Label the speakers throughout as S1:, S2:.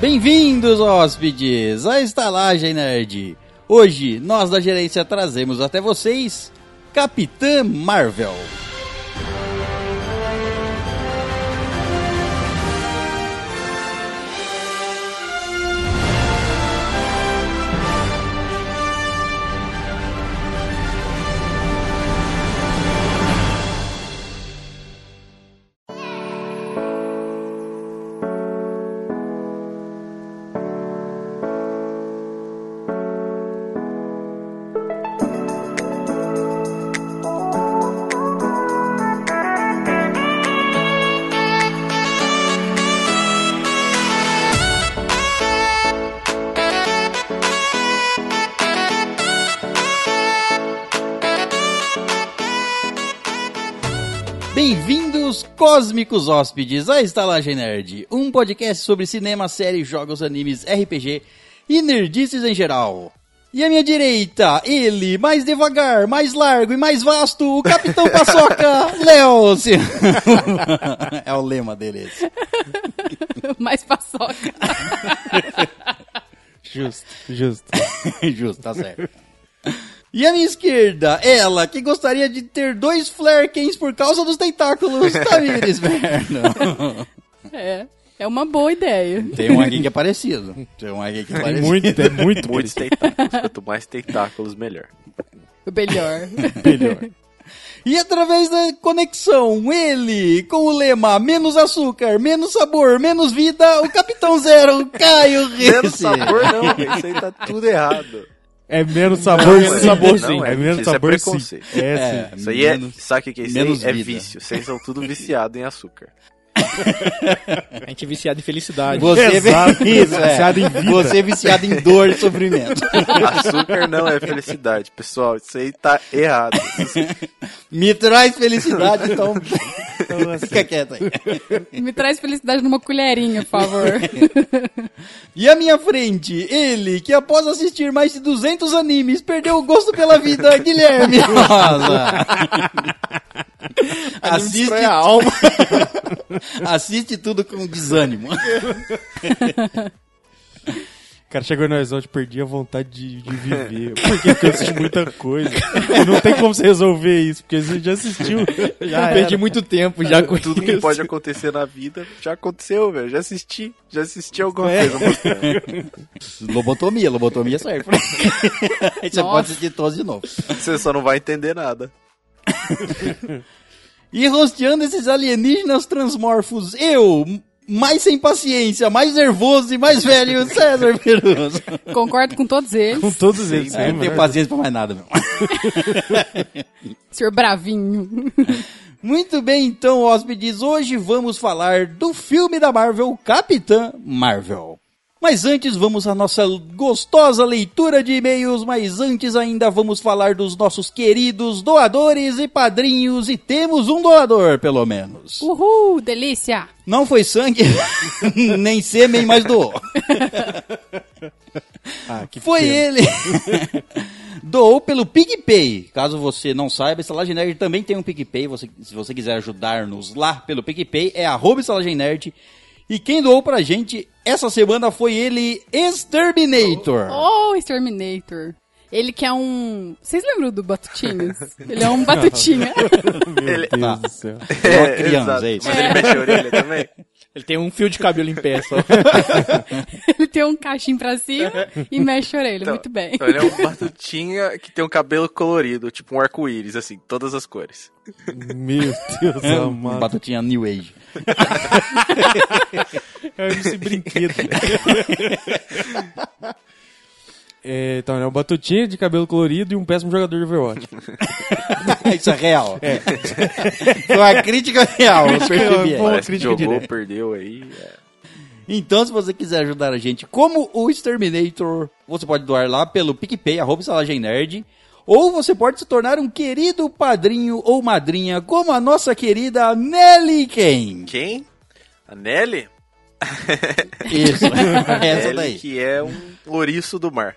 S1: Bem-vindos, hóspedes, à Estalagem Nerd. Hoje, nós da gerência trazemos até vocês Capitã Marvel. Bem-vindos, cósmicos hóspedes, à Estalagem Nerd, um podcast sobre cinema, séries, jogos, animes, RPG e nerdices em geral. E à minha direita, ele, mais devagar, mais largo e mais vasto, o Capitão Paçoca, Léo! Ci- é o lema dele esse.
S2: Mais paçoca.
S1: Justo, justo. justo, tá certo. E à minha esquerda, ela, que gostaria de ter dois flerkens por causa dos tentáculos, tá, Tamires Verno.
S2: É. É uma boa ideia.
S1: Tem um aqui que é parecido. Tem um aqui que é
S3: Tem
S1: parecido.
S3: muito, é muito,
S4: Muitos tentáculos. Quanto mais tentáculos, melhor.
S2: O melhor.
S3: melhor.
S1: E através da conexão, ele, com o lema menos açúcar, menos sabor, menos vida, o Capitão Zero, Caio
S4: Menos
S1: Risse.
S4: sabor, não. velho. Isso aí tá tudo errado.
S3: É menos sabor,
S4: Não,
S3: sim.
S4: é- não,
S3: sabor sim.
S4: é
S3: É menos
S4: isso, é
S3: sabor sim.
S4: preconceito.
S3: É, sim.
S1: É,
S4: Isso aí é.
S1: menos-
S4: Sabe o que que é isso
S1: menos
S4: aí? É
S1: vida.
S4: vício. Vocês são tudo viciado em açúcar.
S5: A gente é viciado em felicidade.
S1: Você
S3: Exato,
S1: isso, é.
S3: viciado em vida.
S1: Você é viciado em dor e sofrimento.
S4: Açúcar não é felicidade, pessoal. Isso aí tá errado.
S1: Me traz felicidade, então. assim. Fica quieto aí.
S2: Me traz felicidade numa colherinha, por favor.
S1: E à minha frente, ele, que após assistir mais de 200 animes, perdeu o gosto pela vida, Guilherme. Nossa. assiste,
S5: Destrói a alma.
S1: assiste tudo com desânimo.
S3: Cara, chegou no horizonte, perdi a vontade de, de viver. Por quê? Porque eu assisti muita coisa. E não tem como você resolver isso, porque você já assistiu. Já
S5: Eu perdi
S3: era.
S5: muito tempo já com
S4: Tudo que
S5: isso.
S4: pode acontecer na vida já aconteceu, velho. Já assisti. Já assisti alguma
S3: É.
S4: coisa mostrando.
S1: Lobotomia, lobotomia serve. Aí você
S2: Nossa.
S1: pode assistir todos de novo.
S4: Você só não vai entender nada.
S1: E rosteando esses alienígenas transmorfos, eu, mais sem paciência, mais nervoso e mais velho, César Peruso.
S2: Concordo com todos
S3: Com
S2: eles.
S3: todos eles.
S1: É,
S3: né,
S1: não tenho
S3: mano?
S1: paciência pra mais nada, meu.
S2: Senhor Bravinho.
S1: Muito bem, então, hóspedes, hoje vamos falar do filme da Marvel, Capitã Marvel. Mas antes vamos à nossa gostosa leitura de e-mails, mas antes ainda vamos falar dos nossos queridos doadores e padrinhos, e temos um doador, pelo menos.
S2: Uhul, delícia.
S1: Não foi sangue, nem sêmen, mas doou.
S3: Ah, que
S1: Foi
S3: pena.
S1: ele. Doou pelo PicPay. Caso você não saiba, Estalagem Nerd também tem um PicPay. Você- se você quiser ajudar-nos lá pelo PicPay, é arroba Estalagem Nerd. E quem doou pra gente essa semana foi ele, Exterminator.
S2: Oh, Exterminator. Ele que é um... Vocês lembram do Batutinhas? Ele é um Batutinha.
S4: Ele...
S3: Meu
S1: Tá.
S3: Deus do céu.
S1: uma criança,
S4: exato.
S1: é isso.
S4: Mas ele mexe a orelha também?
S5: Ele tem um fio de cabelo em pé só.
S2: Ele tem um cachimbo pra cima e mexe a orelha.
S4: Então,
S2: Muito bem.
S4: Então, ele é um batutinha que tem um cabelo colorido, tipo um arco-íris, assim, todas as cores.
S3: Meu Deus amado.
S1: Batutinha New Age.
S3: É o MC Brinquedo. É, então, ele é um batutinha de cabelo colorido e um péssimo jogador de Overwatch.
S1: Isso é real. Foi uma crítica real, eu
S5: É,
S1: percebi.
S3: Boa
S4: Parece que
S3: crítica
S4: jogou,
S3: direta.
S4: perdeu aí. é.
S1: Então, se você quiser ajudar a gente como o Exterminator, você pode doar lá pelo PicPay, arroba Estalagem Nerd, ou você pode se tornar um querido padrinho ou madrinha, como a nossa querida Nelly Ken.
S4: Quem? A Nelly?
S1: Isso, essa
S4: Nelly, é
S1: daí.
S4: que é um ouriço do mar.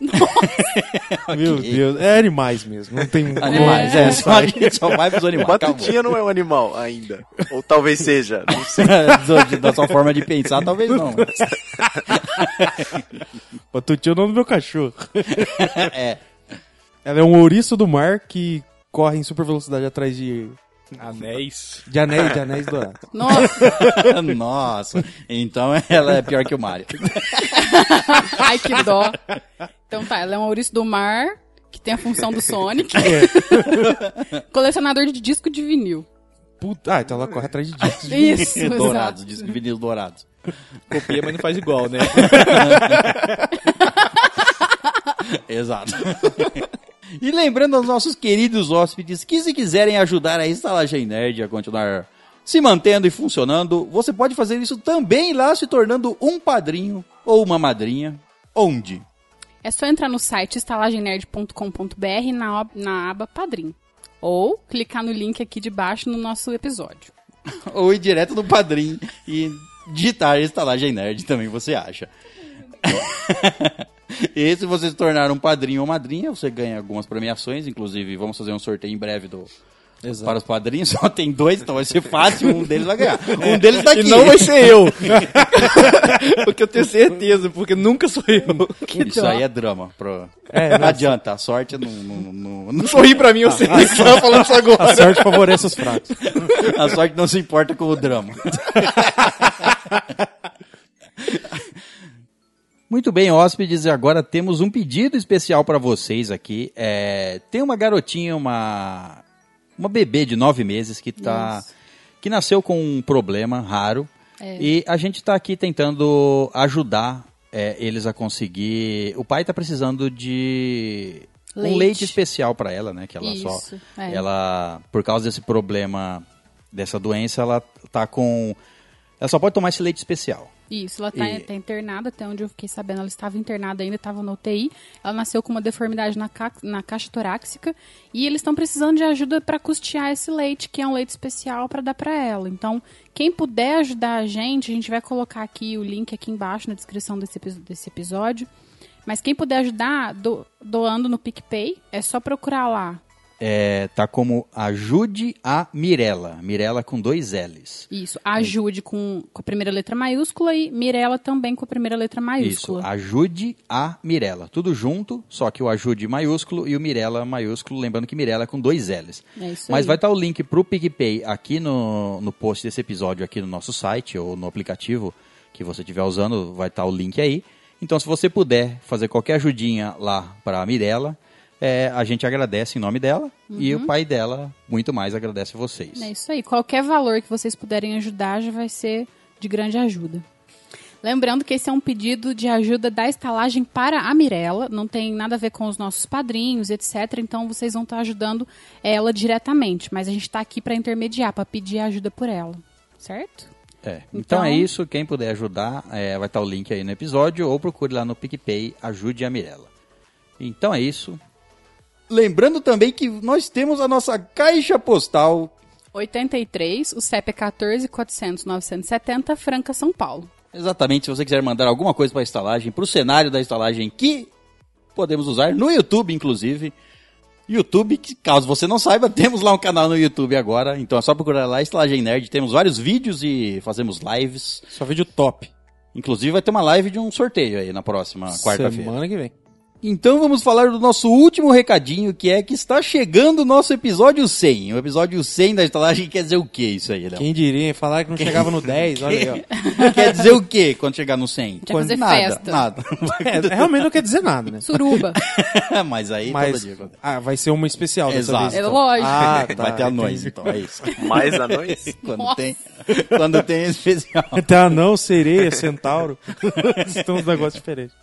S3: Meu
S1: Ok.
S3: Deus, é animais mesmo, não tem
S1: Animais, é, só, a gente só vai pros animais. acabou.
S4: Batutinha não é um animal ainda. Ou talvez seja. Não sei.
S1: Do- de- da sua forma de pensar, talvez não. mas-
S3: Batuti é o nome do meu cachorro.
S1: É.
S3: Ela é um ouriço do mar que corre em super velocidade atrás de,
S5: Anéis.
S3: de anéis, de anéis dourados.
S2: Nossa,
S1: Nossa, então ela é pior que o Mario.
S2: ai que dó. Então tá, ela é um ouriço do mar, que tem a função do Sonic. É. Colecionador de disco de vinil.
S3: Puta, ah, então ela corre atrás de discos.
S2: Isso, exato.
S1: Dourados, diz que vinil dourados.
S5: Copia, mas não faz igual, né?
S1: Exato. E lembrando aos nossos queridos hóspedes que se quiserem ajudar a Estalagem Nerd a continuar se mantendo e funcionando, você pode fazer isso também lá se tornando um padrinho ou uma madrinha. Onde?
S2: É só entrar no site estalagenerd.com.br na, ob- na aba Padrim. Ou clicar no link aqui de baixo no nosso episódio.
S1: Ou ir direto no padrinho e digitar Estalagem Nerd também você acha. e se você se tornar um padrinho ou madrinha, você ganha algumas premiações, inclusive vamos fazer um sorteio em breve do... Para os padrinhos, só tem dois, então vai ser fácil, um deles vai ganhar. Um deles tá aqui.
S5: É. E não vai ser eu. porque eu tenho certeza, porque nunca sou eu.
S1: Isso
S5: então.
S1: aí é drama. Pro...
S3: É,
S1: não adianta, a sorte é não. não- não- não-
S5: Sorri pra mim, eu sei que você tá falando isso
S3: A
S5: agora.
S3: sorte favorece os fracos.
S1: a sorte não se importa com o drama. Muito bem, hóspedes, e agora temos um pedido especial para vocês aqui. É, tem uma garotinha, uma, uma bebê de nove meses que tá. que nasceu com um problema raro. E a gente está aqui tentando ajudar é, eles a conseguir. O pai está precisando de um
S2: Leite.
S1: leite especial para ela, né? Que ela
S2: Isso,
S1: só,
S2: é.
S1: ela por causa desse problema dessa doença, ela tá com, ela só pode tomar esse leite especial.
S2: Isso, ela tá,
S1: E-
S2: tá internada, até onde eu fiquei sabendo, ela estava internada ainda, estava na UTI. Ela nasceu com uma deformidade na, ca- na caixa torácica e eles estão precisando de ajuda para custear esse leite, que é um leite especial para dar para ela. Então, quem puder ajudar a gente, a gente vai colocar aqui o link aqui embaixo na descrição desse, epi- desse episódio. Mas quem puder ajudar do- doando no PicPay, é só procurar lá.
S1: É, tá como ajude a Mirella, Mirella com dois L's.
S2: Isso, ajude com, com a primeira letra maiúscula e Mirella também com a primeira letra
S1: Isso,
S2: maiúscula.
S1: ajude a Mirella. Tudo junto, só que o ajude maiúsculo e o Mirella maiúsculo, lembrando que Mirella é com dois L's.
S2: É isso
S1: Mas
S2: aí.
S1: vai estar o link pro PicPay aqui no, no post desse episódio, aqui no nosso site ou no aplicativo que você estiver usando, vai estar o link aí. Então, se você puder fazer qualquer ajudinha lá para a Mirella, é, a gente agradece em nome dela e o pai dela muito mais agradece vocês.
S2: Uhum. É isso aí. Qualquer valor que vocês puderem ajudar já vai ser de grande ajuda. Lembrando que esse é um pedido de ajuda da estalagem para a Mirella, não tem nada a ver com os nossos padrinhos, etc. Então vocês vão estar ajudando ela diretamente, mas a gente está aqui para intermediar, para pedir ajuda por ela, certo?
S1: É, Então,
S2: Então-
S1: é isso, quem puder ajudar, é, vai estar o link aí no episódio ou procure lá no PicPay, ajude a Mirella. Então é isso. Lembrando também que nós temos a nossa caixa postal.
S2: 83, o CEP é 14 400 970, Franca, São Paulo.
S1: Exatamente, se você quiser mandar alguma coisa para a estalagem, para o cenário da estalagem que podemos usar no YouTube, inclusive. YouTube, que caso você não saiba, temos lá um canal no YouTube agora. Então é só procurar lá Estalagem Nerd. Temos vários vídeos e fazemos lives.
S3: Só vídeo top.
S1: Inclusive vai ter uma live de um sorteio aí na próxima Ah, quarta-feira.
S3: Semana que vem.
S1: Então vamos falar do nosso último recadinho, que é que está chegando o nosso episódio 100. O episódio 100 da estalagem quer dizer o que isso aí, Léo?
S3: Quem diria, falar que não chegava no 10, olha aí, ó.
S1: Quer dizer o que quando chegar no 100?
S2: Quer fazer
S1: nada,
S2: festa.
S1: Nada,
S3: É, realmente não quer dizer nada, né?
S2: Suruba.
S1: Mas aí todo
S3: Mas,
S1: dia acontece.
S3: ah, vai ser uma especial
S1: Exato.
S3: dessa vez.
S2: É
S3: então.
S2: lógico.
S3: Ah, tá.
S1: Vai ter a nós, então, é isso.
S4: Mais anões?
S1: Quando
S2: Nossa.
S1: tem, quando tem especial.
S3: Tá, não, sereia, centauro. Estão uns negócios diferentes.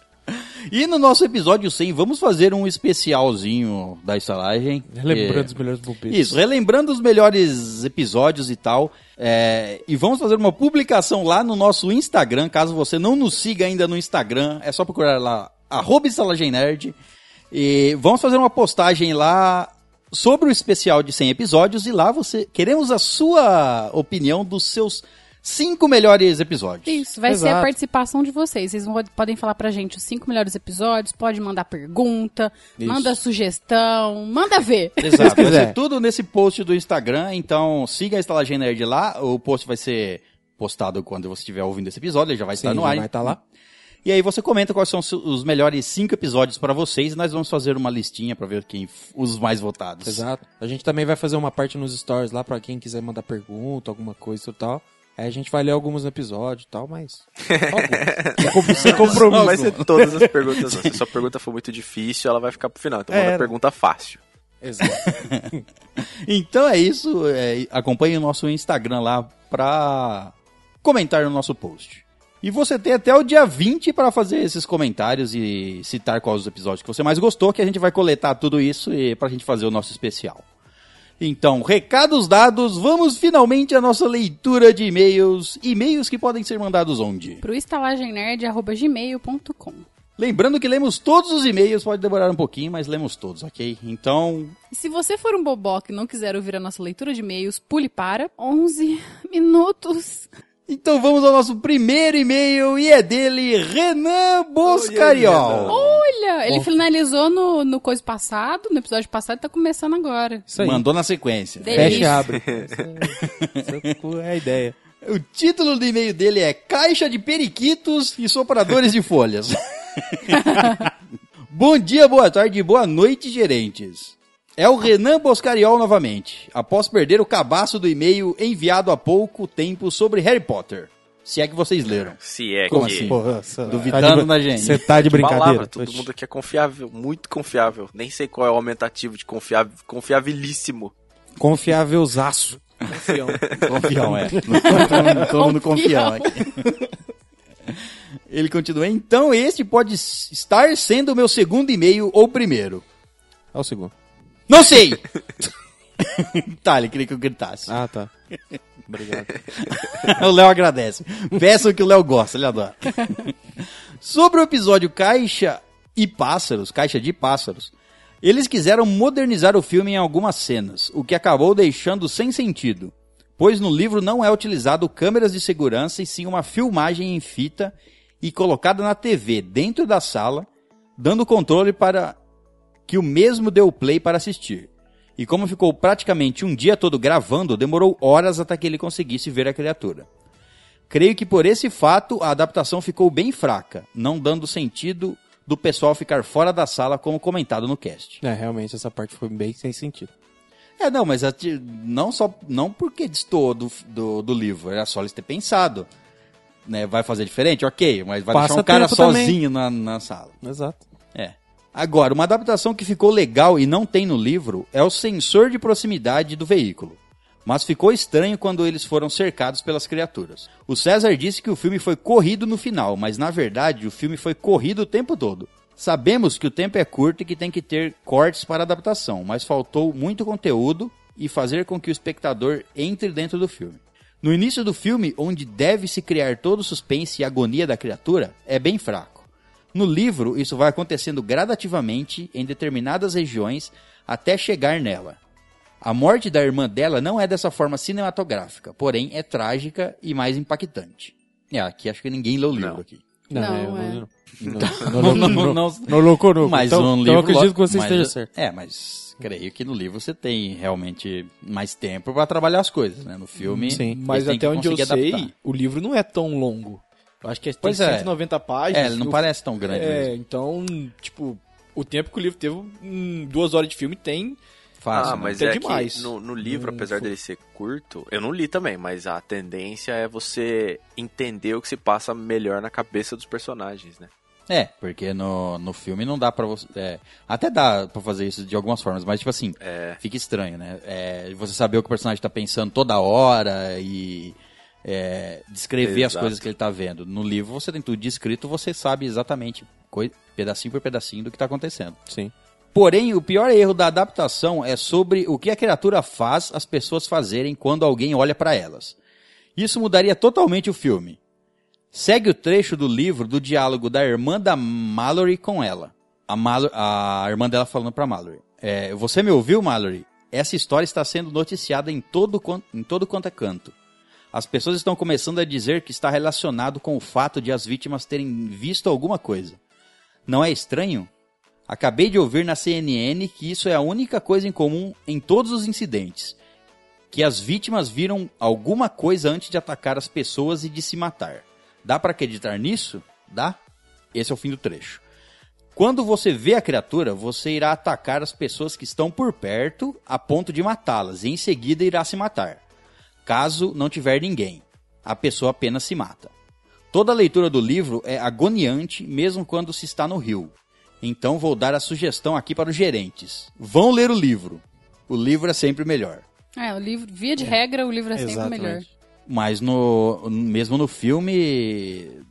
S1: E no nosso episódio 100, vamos fazer um especialzinho da estalagem.
S3: Lembrando
S1: É.
S3: dos melhores bobitos.
S1: Isso, relembrando os melhores episódios e tal. é, e vamos fazer uma publicação lá no nosso Instagram. Caso você não nos siga ainda no Instagram, é só procurar lá, arroba Estalagem Nerd. E vamos fazer uma postagem lá sobre o especial de 100 episódios. E lá você. Queremos a sua opinião dos seus cinco melhores episódios.
S2: Isso, vai ser a
S3: Exato.
S2: participação de vocês. Vocês vão- podem falar pra gente os cinco melhores episódios, pode mandar pergunta,
S3: Isso.
S2: manda sugestão, manda ver.
S1: Exato, vai
S3: quiser.
S1: ser tudo nesse post do Instagram, então siga a Estalagem Nerd lá, o post vai ser postado quando você estiver ouvindo esse episódio, ele já vai
S3: Sim,
S1: estar no
S3: já
S1: ar.
S3: vai estar lá.
S1: E aí você comenta quais são os- os melhores cinco episódios para vocês e nós vamos fazer uma listinha para ver quem f- os mais votados.
S3: Exato. A gente também vai fazer uma parte nos stories lá pra quem quiser mandar pergunta, alguma coisa e tal. Aí a gente vai ler alguns no episódio e tal, mas. Alguns. Com- Sem
S4: Não
S3: compromisso.
S4: vai ser todas as perguntas, não. Se sua pergunta for muito difícil, ela vai ficar pro final. Então
S3: É,
S4: manda
S3: era.
S4: pergunta fácil.
S3: Exato.
S1: Então é isso, é, acompanhe o nosso Instagram lá pra comentar no nosso post. E você tem até o dia 20 para fazer esses comentários e citar quais os episódios que você mais gostou, que a gente vai coletar tudo isso e pra gente fazer o nosso especial. Então, recados dados, vamos finalmente à nossa leitura de e-mails. E-mails que podem ser mandados onde?
S2: Pro estalagemnerd.gmail.com.
S1: Lembrando que lemos todos os e-mails, pode demorar um pouquinho, mas lemos todos, ok? Então,
S2: E se você for um boboca e não quiser ouvir a nossa leitura de e-mails, pule para 11 minutos.
S1: Então vamos ao nosso primeiro e-mail e é dele, Renan Boscariol.
S2: Olha, ele finalizou no, no coisa passado, no episódio passado, e tá começando agora.
S3: Isso aí.
S1: Mandou na sequência.
S2: Delícia.
S3: Fecha e abre. Essa, essa é a ideia.
S1: O título do e-mail dele é Caixa de Periquitos e Sopradores de Folhas. Bom dia, boa tarde e boa noite, gerentes. É o Renan Boscariol novamente, após perder o cabaço do e-mail enviado há pouco tempo sobre Harry Potter. Se é que vocês leram.
S4: Se é
S1: Como
S4: que.
S1: assim?
S3: Porra, essa-
S1: Duvidando
S3: tá de-
S1: da gente.
S3: Você tá de brincadeira.
S4: Palavra, todo mundo aqui é confiável, muito confiável. Nem sei qual é o aumentativo de confiável, confiabilíssimo.
S3: Confiávelzaço.
S1: Confião, é. Todo- Todo mundo confião é. aqui. Ele continua. Então, este pode s- estar sendo o meu segundo e-mail ou primeiro.
S3: Olha É o segundo.
S1: Não sei! tá, ele queria que eu gritasse.
S3: Ah, tá. Obrigado.
S1: o Léo agradece. Peçam que o Léo gosta, ele adora. Sobre o episódio Caixa e Pássaros, Caixa de Pássaros, eles quiseram modernizar o filme em algumas cenas, o que acabou deixando sem sentido, pois no livro não é utilizado câmeras de segurança e sim uma filmagem em fita e colocada na TV dentro da sala, dando controle para que o mesmo deu play para assistir. E como ficou praticamente um dia todo gravando, demorou horas até que ele conseguisse ver a criatura. Creio que por esse fato a adaptação ficou bem fraca, não dando sentido do pessoal ficar fora da sala como comentado no cast.
S3: É, realmente, essa parte foi bem sem sentido.
S1: É, não, mas a ti- não só não porque destoou do, do, do livro, era só eles ter pensado. Né, vai fazer diferente? Ok, mas vai
S3: Passa
S1: deixar o cara
S3: tempo também.
S1: sozinho na, na sala.
S3: Exato.
S1: É. Agora, uma adaptação que ficou legal e não tem no livro é o sensor de proximidade do veículo. Mas ficou estranho quando eles foram cercados pelas criaturas. O César disse que o filme foi corrido no final, mas na verdade o filme foi corrido o tempo todo. Sabemos que o tempo é curto e que tem que ter cortes para adaptação, mas faltou muito conteúdo e fazer com que o espectador entre dentro do filme. No início do filme, onde deve se criar todo o suspense e agonia da criatura, é bem fraco. No livro, isso vai acontecendo gradativamente em determinadas regiões até chegar nela. A morte da irmã dela não é dessa forma cinematográfica, porém é trágica e mais impactante. É, aqui acho que ninguém leu o livro aqui.
S2: Não,
S3: eu
S2: é.
S3: li, não. Não, não, não, não. No Loconoco.
S1: Mas
S3: então,
S1: um livro.
S3: então eu acredito que
S1: lo-
S3: você
S1: mas-
S3: esteja certo.
S1: É, mas creio que no livro você tem realmente mais tempo pra trabalhar as coisas, né? No filme.
S3: Sim.
S1: eles
S5: Mas
S1: têm que
S5: até onde eu
S1: conseguir
S5: sei,
S1: adaptar.
S5: o livro não é tão longo. Eu acho que tem
S1: Pois é.
S5: 190 páginas.
S1: É, ele não
S5: o-
S1: parece tão grande. mesmo.
S5: É, então, tipo, o tempo que o livro teve, hum, duas horas de filme tem.
S1: Fácil.
S4: ah,
S1: né?
S4: mas
S5: Até
S4: é
S5: demais.
S4: que no, no livro,
S5: Não
S4: apesar
S5: foi.
S4: dele ser curto, eu não li também, mas a tendência é você entender o que se passa melhor na cabeça dos personagens, né?
S1: É, porque no, no filme não dá pra você. é, até dá pra fazer isso de algumas formas, mas tipo assim, fica estranho, né? É, você saber o que o personagem tá pensando toda hora e é, descrever as
S4: Exato.
S1: coisas que ele tá vendo. No livro você tem tudo descrito, você sabe exatamente coi- pedacinho por pedacinho do que tá acontecendo.
S3: Sim.
S1: Porém, o pior erro da adaptação é sobre o que a criatura faz as pessoas fazerem quando alguém olha pra elas. Isso mudaria totalmente o filme. Segue o trecho do livro do diálogo da irmã da Mallory com ela. A, Mallo- a irmã dela falando pra Mallory. É, Você me ouviu, Mallory? Essa história está sendo noticiada em todo, quan- em todo quanto é canto. As pessoas estão começando a dizer que está relacionado com o fato de as vítimas terem visto alguma coisa. Não é estranho? Acabei de ouvir na CNN que isso é a única coisa em comum em todos os incidentes. Que as vítimas viram alguma coisa antes de atacar as pessoas e de se matar. Dá pra acreditar nisso? Dá? Esse é o fim do trecho. Quando você vê a criatura, você irá atacar as pessoas que estão por perto a ponto de matá-las e em seguida irá se matar. Caso não tiver ninguém, a pessoa apenas se mata. Toda a leitura do livro é agoniante, mesmo quando se está no rio. Então vou dar a sugestão aqui para os gerentes: vão ler o livro. O livro é sempre melhor.
S2: É, o livro, via de regra, o livro é sempre
S3: Exatamente.
S2: melhor.
S1: Mas no mesmo no filme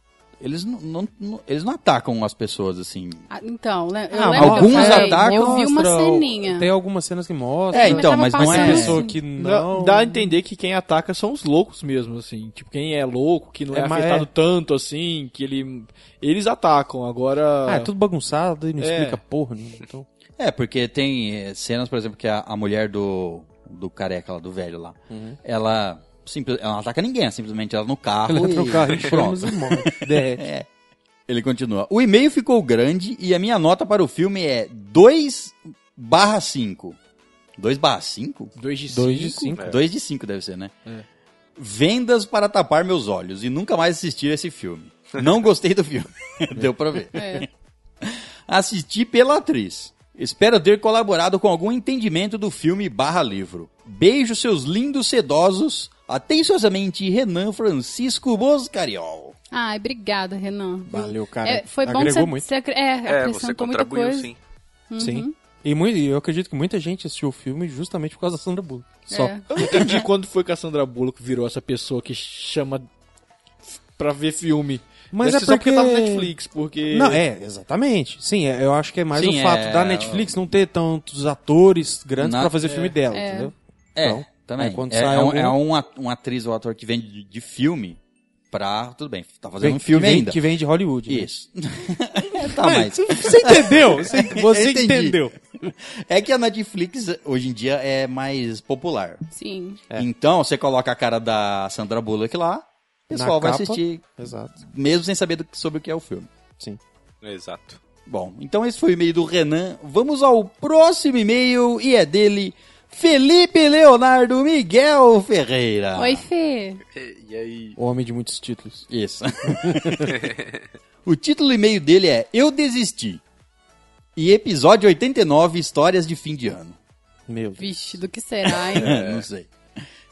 S1: eles não, não- não- eles não atacam as pessoas assim.
S2: Ah, então, né, eu
S3: Ah,
S2: lembro que eu
S1: alguns
S2: falei,
S1: atacam,
S2: Eu vi uma
S3: mostra o-
S2: ceninha.
S3: Tem algumas cenas que mostram.
S1: É, então, mas não é-
S2: tava
S3: Tem
S2: passando,
S3: pessoa
S2: assim.
S3: que
S5: Dá-
S3: não.
S5: Dá a entender que quem ataca são os loucos mesmo, assim. Tipo, quem é louco, que não é,
S3: É, mas
S5: afetado
S3: é.
S5: tanto, assim, que ele... Eles atacam, agora...
S3: Ah, é tudo bagunçado e não
S5: É.
S3: explica porra nenhuma. Então.
S1: É, porque tem eh, cenas, por exemplo, que a, a mulher do, do careca lá, do velho lá,
S3: Uhum.
S1: ela, simples, ela não ataca ninguém, simplesmente ela no carro
S3: Ela
S1: e
S3: entra no carro em chamas
S1: pronto.
S3: e morre. Derrete.
S1: É. Ele continua. O e-mail ficou grande e a minha nota para o filme é 2 barra 5. 2 barra 5?
S5: 2 de 5.
S3: Dois de cinco.
S4: É.
S1: 2 de 5 deve ser, né?
S5: É.
S1: Vendas para tapar meus olhos e nunca mais assistir esse filme. Não gostei do filme. Deu pra ver.
S2: É.
S1: Assisti pela atriz. Espero ter colaborado com algum entendimento do filme barra livro. Beijo seus lindos sedosos. Atenciosamente, Renan Francisco Boscariol.
S2: Ai, obrigada, Renan. viu?
S3: Valeu, cara.
S2: É, foi bom que
S3: Agregou
S2: você,
S3: muito.
S2: você acre- é,
S4: É,
S2: acrescentou
S4: você
S2: muita
S4: contribuiu
S2: coisa. Uhum.
S4: sim.
S1: Uhum.
S3: Sim. E muito, e eu acredito que muita gente assistiu o filme justamente por causa da Sandra Bullock. Só.
S2: É.
S5: Eu não entendi quando foi que a Sandra Bullock virou essa pessoa que chama pra ver filme.
S3: Mas
S5: Deve
S3: é
S5: ser só porque
S3: porque-
S5: tá no Netflix, porque...
S3: Não, é, exatamente. Sim, é, eu acho que é mais
S1: Sim,
S3: o fato
S1: é-
S3: da Netflix não ter tantos atores grandes
S1: Na-
S3: pra fazer filme dela, entendeu?
S1: É,
S3: Então,
S1: também.
S3: é, quando
S1: é,
S3: sai
S1: é um-
S3: algum-
S1: é um at- uma atriz ou ator que vende de, de filme pra. Tudo bem, tá fazendo
S3: Vem-
S1: um filme
S3: que vem,
S1: ainda.
S3: Que vem de Hollywood. né?
S1: Isso. tá, mas.
S3: Você entendeu? Você, você
S1: Eu entendi.
S3: entendeu.
S1: É que a Netflix hoje em dia é mais popular.
S2: Sim.
S3: É.
S1: Então, você coloca a cara da Sandra Bullock lá, o pessoal vai
S3: capa.
S1: assistir,
S3: Exato.
S1: mesmo sem saber do- sobre o que é o filme.
S3: Sim.
S4: Exato.
S1: Bom, então esse foi o e-mail do Renan. Vamos ao próximo e-mail e é dele, Felipe Leonardo Miguel
S3: Ah.
S1: Ferreira.
S2: Oi, Fê.
S4: E, e aí?
S3: O homem de muitos títulos.
S1: Isso. o título do e-mail dele é Eu Desisti. E episódio 89, Histórias de Fim de Ano.
S3: Meu Deus.
S2: Vixe, do que será, hein?
S3: É.
S1: Não sei.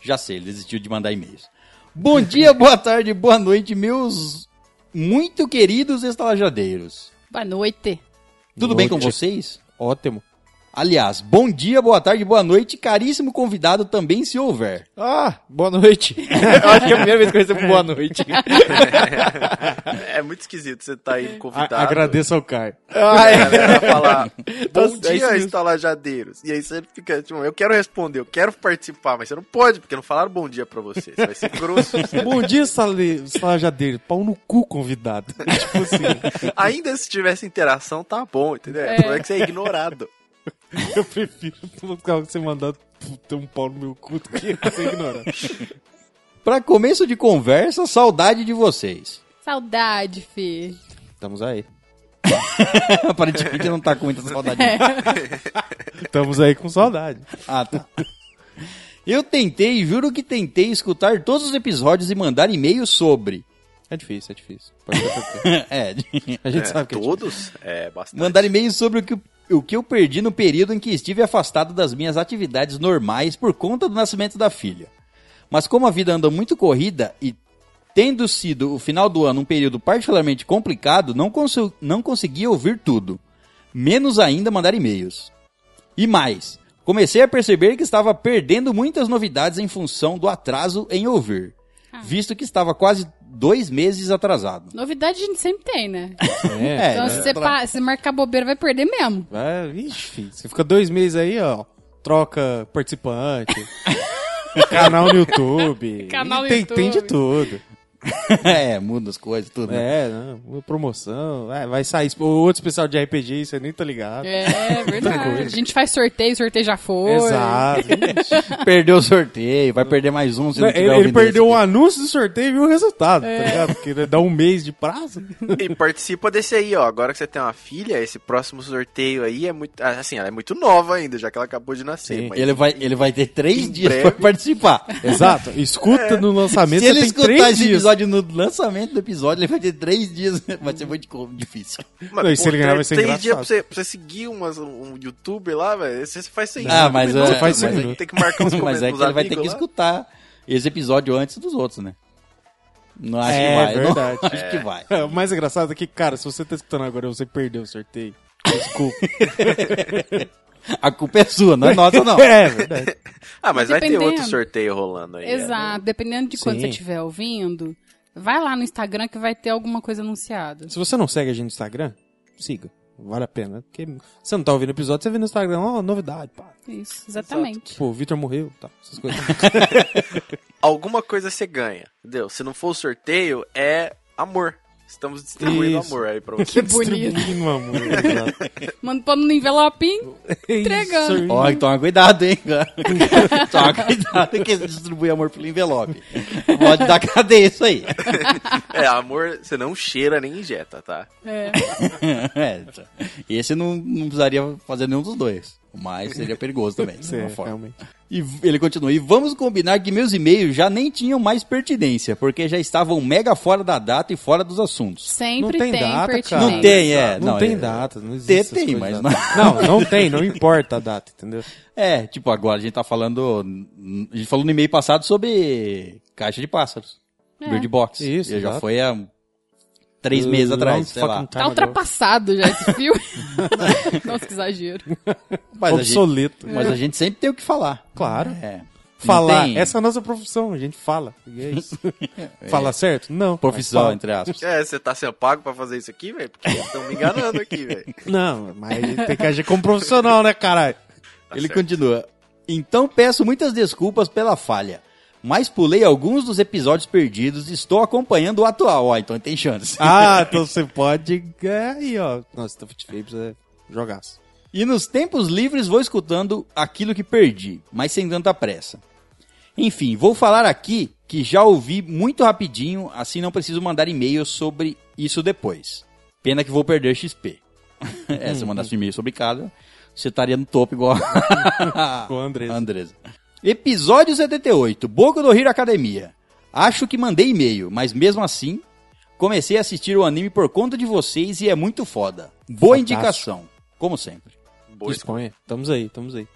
S1: Já sei, ele desistiu de mandar e-mails. Bom dia, boa tarde, boa noite, meus muito queridos estalajadeiros.
S2: Boa noite.
S1: Tudo bem com
S3: Noite.
S1: vocês?
S3: Ótimo.
S1: Aliás, bom dia, boa tarde, boa noite, caríssimo convidado também, se houver.
S5: Ah, boa noite. eu acho que é a primeira vez que eu recebo boa noite.
S4: É muito esquisito você
S2: É.
S4: tá aí convidado.
S3: A, agradeço ao Caio.
S5: Ah,
S4: A galera falar,
S5: Tá
S4: bom
S5: certo, é isso
S4: dia,
S5: mesmo.
S4: estalajadeiros. E aí você fica, tipo, eu quero responder, eu quero participar, mas você não pode, porque não falaram bom dia pra você. Você vai ser grosso.
S3: Bom dia, sale- salajadeiro. Pau no cu convidado. tipo assim,
S4: Ainda se tivesse interação, tá bom, entendeu? O problema é que você é ignorado.
S3: eu prefiro um você mandar ter um pau no meu cu do que você ignorar.
S1: Para começo de conversa, saudade de vocês.
S2: Saudade, Fê.
S3: Estamos aí.
S1: Aparentemente não tá com muita saudade.
S3: Estamos aí com saudade.
S1: Ah, tá. Eu tentei, juro que tentei escutar todos os episódios e mandar e-mail sobre.
S3: É difícil, é difícil. Pode ser qualquer.
S1: é,
S3: A gente sabe que é difícil.
S4: Todos? É, bastante.
S1: mandar e-mail sobre o que, o que eu perdi no período em que estive afastado das minhas atividades normais por conta do nascimento da filha. Mas como a vida anda muito corrida e tendo sido o final do ano um período particularmente complicado, não, consu- não consegui ouvir tudo. Menos ainda mandar e-mails. E mais, comecei a perceber que estava perdendo muitas novidades em função do atraso em ouvir,
S2: Ah.
S1: visto que estava quase dois meses atrasado. né?
S2: Novidade a gente sempre tem, né?
S3: É.
S2: então, se, você pa- se marcar bobeira, vai perder mesmo.
S3: Vai, vixe, filho. Você fica dois meses aí, ó. Troca participante. canal no YouTube.
S2: Canal no
S3: tem,
S2: YouTube.
S3: Tem de tudo.
S1: é, muda as coisas, tudo. né?
S3: É, não, promoção, vai, vai sair o outro especial de RPG, você nem tá ligado.
S2: É, verdade. A gente faz sorteio, sorteio já foi.
S3: Exato.
S1: Perdeu o sorteio, vai perder mais um se não,
S3: Não,
S1: tiver
S3: ele ele
S1: ouvindo
S3: perdeu
S1: esse
S3: o
S1: aqui.
S3: anúncio do sorteio e viu o resultado,
S2: É.
S3: tá ligado? Porque dá um mês de prazo.
S4: E participa desse aí, ó. Agora que você tem uma filha, esse próximo sorteio aí é muito. Assim, ela é muito nova ainda, já que ela acabou de nascer. é-
S1: Sim,
S4: mas-
S1: Ele vai, ele vai ter três
S4: Em
S1: dias
S4: breve.
S1: pra participar.
S3: Exato. Escuta no lançamento,
S1: É. Se ele
S3: você É, tem
S1: escutar
S3: três
S1: esse
S3: dias.
S1: episódio no lançamento do episódio, ele vai ter três dias. Vai ser muito co- difícil.
S4: Mas,
S3: Não, e se
S4: pô,
S3: ele ganhar, vai ser
S4: três
S3: engraçado.
S4: dias pra você, pra você seguir umas- um youtuber lá, velho. Você faz sem
S1: Ah, mas,
S4: Você
S1: é,
S4: faz sem
S1: mas-
S4: minutos. Tem que marcar uns
S1: Mas
S4: comentários.
S1: é que ele vai ter que escutar esse episódio antes dos outros, né? Não acho que vai. não
S3: É verdade.
S1: acho que vai.
S3: O mais engraçado é que, cara, se você tá escutando agora e você perdeu o sorteio, desculpa.
S1: A culpa é sua, não é nossa, não.
S3: É verdade.
S4: Ah, mas vai ter
S2: Dependendo.
S4: outro sorteio rolando aí. é.
S2: Exato. Dependendo de quando
S3: Sim.
S2: você estiver ouvindo, vai lá no Instagram que vai ter alguma coisa anunciada.
S3: Se você não segue a gente no Instagram, siga. Vale a pena. Porque você não tá ouvindo o episódio, você vê no Instagram, ó, novidade, pá.
S2: Isso, exatamente.
S3: Tipo, o Victor morreu, tá, essas coisas.
S4: né? Alguma coisa você ganha, entendeu? Se não for o sorteio, é amor. Estamos distribuindo
S3: Isso.
S4: amor aí pra você.
S2: Que bonito.
S3: Distribuindo amor, exato.
S2: Manda pano no envelopinho. Entregando.
S3: É Isso aí.
S1: Ó, toma cuidado, hein, cara. Toma cuidado que você distribui amor pelo envelope. Pode dar cadeia isso aí.
S4: É, amor, você não cheira nem injeta, tá?
S2: É.
S1: É, esse não, não precisaria fazer nenhum dos dois. Mas seria perigoso também, de
S3: É,
S1: alguma forma.
S3: realmente.
S1: E v- ele continua, e vamos combinar que meus e-mails já nem tinham mais pertinência, porque já estavam mega fora da data e fora dos assuntos.
S2: Sempre
S3: Não tem
S2: tem,
S3: data, cara.
S2: pertinência.
S1: Não tem, é.
S3: Não, tem
S1: é,
S3: data, não existe.
S1: Tem,
S3: essas
S1: tem,
S3: coisas
S1: mas
S3: de data. Não, não tem, não importa a data, entendeu?
S1: É, tipo, agora a gente tá falando. A gente falou no e-mail passado sobre caixa de pássaros.
S2: É.
S1: Bird Box.
S3: Isso,
S1: E já
S3: exato.
S1: foi há três meses
S3: Long
S1: atrás, sei
S3: fucking
S1: lá.
S2: Tá
S3: time ago.
S2: ultrapassado já esse filme. Nossa, que exagero.
S1: Mas a, gente,
S3: Obsoleto.
S1: mas a gente sempre tem o que falar.
S3: Claro.
S1: É. Não
S3: Falar.
S1: tem
S3: Essa é a nossa profissão, a gente fala. E é isso. Fala certo? Não.
S1: profissão,
S3: Mas fala.
S1: entre aspas.
S4: É, você tá sendo pago pra fazer isso aqui, velho? Porque eles estão me enganando aqui, velho.
S3: Não, mas a gente tem que agir como profissional, né, caralho?
S4: Tá
S1: Ele
S4: certo.
S1: continua. Então peço muitas desculpas pela falha, mas pulei alguns dos episódios perdidos e estou acompanhando o atual. Ó, então tem chance.
S3: Ah, então você pode. É, aí, ó. Nossa, Tuffet Fapes é jogaço.
S1: E nos tempos livres vou escutando aquilo que perdi, mas sem tanta pressa. Enfim, vou falar aqui que já ouvi muito rapidinho, assim não preciso mandar e-mail sobre isso depois. Pena que vou perder XP. é, se eu mandasse um e-mail sobre cada, você estaria no topo igual a
S3: Com o Andresa.
S1: Andresa. Episódio 78, Boku do Hero Academia. Acho que mandei e-mail, mas mesmo assim, comecei a assistir o anime por conta de vocês e é muito foda. Boa
S3: Fantástico.
S1: indicação, como sempre.
S4: Boa
S3: Disponha. Estamos é. aí, estamos aí.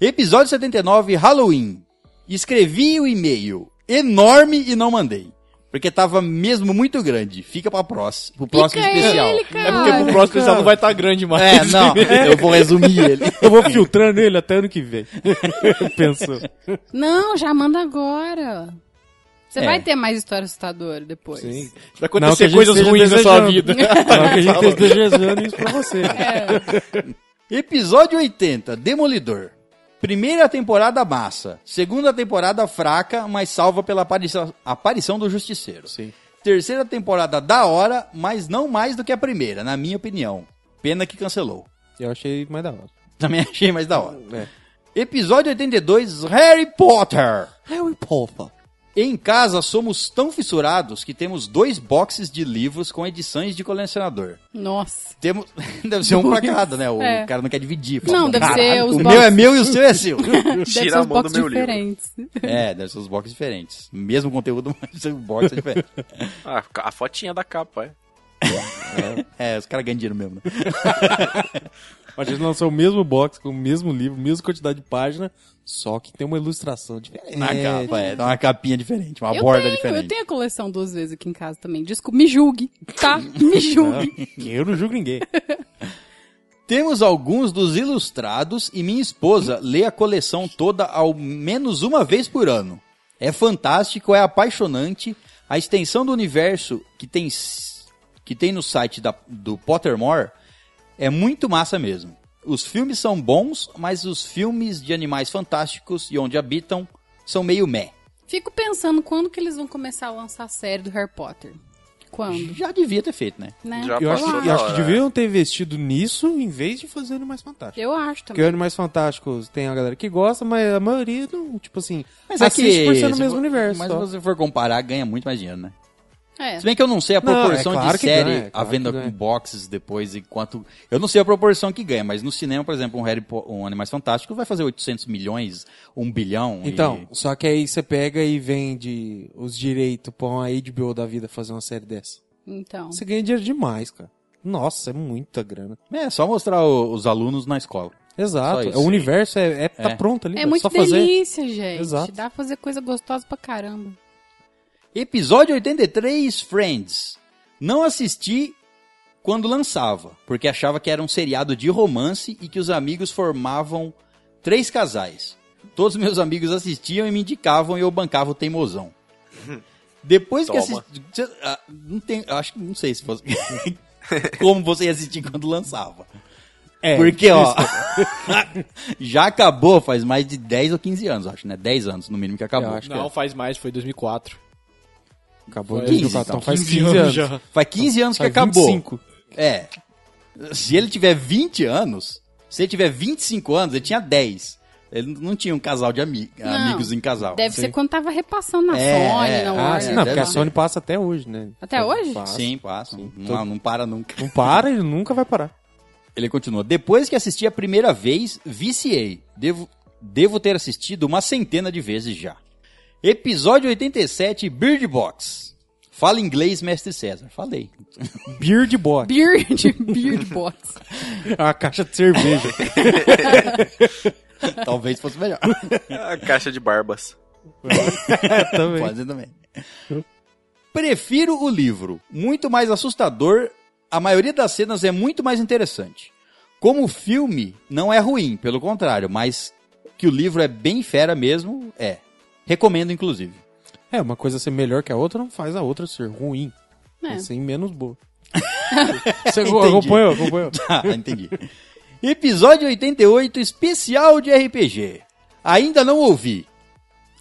S1: Episódio 79, Halloween. Escrevi o e-mail enorme e não mandei. Porque tava mesmo muito grande. Fica pra próximo, pro próximo
S2: Pica
S1: especial.
S2: ele,
S3: Ah,
S5: É porque
S2: cara.
S5: pro próximo já não vai estar grande mais.
S1: É, não, eu vou resumir ele.
S3: Eu vou filtrando ele até ano que vem. Pensou.
S2: Não, já manda agora. Você
S1: É.
S2: vai ter mais história assustadora depois.
S3: Sim.
S5: Vai
S3: Não que a
S5: acontecer
S3: gente
S5: coisas
S3: esteja
S5: ruins na sua
S3: desejando.
S5: vida.
S3: Só que a gente esteja desejando isso pra você.
S1: Episódio 80, Demolidor. Primeira temporada massa. Segunda temporada fraca, mas salva pela aparição, aparição do Justiceiro.
S3: Sim.
S1: Terceira temporada da hora, mas não mais do que a primeira, na minha opinião. Pena que cancelou.
S3: Eu achei mais da hora.
S1: Também achei mais da hora. Episódio 82, Harry Potter.
S3: Harry Potter.
S1: Em casa somos tão fissurados que temos dois boxes de livros com edições de colecionador.
S2: Nossa.
S1: Temos. Deve ser um pra cada, né? O
S2: É.
S1: cara não quer dividir.
S2: Não, deve
S1: "Caralho,
S2: ser os
S1: O
S2: boxes-
S1: meu é meu e o seu é seu.
S2: Deve
S4: Tira
S2: ser
S4: a
S2: uns
S4: mão do
S2: boxes
S4: meu livro.
S2: diferentes.
S1: é, deve ser os boxes diferentes. Mesmo conteúdo, mas o box é diferente.
S4: Ah, a fotinha da capa, é.
S1: É, os caras ganham dinheiro mesmo, né?
S3: A gente lançou o mesmo box, com o mesmo livro, mesma quantidade de página, só que tem uma ilustração diferente.
S1: Na capa, é. Dá uma capinha diferente, uma
S2: eu
S1: borda é
S2: tenho, eu
S1: diferente.
S2: tenho a coleção duas vezes aqui em casa também. Desculpa, me julgue, tá? Me julgue.
S3: Eu não julgo ninguém.
S1: Temos alguns dos ilustrados e minha esposa lê a coleção toda ao menos uma vez por ano. É fantástico, é apaixonante. A extensão do universo que tem, s- que tem no site da- do Pottermore é muito massa mesmo. Os filmes são bons, mas os filmes de animais fantásticos e onde habitam são meio meh.
S2: Fico pensando quando que eles vão começar a lançar a série do Harry Potter. Quando?
S1: Já devia ter feito, né?
S2: Né?
S4: Já
S3: Eu acho,
S4: passou
S3: que, é. eu
S4: da
S3: acho que
S4: hora.
S3: deviam ter investido nisso em vez de fazer Animais Fantásticos.
S2: Eu acho
S3: Porque
S2: também.
S3: Animais Fantásticos tem a galera que gosta, mas a maioria não, tipo assim,
S1: Mas é
S3: assiste por ser no
S1: se
S3: mesmo
S1: for-
S3: universo.
S1: Mas
S3: só.
S1: se você for comparar, ganha muito mais dinheiro, né?
S2: É.
S1: Se bem que eu não sei a
S3: Não, é
S1: proporção
S3: claro
S1: de
S3: que
S1: série,
S3: ganha, é
S1: a
S3: claro
S1: venda
S3: que
S1: com
S3: ganha.
S1: boxes depois e quanto... Eu não sei a proporção que ganha, mas no cinema, por exemplo, um, Harry Po- um Animais Fantásticos vai fazer 800 milhões, 1 bilhão
S3: Então, só que aí você pega e vende os direitos pra uma HBO da vida fazer uma série dessa.
S2: Então.
S3: Você ganha dinheiro demais, cara. Nossa, é muita grana.
S1: e- É, só mostrar o- os alunos na escola. Só
S3: Exato.
S1: isso.
S3: o universo é, é- tá
S1: É.
S3: pronto ali.
S2: É
S3: velho.
S2: muito
S3: só fazer.
S2: delícia, gente.
S3: Exato.
S2: Dá pra fazer coisa gostosa pra caramba.
S1: Episódio 83, Friends. Não assisti quando lançava, porque achava que era um seriado de romance e que os amigos formavam três casais. Todos meus amigos assistiam e me indicavam e eu bancava o teimosão. Depois que
S4: Toma.
S1: assisti. Cê- ah, não tem, acho que não sei se fosse. Como você ia assistir quando lançava.
S3: É,
S1: Porque, ó. já acabou faz mais de 10 ou 15 anos, acho, né? 10 anos no mínimo que acabou.
S3: Eu acho é.
S5: Não, faz mais, foi 2004.
S3: Acabou
S5: Foi
S3: de
S1: isso,
S3: educar. Então faz 15 anos.
S5: já.
S1: Faz 15 anos
S3: Faz
S1: que acabou.
S3: 25.
S1: É. Se ele tiver 20 anos, se ele tiver 25 anos, ele tinha 10. Ele não tinha um casal de ami-
S2: Não.
S1: amigos em casal.
S2: Deve ser quando tava repassando na
S1: É,
S2: Sony,
S1: é.
S2: na
S1: Ah,
S3: Ah,
S2: Warner.
S3: sim,
S1: Olha,
S3: não,
S2: sei
S3: porque
S2: lá.
S3: a Sony passa até hoje, né?
S2: Até hoje?
S3: Passa.
S1: Sim, passa. Não,
S3: Todo-
S1: não para nunca.
S3: Não para, ele nunca vai parar.
S1: Ele continua. Depois que assisti a primeira vez, viciei. Devo, devo ter assistido uma centena de vezes já. Episódio 87, Bird Box. Fala inglês, mestre César. Falei.
S3: Beard Boy.
S2: Beard, Beard Box.
S3: É uma caixa de cerveja.
S1: Talvez fosse melhor.
S4: A Ah, caixa de barbas.
S3: também.
S1: Pode ser também. Prefiro o livro. Muito mais assustador. A maioria das cenas é muito mais interessante. Como o filme não é ruim, pelo contrário, mas que o livro é bem fera mesmo, é. Recomendo, inclusive.
S3: É, uma coisa ser melhor que a outra não faz a outra ser ruim.
S2: É.
S3: É. Assim, menos boa. Você
S1: Entendi.
S3: acompanhou, acompanhou.
S1: Tá, entendi. Episódio 88, especial de RPG. Ainda não ouvi.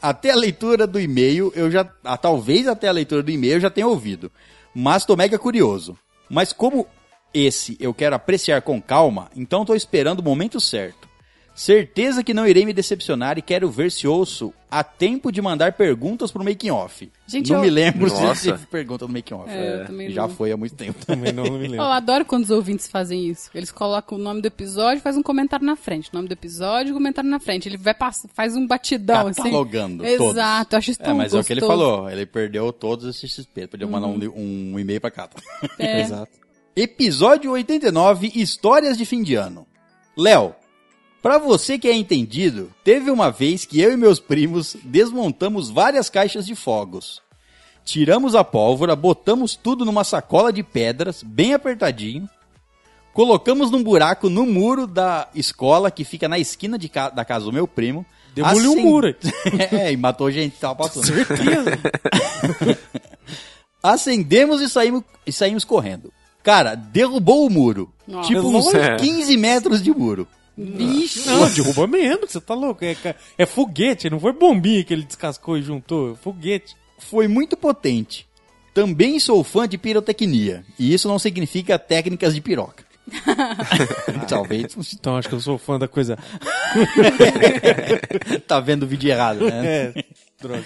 S1: Até a leitura do e-mail, eu já. ah, talvez até a leitura do e-mail eu já tenha ouvido. Mas tô mega curioso. Mas como esse eu quero apreciar com calma, então tô esperando o momento certo. Certeza que não irei me decepcionar e quero ver se ouço a tempo de mandar perguntas pro making off.
S2: Gente,
S1: não
S2: eu-
S1: me lembro se
S4: Nossa.
S1: teve pergunta no making off.
S2: É, eu também
S1: Já
S2: não.
S1: foi há muito tempo.
S3: Também não, não me
S2: Eu
S3: lembro.
S2: adoro quando os ouvintes fazem isso. Eles colocam o nome do episódio, faz um comentário na frente. O nome do episódio, comentário na frente. Ele vai pass- faz um batidão assim.
S1: Catalogando todos.
S2: Exato, eu acho isso
S1: É,
S2: tão
S1: mas é o que ele
S2: gostoso.
S1: falou. Ele perdeu todos esses XP. Podia mandar
S3: Uhum.
S1: um li- um, e-mail pra cá.
S2: É.
S3: Exato.
S1: Episódio 89, Histórias de Fim de Ano. Léo, pra você que é entendido, teve uma vez que eu e meus primos desmontamos várias caixas de fogos. Tiramos a pólvora, botamos tudo numa sacola de pedras, bem apertadinho. Colocamos num buraco no muro da escola que fica na esquina de ca- da casa do meu primo.
S3: Demoliu o
S1: Acen-
S3: um muro. aí.
S1: é, e matou gente que tava passando. Acendemos e saímos, e saímos correndo. Cara, derrubou o muro.
S2: Nossa.
S1: Tipo uns
S4: Nossa.
S1: 15 metros de muro.
S2: Vixe.
S3: Não, derruba mesmo, que você tá louco. É, ca- é foguete, não foi bombinha que ele descascou e juntou. É foguete.
S1: Foi muito potente. Também sou fã de pirotecnia. E isso não significa técnicas de piroca. Talvez
S3: Então acho que eu sou fã da coisa.
S1: tá vendo o vídeo errado, né?
S3: É, droga.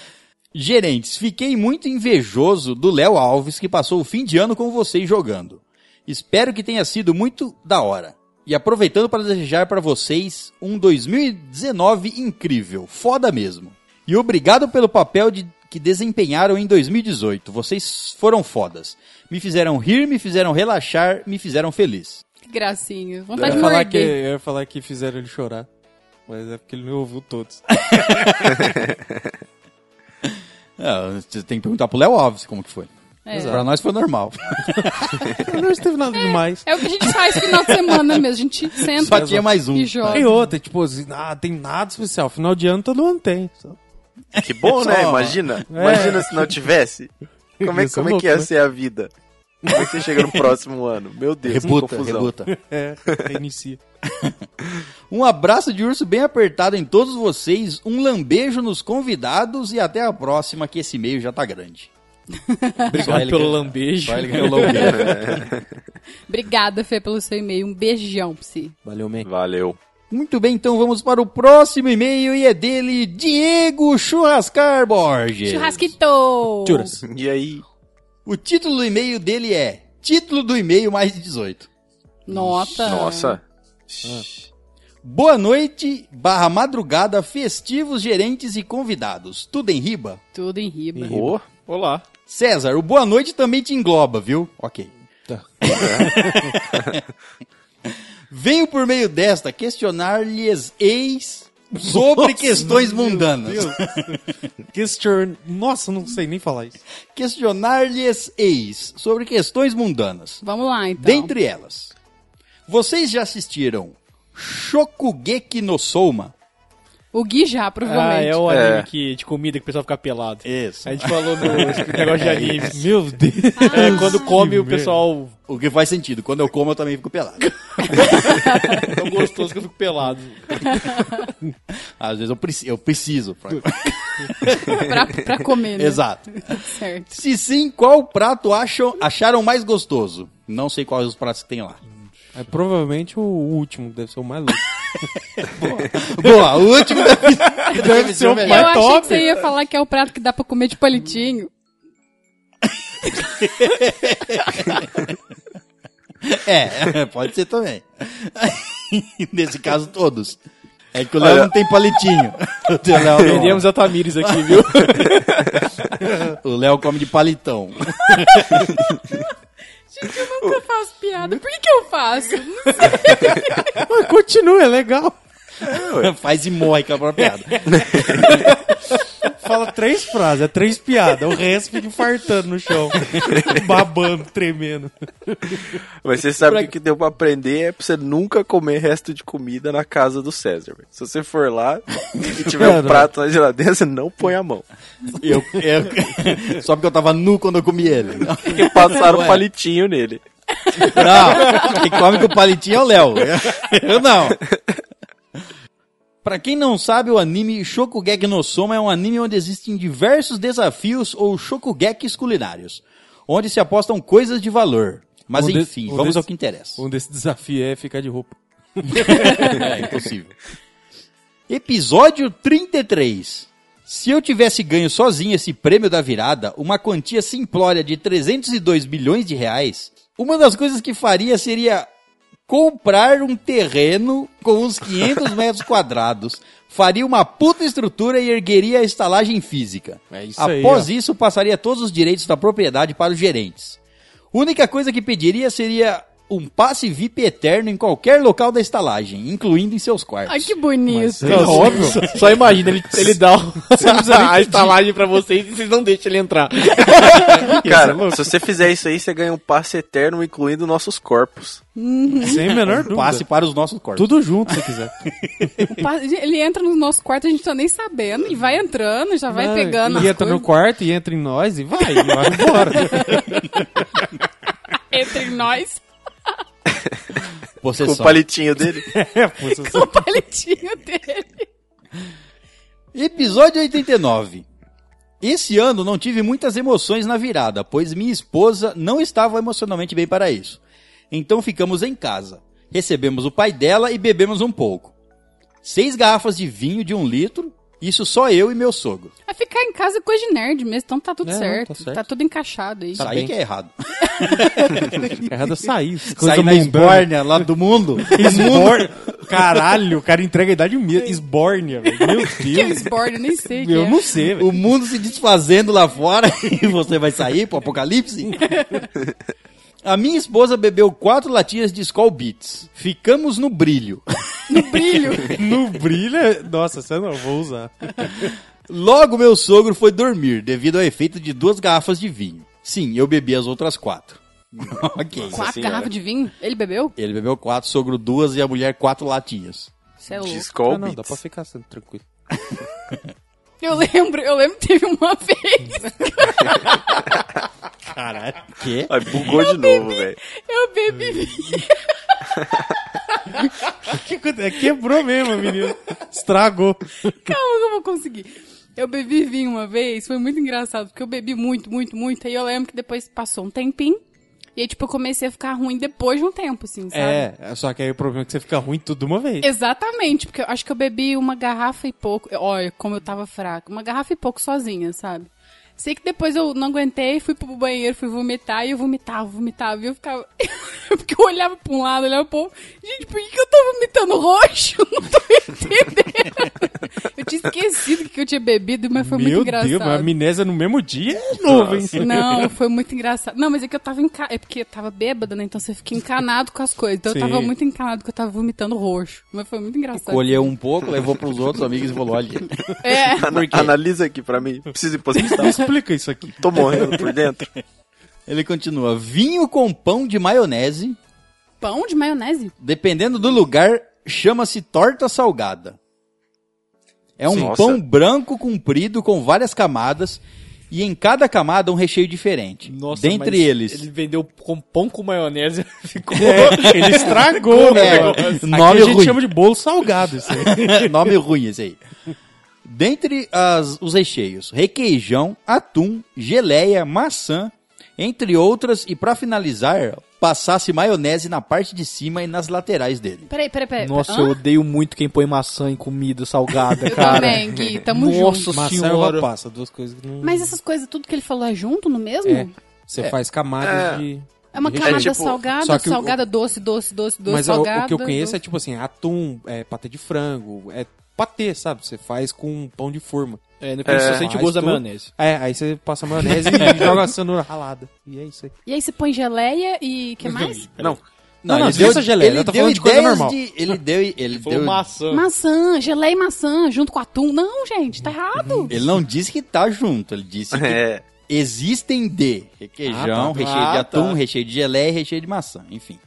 S1: Gerentes, fiquei muito invejoso do Léo Alves que passou o fim de ano com vocês jogando. Espero que tenha sido muito da hora. E aproveitando para desejar para vocês um 2019 incrível, foda mesmo. E obrigado pelo papel de- que desempenharam em 2018. Vocês foram fodas. Me fizeram rir, me fizeram relaxar, me fizeram feliz.
S2: Que gracinha.
S3: Eu
S2: Vontade
S3: ia,
S2: de
S3: falar
S2: morder.
S3: que, eu ia falar que fizeram ele chorar. Mas é porque ele não ouviu todos.
S1: Ah, Você tem que perguntar pro Léo Alves como que foi.
S2: É.
S1: Pra nós foi normal.
S3: não esteve nada demais.
S2: É o que a gente faz final de semana mesmo. A gente senta
S1: Só tinha mais um.
S2: e joga.
S3: E outra, tipo assim, ah, tem nada especial. Final de ano todo ano tem. Só-
S4: Que bom, né?
S1: Só-
S4: Imagina. Imagina se não tivesse. Como é,
S3: Isso é
S4: como é que ia
S3: louco, né?
S4: ser a vida? Como é que você chega no próximo ano? Meu Deus, que
S1: Rebuta,
S4: confusão.
S1: rebuta.
S3: É, reinicia.
S1: Um abraço de urso bem apertado em todos vocês, um lambejo nos convidados e até a próxima, que esse e-mail já tá grande. Só
S5: Obrigado
S1: ele
S5: pelo
S1: ganha-
S5: lambejo.
S1: Só ele
S3: É
S1: ganhou o lambejo.
S2: Obrigada, Fê, pelo seu e-mail. Um beijão pra você.
S1: Valeu, man.
S4: Valeu.
S1: Muito bem, então vamos para o próximo e-mail e é dele, Diego Churrascar Borges.
S2: Churrasquito!
S1: Churras.
S4: E aí?
S1: O título do e-mail dele é Título do e-mail mais de 18.
S2: Nota.
S4: Nossa.
S1: Boa noite, barra madrugada, festivos, gerentes e convidados. Tudo em riba?
S2: Tudo em riba.
S4: Ô,
S5: Olá.
S1: César, o boa noite também te engloba, viu? Ok.
S5: Tá.
S1: Venho por meio desta questionar-lhes ex sobre questões mundanas.
S3: Question... Nossa, não sei nem falar isso.
S1: Questionar-lhes ex sobre questões mundanas.
S2: Vamos lá, então.
S1: Dentre elas, vocês já assistiram Shokugeki no Soma?
S2: O Gui já,
S5: Ah,
S2: provavelmente.
S5: é o anime
S4: É.
S5: que, de comida que o pessoal fica pelado.
S1: Isso.
S5: A gente falou no negócio
S3: É.
S5: de anime.
S3: Meu Deus.
S5: É, quando come o pessoal
S1: O que faz sentido. Quando eu como, eu também fico pelado.
S5: É tão gostoso que eu fico pelado.
S1: Às vezes eu, preci- eu preciso. pra-
S2: pra, pra comer, né?
S1: Exato.
S2: Certo.
S1: Se sim, qual prato acham, acharam mais gostoso? Não sei quais os pratos que tem lá.
S3: É provavelmente o último, deve ser o mais louco.
S1: Boa, o último deve, deve ser um o
S2: Eu
S1: melhor.
S3: Mas
S2: achei
S3: É top.
S2: que você ia falar que é o prato que dá pra comer de palitinho.
S1: É, pode ser também. Nesse caso, todos. É que o Léo não tem palitinho. O Léo, não-
S5: Perdemos a Tamires aqui, viu?
S1: o Léo come de palitão.
S2: Gente, eu nunca faço piada. Por que, que eu faço?
S3: Continua, é legal.
S1: Faz e morre com a própria piada.
S3: Fala três frases, é três piadas. O resto fica infartando no chão. Babando, tremendo.
S4: Mas você sabe que o que deu pra aprender é pra você nunca comer resto de comida na casa do César. velho. Se você for lá e tiver um
S3: Cara.
S4: prato na geladeira, você não põe a mão.
S1: Eu, eu- só porque eu tava nu quando eu comi ele.
S4: Porque passaram
S1: Ué.
S4: palitinho nele.
S1: Não, quem come com o palitinho é o Léo. Eu não. Pra quem não sabe, o anime Shokugeki no Soma é um anime onde existem diversos desafios ou shokugekis culinários, onde se apostam coisas de valor. Mas
S3: Um de-
S1: enfim,
S3: um
S1: vamos
S3: desse-
S1: ao que interessa.
S3: Um desse desafio é ficar de roupa.
S1: é impossível. Episódio 33. Se eu tivesse ganho sozinho esse prêmio da virada, uma quantia simplória de 302 bilhões de reais, uma das coisas que faria seria comprar um terreno com uns 500 metros quadrados, faria uma puta estrutura e ergueria a estalagem física.
S3: É isso aí,
S1: Após isso, passaria todos os direitos da propriedade para os gerentes. Única coisa que pediria seria um passe VIP eterno em qualquer local da estalagem, incluindo em seus quartos.
S2: Ai, que bonito.
S5: Não, só- Só, só imagina, ele, ele dá um- o- a estalagem pra vocês e vocês não deixam ele entrar.
S4: Cara, se você fizer isso aí, você ganha um passe eterno, incluindo nossos corpos.
S3: Sem a menor dúvida.
S1: Passe para os nossos corpos.
S3: Tudo junto, se quiser. é.
S2: O pa- é. Ele entra no nosso quarto, a gente tá nem sabendo, e vai entrando, já vai
S3: Não,
S2: pegando as
S3: E entra no
S2: coisas.
S3: quarto, e entra em nós, e vai, e vai embora.
S2: Entre nós,
S4: Com o
S1: Possessão.
S4: palitinho dele.
S3: É, pô, se você-
S2: o palitinho dele.
S1: Episódio 89. Esse ano não tive muitas emoções na virada, pois minha esposa não estava emocionalmente bem para isso. Então ficamos em casa. Recebemos o pai dela e bebemos um pouco. Seis garrafas de vinho de um litro, isso só eu e meu sogro.
S3: Tá
S2: Vai ficar em casa é coisa de nerd mesmo, então tá tudo
S3: É, não,
S2: certo.
S3: tá
S2: tá
S3: certo. Tá.
S2: tudo encaixado aí.
S1: Isso aí
S3: bem.
S1: que é errado.
S3: Errado é sair. essas coisas
S1: Sair na
S3: mundana.
S1: esbórnia lá do mundo.
S3: Esbórnia. Caralho, o cara entrega a idade mesmo. Esbórnia, velho. Meu
S2: Que é o
S3: Deus.
S2: esporte, eu nem sei. que
S3: Eu
S2: é.
S3: não sei, velho.
S1: O mundo se desfazendo lá fora e você vai sair pro apocalipse? A minha esposa bebeu quatro latinhas de Skol Beats. Ficamos no brilho.
S2: No brilho.
S3: No brilha. Nossa, essa eu não vou usar.
S1: Logo meu sogro foi dormir devido ao efeito de duas garrafas de vinho. Sim, eu bebi as outras quatro. ok.
S2: Quatro
S4: senhora.
S2: garrafas de vinho? Ele bebeu?
S1: Ele bebeu quatro, sogro duas e a mulher quatro latinhas.
S2: Isso é louco.
S4: Discol
S3: Ah, não, dá
S4: Beats.
S3: pra ficar sendo tranquilo.
S2: Eu lembro, eu lembro que teve uma vez.
S3: Caralho.
S1: Quê?
S4: Ai, bugou de novo, velho.
S2: Eu bebi vinho.
S3: Que aconte- é, Quebrou mesmo, menino. Estragou.
S2: Calma que eu vou conseguir. Eu bebi vinho uma vez, foi muito engraçado, porque eu bebi muito, muito, muito. Aí eu lembro que depois passou um tempinho. E aí, tipo, eu comecei a ficar ruim depois de um tempo, assim, sabe?
S3: É, só que aí o problema é que você fica ruim tudo de uma vez.
S2: Exatamente, porque eu acho que eu bebi uma garrafa e pouco. Olha, como eu tava fraca. Uma garrafa e pouco sozinha, sabe? Sei que depois eu não aguentei, fui pro banheiro, fui vomitar, e eu vomitava, vomitava, e eu ficava. Porque eu olhava pra um lado, olhava pro outro. Gente, por que, que eu tô vomitando roxo? Não tô entendendo. Eu tinha esquecido o que eu tinha bebido, mas foi
S3: Meu
S2: muito
S3: Deus,
S2: engraçado.
S3: mas a amnésia no mesmo dia é novo, hein?
S2: Não, foi muito engraçado. Não, mas é que eu tava enca... É porque eu tava bêbada, né? Então você fica encanado com as coisas. Então
S3: Sim.
S2: eu tava muito encanado que eu tava vomitando roxo. Mas foi muito engraçado.
S1: Colheu um pouco, levou pros outros amigos e falou: olha.
S2: É.
S4: Ana- Analisa aqui pra mim. Preciso ir pro hospital.
S3: Me explica isso aqui.
S4: Tô morrendo por dentro.
S1: Ele continua: vinho com pão de maionese,
S2: Pão de maionese?
S1: dependendo do lugar, chama-se torta salgada. É um
S4: Nossa.
S1: pão branco comprido com várias camadas e em cada camada um recheio diferente. Dentre
S5: mas
S1: eles.
S5: Ele vendeu com pão com maionese. Ficou.
S3: É, ele estragou,
S1: É,
S3: né?
S1: nome
S3: Aqui a gente
S1: ruim.
S3: chama de bolo salgado isso aí.
S1: Nome ruim esse aí. Dentre as- os recheios, requeijão, atum, geleia, maçã, entre outras, e pra finalizar, passasse maionese na parte de cima e nas laterais dele.
S2: Peraí, peraí, peraí.
S5: Nossa,
S2: Hã?
S5: eu odeio muito quem põe maçã em comida salgada,
S2: Eu
S5: cara.
S2: também, Gui. Tamo
S5: Nossa
S2: junto.
S3: Maçã e
S5: senhora.
S3: uva passa, duas coisas que não...
S2: Mas essas coisas, tudo que ele falou é junto no mesmo?
S3: É.
S2: É,
S3: Você faz camadas
S4: É.
S3: de...
S2: uma
S3: de
S2: camada
S3: recheio.
S4: tipo,
S2: salgada,
S3: só que o-
S2: salgada doce, doce, doce, doce,
S3: Mas o-
S2: salgada.
S3: o que eu conheço é
S2: doce.
S3: tipo assim, atum, é, patê de frango, é patê, sabe? Você faz com pão de forma.
S5: É, no começo
S4: É,
S5: só sente o
S3: mas
S5: gosto da
S3: tu-
S5: maionese.
S3: É, aí você passa maionese e joga a cenoura ralada. E é isso aí.
S2: E aí você põe geleia e... que mais?
S4: Não,
S3: Não, não, esqueça a geleia, eu tô falando de coisa
S1: ideias
S3: normal.
S1: de- ele deu, ele
S5: Falou
S1: deu-
S5: maçã.
S2: Maçã, geleia e maçã, junto com atum. Não, gente, tá errado.
S1: ele não disse que tá junto, ele disse que
S4: É.
S1: existem de requeijão,
S5: Ah, tá.
S1: recheio de
S5: Ah,
S1: atum,
S5: tá.
S1: recheio de geleia, e recheio de maçã, enfim.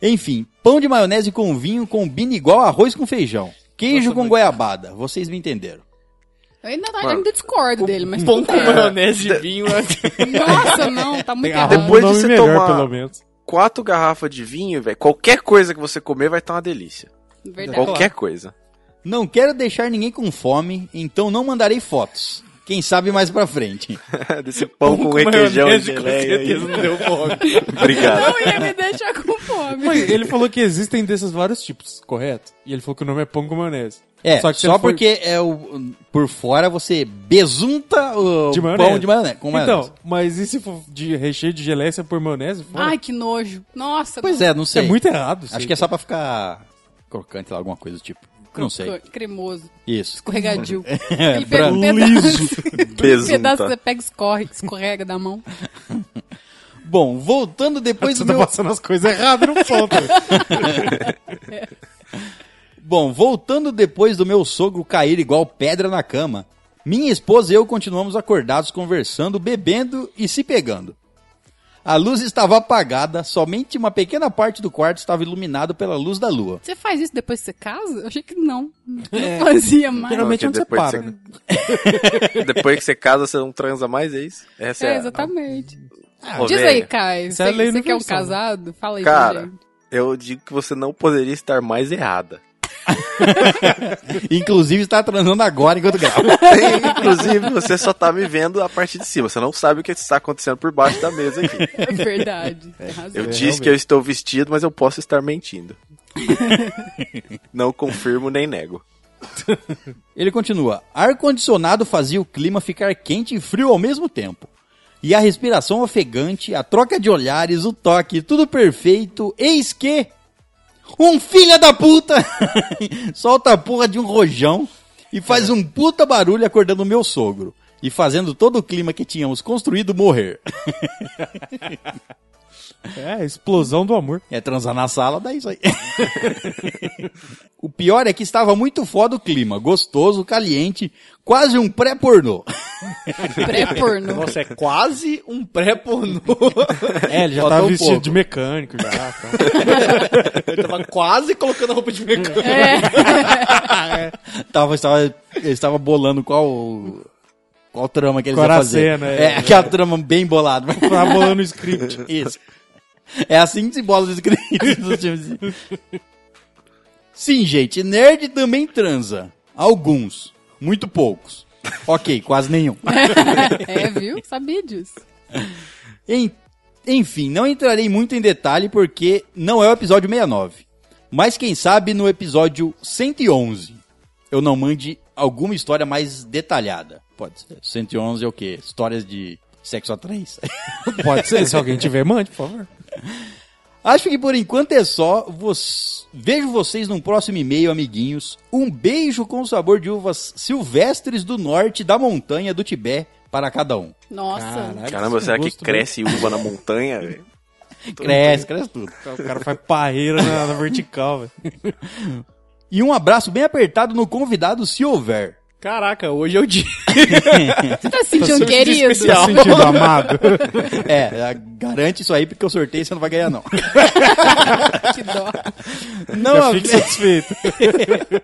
S1: Enfim, pão de maionese com vinho combina igual arroz com feijão. Queijo com goiabada, vocês me entenderam.
S2: Eu ainda,
S4: Mano,
S2: ainda discordo dele, mas
S5: Pão
S2: tudo
S5: com
S2: bem.
S5: maionese e vinho. é
S2: Nossa, não, tá muito errado.
S4: Depois
S5: um
S4: de você tomar-
S3: menos.
S4: Quatro garrafas de vinho, velho. Qualquer coisa que você comer vai estar uma delícia.
S2: Verdade.
S4: Qualquer coisa.
S1: Não quero deixar ninguém com fome, então não mandarei fotos. Quem sabe mais pra frente.
S4: Desse pão, com requeijão e
S5: Um maionese, com
S4: geleia. aí.
S5: certeza não deu fome.
S4: Obrigado.
S2: Não ia me deixar com fome.
S3: Ele falou que existem desses vários tipos, correto? E ele falou que o nome é pão com maionese.
S1: É, só,
S3: que ele foi-
S1: porque é o, por fora você besunta o
S3: De maionese.
S1: pão de maionese. Com maionese.
S3: Então, mas e se for de recheio de geleia, você põe maionese? Fora?
S2: Ai, que nojo. Nossa.
S1: Pois é, não
S3: isso
S1: sei.
S3: é muito errado. isso aí.
S1: Acho que é só pra ficar crocante lá, alguma coisa do tipo. Não sei.
S2: Cremoso.
S1: Isso.
S2: escorregadio. Ele pega
S1: branco.
S2: um pedaço, um
S4: Besunta.
S2: pedaço você pega e escorre, escorrega da mão.
S1: Bom, voltando depois
S3: Você
S1: do
S3: tá
S1: meu...
S3: passando as coisas erradas no ponto.
S1: Bom, voltando depois do meu sogro cair igual pedra na cama, minha esposa e eu continuamos acordados conversando, bebendo e se pegando. A luz estava apagada, somente uma pequena parte do quarto estava iluminado pela luz da lua.
S2: Você faz isso depois que você casa? Eu achei que não. Não
S3: É.
S2: fazia mais.
S3: Geralmente é
S4: Não,
S3: onde você
S4: porque
S3: para,
S4: depois
S3: né?
S4: Depois que você casa, você não transa mais, é isso? Essa
S2: É,
S4: é,
S2: exatamente.
S4: Ô,
S2: Diz
S4: velho,
S2: aí, Caio.
S3: isso é a
S2: Você,
S3: lei
S2: você que é um
S3: universal, né?
S2: casado? Fala aí pra
S4: Cara,
S2: gente.
S4: eu digo que você não poderia estar mais errada.
S1: Inclusive está transando agora enquanto grava.
S4: Inclusive, você só tá me vendo a parte de cima. Você não sabe o que está acontecendo por baixo da mesa aqui.
S2: É verdade. Tem razão.
S4: Eu disse que eu estou vestido, mas eu posso estar mentindo. não confirmo nem nego.
S1: Ele continua: ar-condicionado fazia o clima ficar quente e frio ao mesmo tempo. E a respiração ofegante, a troca de olhares, o toque, tudo perfeito, eis que. Um filho da puta! solta a porra de um rojão e faz um puta barulho acordando o meu sogro. E fazendo todo o clima que tínhamos construído morrer.
S3: É, explosão do amor.
S1: É transar na sala, dá isso aí. o pior é que estava muito foda o clima. Gostoso, caliente, quase um pré-pornô.
S2: Pré-porno.
S5: Nossa, é quase um pré-pornô.
S3: É, ele já
S1: Faltou
S3: tava
S1: um
S3: vestido
S1: pouco.
S3: de mecânico já. tá.
S5: Ele tava quase colocando a roupa de mecânico.
S2: É.
S1: Tava, estava, eu estava bolando qual, qual trama que eles
S3: Qual
S1: vão
S3: era a
S1: fazer.
S3: cena,
S1: é,
S3: é.
S1: aquela trama bem bolada. mas-
S3: Tá bolando o script.
S1: Isso. É assim que se bola os inscritos dos times. Sim, gente, nerd também transa. Alguns. Muito poucos. Ok, quase nenhum.
S2: é, viu? Sabia disso.
S1: En- Enfim, não entrarei muito em detalhe porque não é o episódio 69. Mas quem sabe no episódio 111 eu não mande alguma história mais detalhada. Pode ser. 111 é o quê? Histórias de sexo a três.
S3: Pode ser, se alguém tiver, mande, por favor.
S1: Acho que por enquanto é só. Vos- Vejo vocês num próximo e-mail, amiguinhos. Um beijo com sabor de uvas silvestres do norte da montanha do Tibete para cada um.
S2: Nossa.
S4: Caramba,
S3: esse
S4: será que
S3: gosto
S4: cresce uva na montanha, velho?
S1: Cresce, cresce tudo.
S3: bem- O cara faz parreira na, na vertical, velho.
S1: E um abraço bem apertado no convidado, se houver.
S5: Caraca, hoje é o dia.
S2: Você tá se sentindo querido?
S3: Tá sentindo amado.
S1: É, garante isso aí, porque o sorteio você não vai ganhar, não.
S2: Que dó.
S1: Não,
S3: Já
S1: havendo-
S3: fico satisfeito.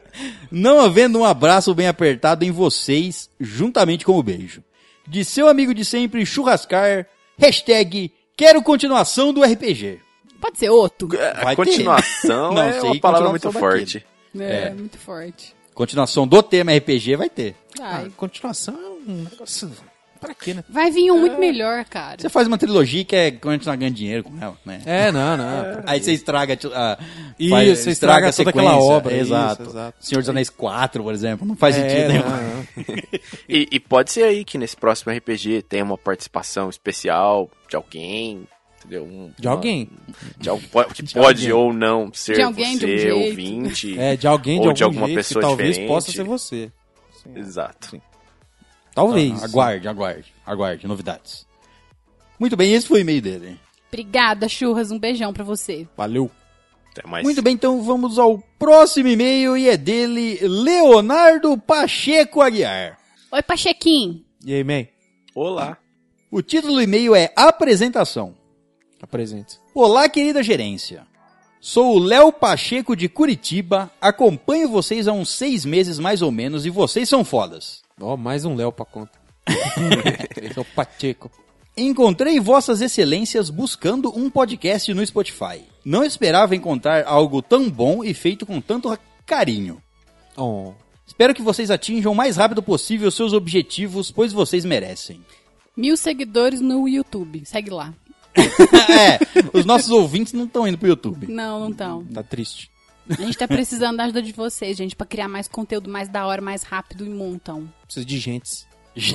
S1: não havendo um abraço bem apertado em vocês, juntamente com o beijo. De seu amigo de sempre, churrascar, hashtag quero continuação do RPG.
S2: Pode ser outro.
S1: Vai
S4: A continuação
S1: ter. Não
S4: é
S1: sei,
S4: uma
S1: continuação
S4: palavra muito
S1: daquilo.
S4: forte.
S2: É, muito forte.
S1: Continuação do tema RPG vai ter.
S2: Ai,
S3: continuação é um negócio... Pra quê, né?
S2: Vai vir um muito melhor, cara.
S1: Você faz uma trilogia que é continuar ganhando dinheiro com ela, né?
S3: É, não, não.
S1: Aí você estraga a,
S3: Isso,
S1: faz-
S3: você estraga toda aquela
S1: sequência.
S3: obra, isso,
S1: Exato.
S3: exato. É,
S1: Senhor dos Anéis 4, por exemplo, não faz sentido nenhum.
S4: E, e pode ser aí que nesse próximo RPG tenha uma participação especial de alguém, entendeu? Um-
S3: De
S4: uma-
S3: alguém.
S4: de al- po- que
S1: De
S4: pode
S1: alguém.
S4: ou não ser
S2: De alguém, de um
S4: você,
S2: jeito.
S4: ouvinte.
S3: É, de alguém, de,
S4: Ou de
S3: algum
S4: alguma
S3: jeito,
S4: pessoa
S3: que talvez
S4: diferente.
S3: possa ser um- você.
S4: Exato.
S3: Talvez.
S1: Ah, Aguarde, aguarde, aguarde, novidades. Muito bem, esse foi o e-mail dele.
S2: Obrigada, Churras. Um beijão pra você.
S3: Valeu.
S4: Até mais.
S1: Muito bem, então vamos ao próximo e-mail e é dele, Leonardo Pacheco Aguiar.
S2: Oi, Pachequim.
S3: E aí, man?
S4: Olá.
S1: O título do e-mail é Apresentação.
S3: Apresente.
S1: Olá, querida gerência. Sou o Léo Pacheco de Curitiba, acompanho vocês há uns seis meses mais ou menos e vocês são fodas.
S3: Ó, mais um Léo pra conta. Esse é o Pacheco.
S1: Encontrei vossas excelências buscando um podcast no Spotify. Não esperava encontrar algo tão bom e feito com tanto carinho.
S3: Ó.
S1: Espero que vocês atinjam o mais rápido possível seus objetivos, pois vocês merecem.
S2: Mil seguidores no YouTube. Segue lá.
S1: é, os nossos ouvintes não estão indo pro YouTube.
S2: Não, não tão.
S3: Tá triste.
S2: A gente tá precisando da ajuda de vocês, gente, pra criar mais conteúdo mais da hora, mais rápido e montão.
S3: Precisa de gente.
S1: Gente.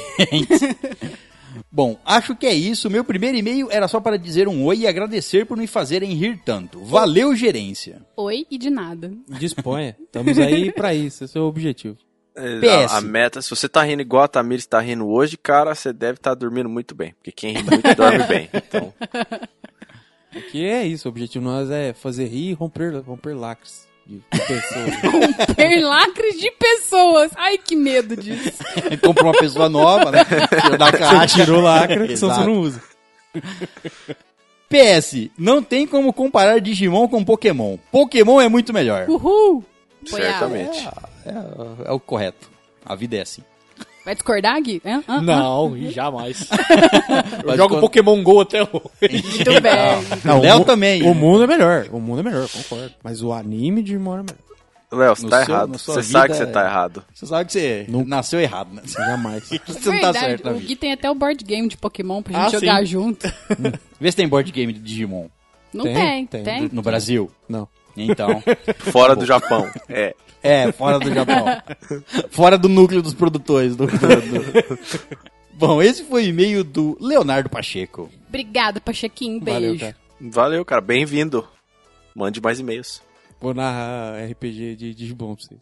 S1: Bom, acho que é isso. Meu primeiro e-mail era só para dizer um oi e agradecer por me fazerem rir tanto. Valeu, gerência.
S2: Oi e de nada.
S3: Disponha. Estamos aí pra isso. Esse é o objetivo.
S1: PS.
S4: é, A, a meta, se você tá rindo igual a Tamir está rindo hoje, cara, você deve estar dormindo muito bem. Porque quem ri muito dorme bem. Então,
S3: Porque é isso. O objetivo nós é fazer rir e romper, romper lacres de pessoas.
S2: Ter lacres de pessoas. Ai, que medo disso.
S1: Comprou Então, uma pessoa nova, né? Tirou da caixa.
S3: Tirou lacre, senão você
S1: Exato.
S3: não usa.
S1: PS, não tem como comparar Digimon com Pokémon. Pokémon é muito melhor.
S2: Uhul. Foi ela.
S4: certamente.
S1: É, é o correto. A vida é assim.
S2: Vai discordar, Gui? Hã? Hã?
S5: Não, jamais. Eu
S1: Mas
S5: jogo
S1: quando-
S5: Pokémon GO até hoje.
S2: Muito Então bem.
S1: Não, o Léo mu- também.
S3: O mundo é melhor. O mundo é melhor, concordo. Mas o anime de Digimon é melhor.
S4: Léo, você
S1: No
S4: tá
S1: seu- na
S4: errado.
S1: sua
S4: Você sabe que
S1: vida
S4: você tá
S1: é-
S4: errado.
S1: Você sabe que você nasceu errado, né?
S3: Jamais.
S1: Você não tá
S2: É Verdade,
S3: né,
S1: certo na
S2: o
S1: vida.
S2: Gui tem até o board game de Pokémon pra gente
S5: Ah,
S2: jogar
S5: sim.
S2: junto.
S1: Vê se tem board game de Digimon
S2: Não tem,
S3: Tem,
S2: tem.
S3: tem.
S1: no Brasil.
S3: Não.
S1: Então.
S4: Fora do Japão. É.
S1: É, fora do Japão. fora do núcleo dos produtores. do- do- do- Bom, esse foi o e-mail do Leonardo Pacheco.
S2: Obrigada, Pachequinho. Um
S3: Valeu,
S2: Beijo.
S3: cara.
S4: Valeu, cara. Bem-vindo. Mande mais e-mails.
S3: Vou narrar RPG de Digimon pra vocês.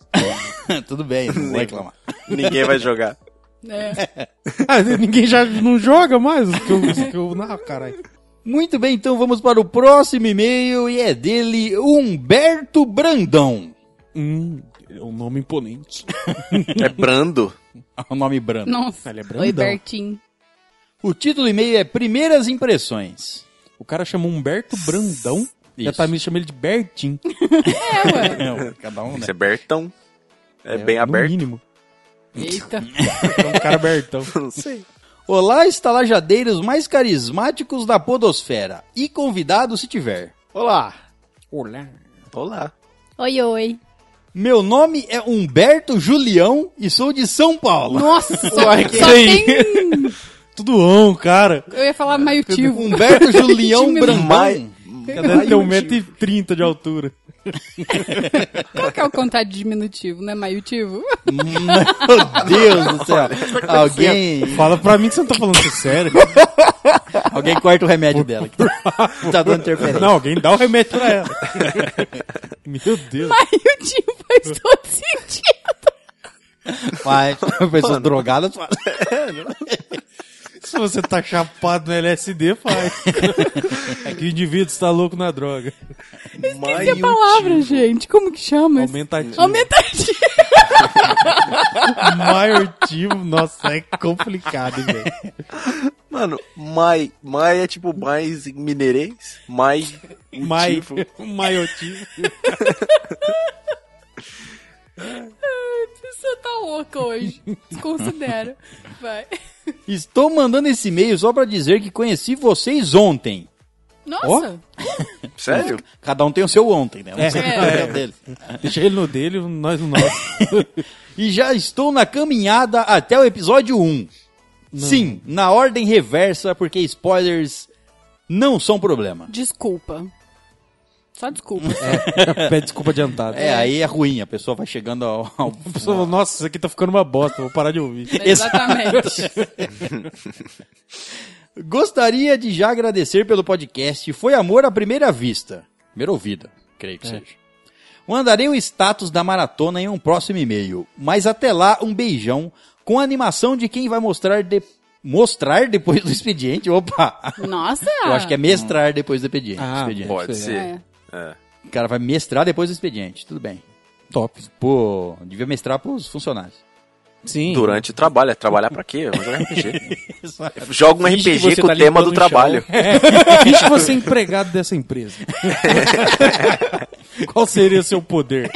S1: Tudo bem, não vou reclamar.
S4: Ninguém vai jogar.
S2: É.
S3: Ah, ninguém já não joga mais os que eu, os que eu narro, caralho.
S1: Muito bem, então vamos para o próximo e-mail e é dele Humberto Brandão.
S3: Hum, é um nome imponente.
S4: É brando.
S1: O nome branco.
S2: Nossa.
S3: Ele é brandão.
S2: Oi, Bertinho.
S1: O título do e-mail é Primeiras Impressões.
S3: O cara chamou Humberto Brandão. E a
S1: Isso.
S3: Tamir chama ele de Bertin.
S2: É, ué.
S1: É, cada um, né?
S4: Você é Bertão. É, bem
S3: no
S4: aberto.
S3: mínimo.
S2: Eita.
S3: É um cara abertão.
S4: Não sei.
S1: Olá, estalajadeiros mais carismáticos da podosfera. E convidado se tiver.
S5: Olá! Olá!
S4: Olá.
S2: Oi, oi.
S1: Meu nome é Humberto Julião e sou de São Paulo.
S2: Nossa, só,
S3: Uai, que
S2: só
S3: aí?
S2: tem... um.
S3: Tudo on, cara.
S2: Eu ia falar
S3: Um
S2: maiutivo.
S1: Humberto Julião
S2: Diminuiu.
S1: Brandão.
S3: Cadê ter 1,30m de altura?
S2: Qual que é o contrário de diminutivo, né? Maiutivo?
S1: Meu Deus do céu. Alguém,
S3: Fala pra mim que você não tá falando isso sério.
S1: alguém corta o remédio dela. Que tá, tá dando interferência.
S3: Não, alguém dá o remédio pra ela. Meu Deus.
S2: Maiutivo faz todo sentido.
S1: Mas pessoas drogadas falam.
S3: Se você tá chapado no LSD, faz. É que o indivíduo está louco na droga.
S2: Que a palavra, gente? Como que chama? isso?
S3: Aumentativo.
S2: Aumentativo.
S3: Maiortivo, nossa, é complicado, hein, velho.
S4: Mano, mai, mai é tipo mais em mineirês. Mai,
S3: Mai,
S4: tipo,
S3: maiotivo.
S2: Você tá louca hoje. Desconsidera. Vai.
S1: Estou mandando esse e-mail só pra dizer que conheci vocês ontem.
S2: Nossa.
S4: sério?
S1: Cada um tem o seu ontem, né? Um
S3: É.
S1: seu cada um dele.
S3: Deixa ele no dele, nós no nosso.
S1: E já estou na caminhada até o episódio 1. Sim, na ordem reversa, porque spoilers não são problema.
S2: Desculpa. Só desculpa.
S3: Pede desculpa adiantada.
S1: É, aí é ruim, a pessoa vai chegando ao. ao-
S3: A pessoa fala, nossa, isso aqui tá ficando uma bosta, vou parar de ouvir.
S2: É. Exatamente.
S1: Gostaria de já agradecer pelo podcast. Foi amor à primeira vista. Primeira ouvida, creio
S3: É.
S1: que seja. Mandarei o status da maratona em um próximo e-mail. Mas até lá, um beijão com a animação de quem vai mostrar de... mostrar depois do expediente. Opa!
S2: Nossa.
S1: Eu acho que é mestrar depois do expediente.
S3: Ah,
S1: expediente.
S4: Pode
S3: Sei.
S4: ser.
S2: É.
S4: É.
S1: O cara vai mestrar depois do expediente, tudo bem.
S3: Top.
S1: Pô, devia mestrar pros funcionários.
S3: Sim.
S4: Durante o trabalho. É trabalhar pra quê? Vamos jogar RPG.
S1: Isso é.
S4: Joga um
S5: Finge que
S4: RPG
S5: você
S4: com
S5: tá
S4: o tema
S5: limpando
S4: do
S5: um
S4: trabalho.
S3: Finge que você é empregado dessa empresa. Qual seria o seu poder?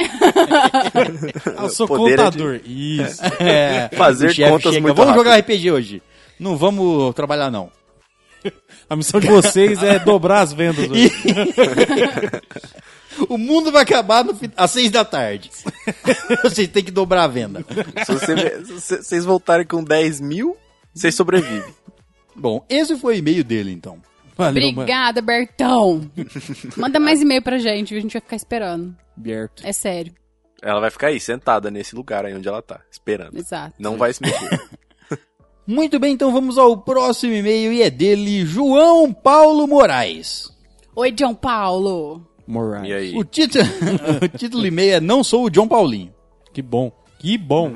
S3: Ah, eu sou
S4: Poder é de-
S3: contador. Isso.
S4: Fazer
S1: O chefe
S4: contas muito
S1: Vamos
S4: rápido."
S1: jogar RPG hoje. Não vamos trabalhar, não.
S3: A missão de vocês é dobrar as vendas. hoje.
S1: O mundo vai acabar no, fin- às seis da tarde. Vocês têm que dobrar a venda.
S4: Se você- se você- vocês voltarem com 10 mil, vocês sobrevivem.
S1: Bom, esse foi o e-mail dele, então.
S3: Valeu, mano.
S2: Obrigada, Bertão. Manda mais e-mail pra gente, viu? a gente vai ficar esperando.
S5: Berto.
S2: É sério.
S4: Ela vai ficar aí, sentada nesse lugar aí onde ela tá, esperando.
S2: Exato.
S4: Não vai se mexer.
S1: Muito bem, então vamos ao próximo e-mail e é dele, João Paulo Moraes.
S2: Oi, João Paulo.
S3: Moraes.
S4: E aí?
S1: O título, o título do e-mail é Não Sou o John Paulinho.
S3: Que bom. Que bom.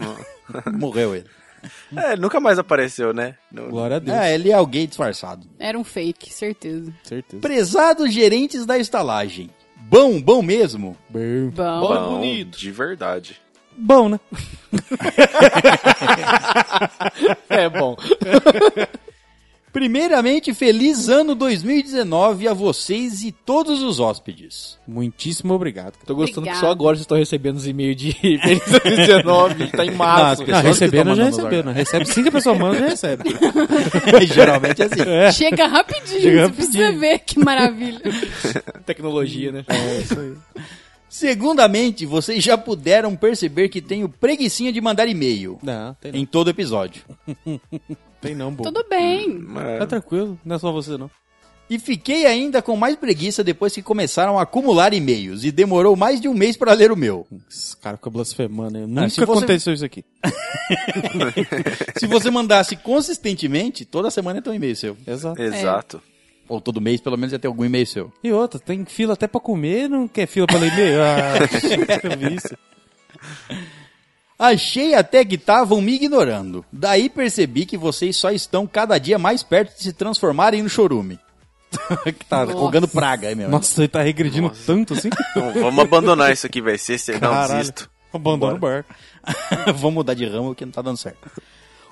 S1: Morreu ele.
S4: É, ele nunca mais apareceu, né? Não-
S3: Glória a Deus.
S1: Ah, ele é alguém disfarçado.
S2: Era um fake, certeza.
S3: Certeza.
S1: Prezados gerentes da estalagem. Bom, bom mesmo.
S3: Bom.
S2: Bom.
S4: Não,
S5: bonito.
S4: de verdade.
S3: Bom, né?
S5: É bom.
S1: Primeiramente, feliz ano 2019 a vocês e todos os hóspedes.
S3: Muitíssimo obrigado. cara.
S5: Tô gostando
S2: Obrigada.
S5: que só agora vocês estão recebendo os e-mails de 2019, tá em março.
S1: Não, as pessoas- que
S3: recebendo,
S1: tão
S3: já
S1: mandando
S3: recebendo. Recebe sim que a pessoa manda, já recebe.
S1: Geralmente é assim.
S3: É.
S2: Chega rapidinho,
S3: Chega
S2: você precisa ver que maravilha.
S5: Tecnologia, né?
S1: Segundamente, vocês já puderam perceber que tenho preguicinha de mandar e-mail
S3: Não, tem não.
S1: em todo episódio.
S3: Tem não, bom.
S2: Tudo bem.
S4: Mas-
S3: Tá tranquilo, não é só você não.
S1: E fiquei ainda com mais preguiça depois que começaram a acumular e-mails e demorou mais de um mês para ler o meu.
S3: Esse cara fica blasfemando, né?
S1: Ah,
S3: Nunca
S1: se você-
S3: aconteceu isso aqui.
S1: Se você mandasse consistentemente, toda semana ia ter um e-mail seu.
S3: Exato.
S4: Exato.
S1: Ou todo mês, pelo menos, ia ter algum e-mail seu.
S3: E outra, tem fila até pra comer, não quer fila pra ler e-mail? Ah, eu vi isso.
S1: Achei até que estavam me ignorando. Daí percebi que vocês só estão cada dia mais perto de se transformarem no chorume. que tá
S2: Nossa.
S1: rogando praga aí, meu.
S3: Nossa, ele tá regredindo tanto assim?
S4: Então, vamos abandonar isso aqui, vai ser. Não,
S3: Caralho.
S4: desisto.
S3: Abandona o bar.
S1: Vou mudar de ramo que não tá dando certo.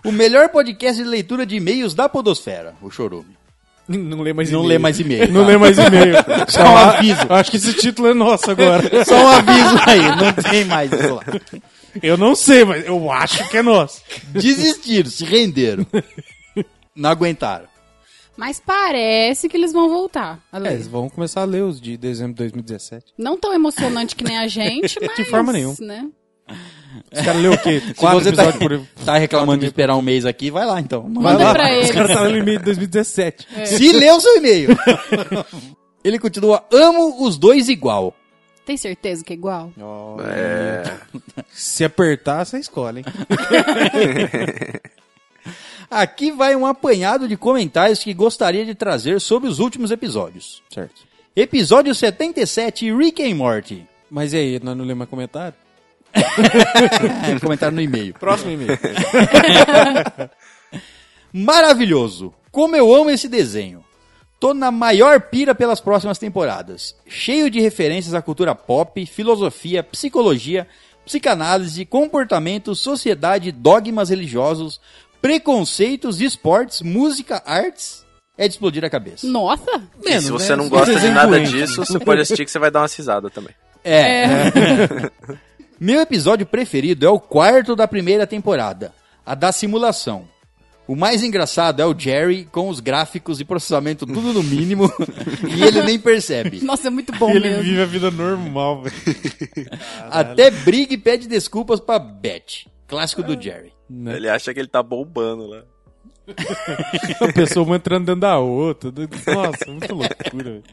S1: O melhor podcast de leitura de e-mails da Podosfera, o Chorume.
S5: Não lê mais
S1: Não
S5: e-mail.
S1: lê mais e-mail.
S3: Não
S1: tá?
S3: lê mais e-mail.
S1: Só um aviso.
S3: Acho que esse título é nosso agora.
S1: Só um aviso aí, não tem mais isso lá.
S3: Eu não sei, mas eu acho que é nosso.
S1: Desistiram, se renderam. Não aguentaram.
S2: Mas parece que eles vão voltar. a ler.
S3: É, eles vão começar a ler os de dezembro de 2017.
S2: Não tão emocionante que nem a gente, mas.
S3: forma nenhuma.
S2: Né?
S3: Os caras leu o quê?
S1: Se
S3: Quatro
S1: você tá,
S3: episódios por...
S1: tá reclamando de esperar um mês aqui, vai lá então.
S2: Manda
S1: lá.
S2: pra
S3: Os
S2: eles.
S3: caras tá estavam no e-mail de 2017.
S1: Se lê o seu e-mail. Ele continua, amo os dois igual.
S2: Tem certeza que é igual?
S3: Se apertar, você escolhe, hein?
S1: Aqui vai um apanhado de comentários que gostaria de trazer sobre os últimos episódios.
S3: Certo.
S1: Episódio 77, Rick and Morty.
S3: Mas e aí, nós não lemos mais comentário?
S1: É, comentário no e-mail.
S3: Próximo e-mail.
S1: Maravilhoso! Como eu amo esse desenho! Tô na maior pira pelas próximas temporadas. Cheio de referências à cultura pop, filosofia, psicologia, psicanálise, comportamento, sociedade, dogmas religiosos, preconceitos, esportes, música, artes. É de explodir a cabeça.
S2: Nossa!
S4: E se
S3: Menos,
S4: você
S3: né?
S4: não gosta de
S3: Desenho
S4: nada
S3: doente.
S4: disso, você pode assistir que você vai dar uma risada também.
S1: É. Meu episódio preferido é o quarto da primeira temporada, a da simulação. O mais engraçado é o Jerry com os gráficos e processamento tudo no mínimo e ele nem percebe.
S2: Nossa, é muito bom
S3: ele
S2: mesmo.
S3: vive a vida normal, velho.
S1: Até briga e pede desculpas pra Beth. Clássico do Jerry.
S4: Ele acha que ele tá bombando lá.
S3: A pessoa uma entrando dentro da outra. Nossa, muita loucura, velho.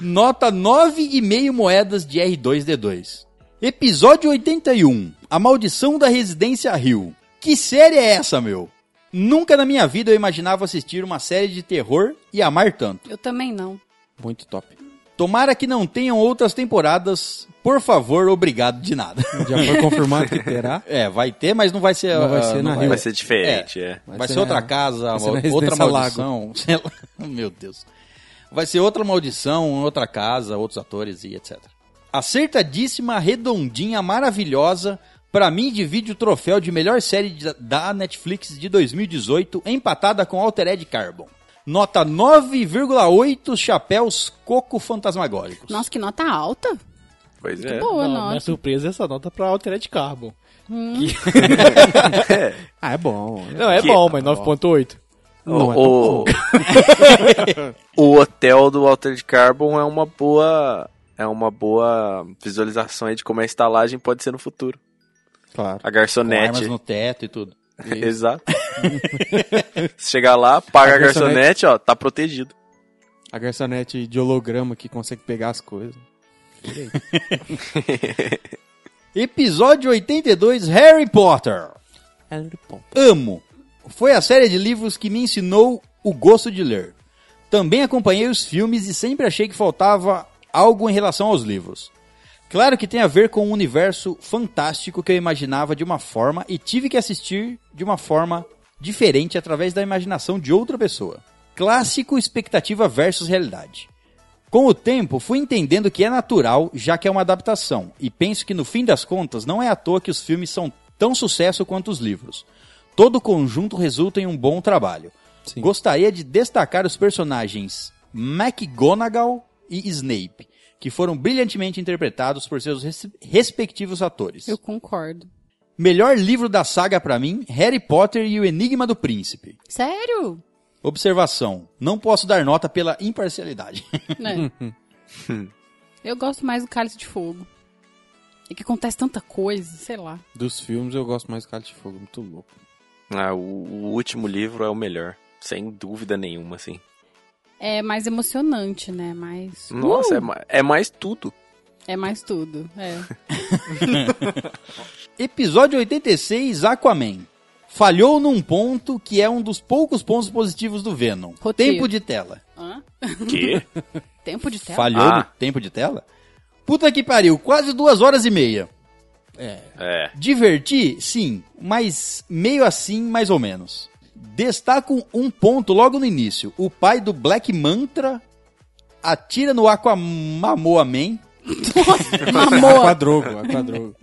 S1: Nota 9,5 moedas de R2D2. Episódio 81. A Maldição da Residência Rio. Que série é essa, meu? Nunca na minha vida eu imaginava assistir uma série de terror e amar tanto.
S2: Eu também não.
S3: Muito top.
S1: Tomara que não tenham outras temporadas. Por favor, obrigado de nada.
S3: Já foi confirmado que terá.
S1: É, vai ter, mas não vai ser.
S3: Não vai
S1: ah,
S3: ser na
S1: vai-
S3: Rio.
S4: Vai ser diferente, é.
S1: Vai,
S3: Vai
S1: ser,
S3: ser
S1: outra
S3: na-
S1: casa,
S3: vai ser na
S1: mal- outra
S3: Residência
S1: maldição. sei lá. oh, Meu Deus. Vai ser outra maldição, outra casa, outros atores e etc. Acertadíssima, redondinha, maravilhosa. Pra mim, divide o troféu de melhor série de- da Netflix de 2018, empatada com Altered Carbon. Nota 9,8 chapéus coco fantasmagóricos.
S2: Nossa, que nota alta.
S4: Pois é.
S2: Boa
S5: Não, minha
S2: nota.
S5: surpresa é essa nota pra Altered Carbon.
S3: Ah, é bom.
S5: Não, é
S4: Que-
S5: bom, mas 9.8.
S3: Não, é tão
S4: o, o hotel do Altered Carbon é uma boa. É uma boa visualização aí de como é a estalagem pode ser no futuro.
S3: Claro.
S4: A
S1: com armas
S4: garçonete.
S1: no teto e tudo.
S4: Exato. Você chega lá, paga
S3: A
S4: a garçonete, ó, tá protegido.
S3: A garçonete de holograma que consegue pegar as coisas.
S1: Episódio 82, Harry Potter. Amo. Foi a série de livros que me ensinou o gosto de ler. Também acompanhei os filmes e sempre achei que faltava algo em relação aos livros. Claro que tem a ver com um universo fantástico que eu imaginava de uma forma e tive que assistir de uma forma diferente através da imaginação de outra pessoa. Clássico expectativa versus realidade. Com o tempo, fui entendendo que é natural, já que é uma adaptação, e penso que no fim das contas não é à toa que os filmes são tão sucesso quanto os livros. Todo o conjunto resulta em um bom trabalho.
S3: Sim.
S1: Gostaria de destacar os personagens McGonagall e Snape, que foram brilhantemente interpretados por seus res- respectivos atores.
S2: Eu concordo.
S1: Melhor livro da saga pra mim, Harry Potter e o Enigma do Príncipe.
S2: Sério?
S1: Observação: não posso dar nota pela imparcialidade.
S2: Né? eu gosto mais do Cálice de Fogo. É que acontece tanta coisa, sei lá.
S3: Dos filmes eu gosto mais do Cálice de Fogo, muito louco.
S4: Ah, o, o último livro é o melhor. Sem dúvida nenhuma, assim.
S2: É mais emocionante, né? Mais.
S4: Nossa,
S2: Uh!
S4: é, ma- é mais tudo.
S2: É mais tudo. É.
S1: Episódio 86, Aquaman. Falhou num ponto que é um dos poucos pontos positivos do Venom.
S2: Roteiro.
S1: Tempo de tela.
S2: Hã?
S4: Que?
S2: Tempo de tela?
S1: Falhou
S4: Ah.
S1: no tempo de tela? Puta que pariu, quase duas horas e meia.
S4: É.
S1: Diverti? Sim, mas meio assim, mais ou menos. Destaco um ponto logo no início. O pai do Black Mantra atira no Aquamamoa Man
S2: Mamou.
S3: Quadrogo, a quadrogo.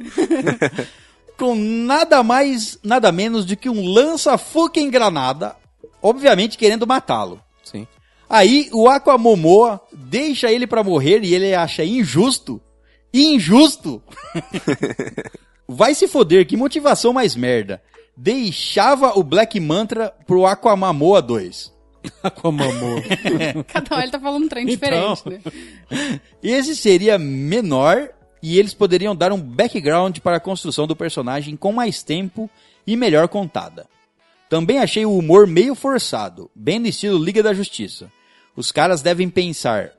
S1: com nada mais, nada menos do que um lança-fucking-granada, obviamente querendo matá-lo.
S3: Sim.
S1: Aí o Aquamomoa deixa ele pra morrer e ele acha injusto. Injusto Vai se foder, que motivação mais merda. Deixava o Black Mantra pro Aquamamoa 2.
S3: Com a mamô.
S2: Cada hora ele tá falando um trem
S3: Então.
S2: diferente, né?
S1: Esse seria menor e eles poderiam dar um background para a construção do personagem com mais tempo e melhor contada. Também achei o humor meio forçado, bem no estilo Liga da Justiça. Os caras devem pensar,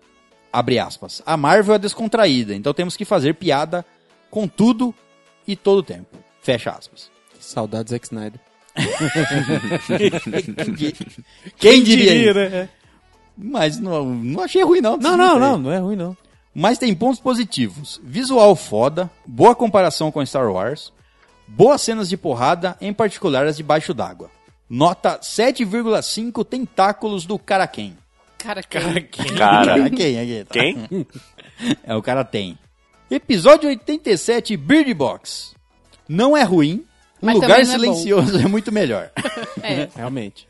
S1: abre aspas, a Marvel é descontraída, então temos que fazer piada com tudo e todo o tempo. Fecha aspas.
S5: Saudades Zack Snyder.
S1: Quem di- Quem diria? isso?
S5: É.
S3: né?
S1: Mas não, não achei ruim não.
S3: Não, não, não, não é ruim não.
S1: Mas tem pontos positivos. Visual foda, boa comparação com Star Wars, boas cenas de porrada, em particular as debaixo d'água. Nota 7,5 tentáculos do cara quem.
S2: Cara, cara.
S4: Cara,
S1: quem, aqui, tá?
S4: quem?
S1: É, o cara tem. Episódio 87, Bird Box. Não é ruim, um
S2: Mas
S1: lugar
S2: também não é bom.
S1: silencioso é muito melhor.
S2: É.
S3: Realmente.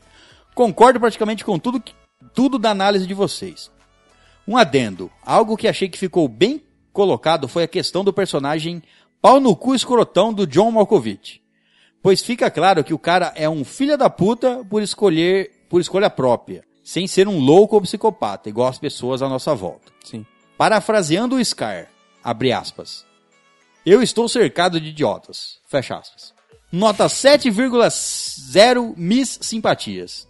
S1: Concordo praticamente com tudo, que- tudo da análise de vocês. Um adendo. Algo que achei que ficou bem colocado foi a questão do personagem pau no cu escrotão do John Malkovich. Pois fica claro que o cara é um filho da puta por escolher, por escolha própria, sem ser um louco ou psicopata, igual as pessoas à nossa volta.
S3: Sim.
S1: Parafraseando o Scar, abre aspas. Eu estou cercado de idiotas, fecha aspas. Nota 7,0 Miss Simpatias.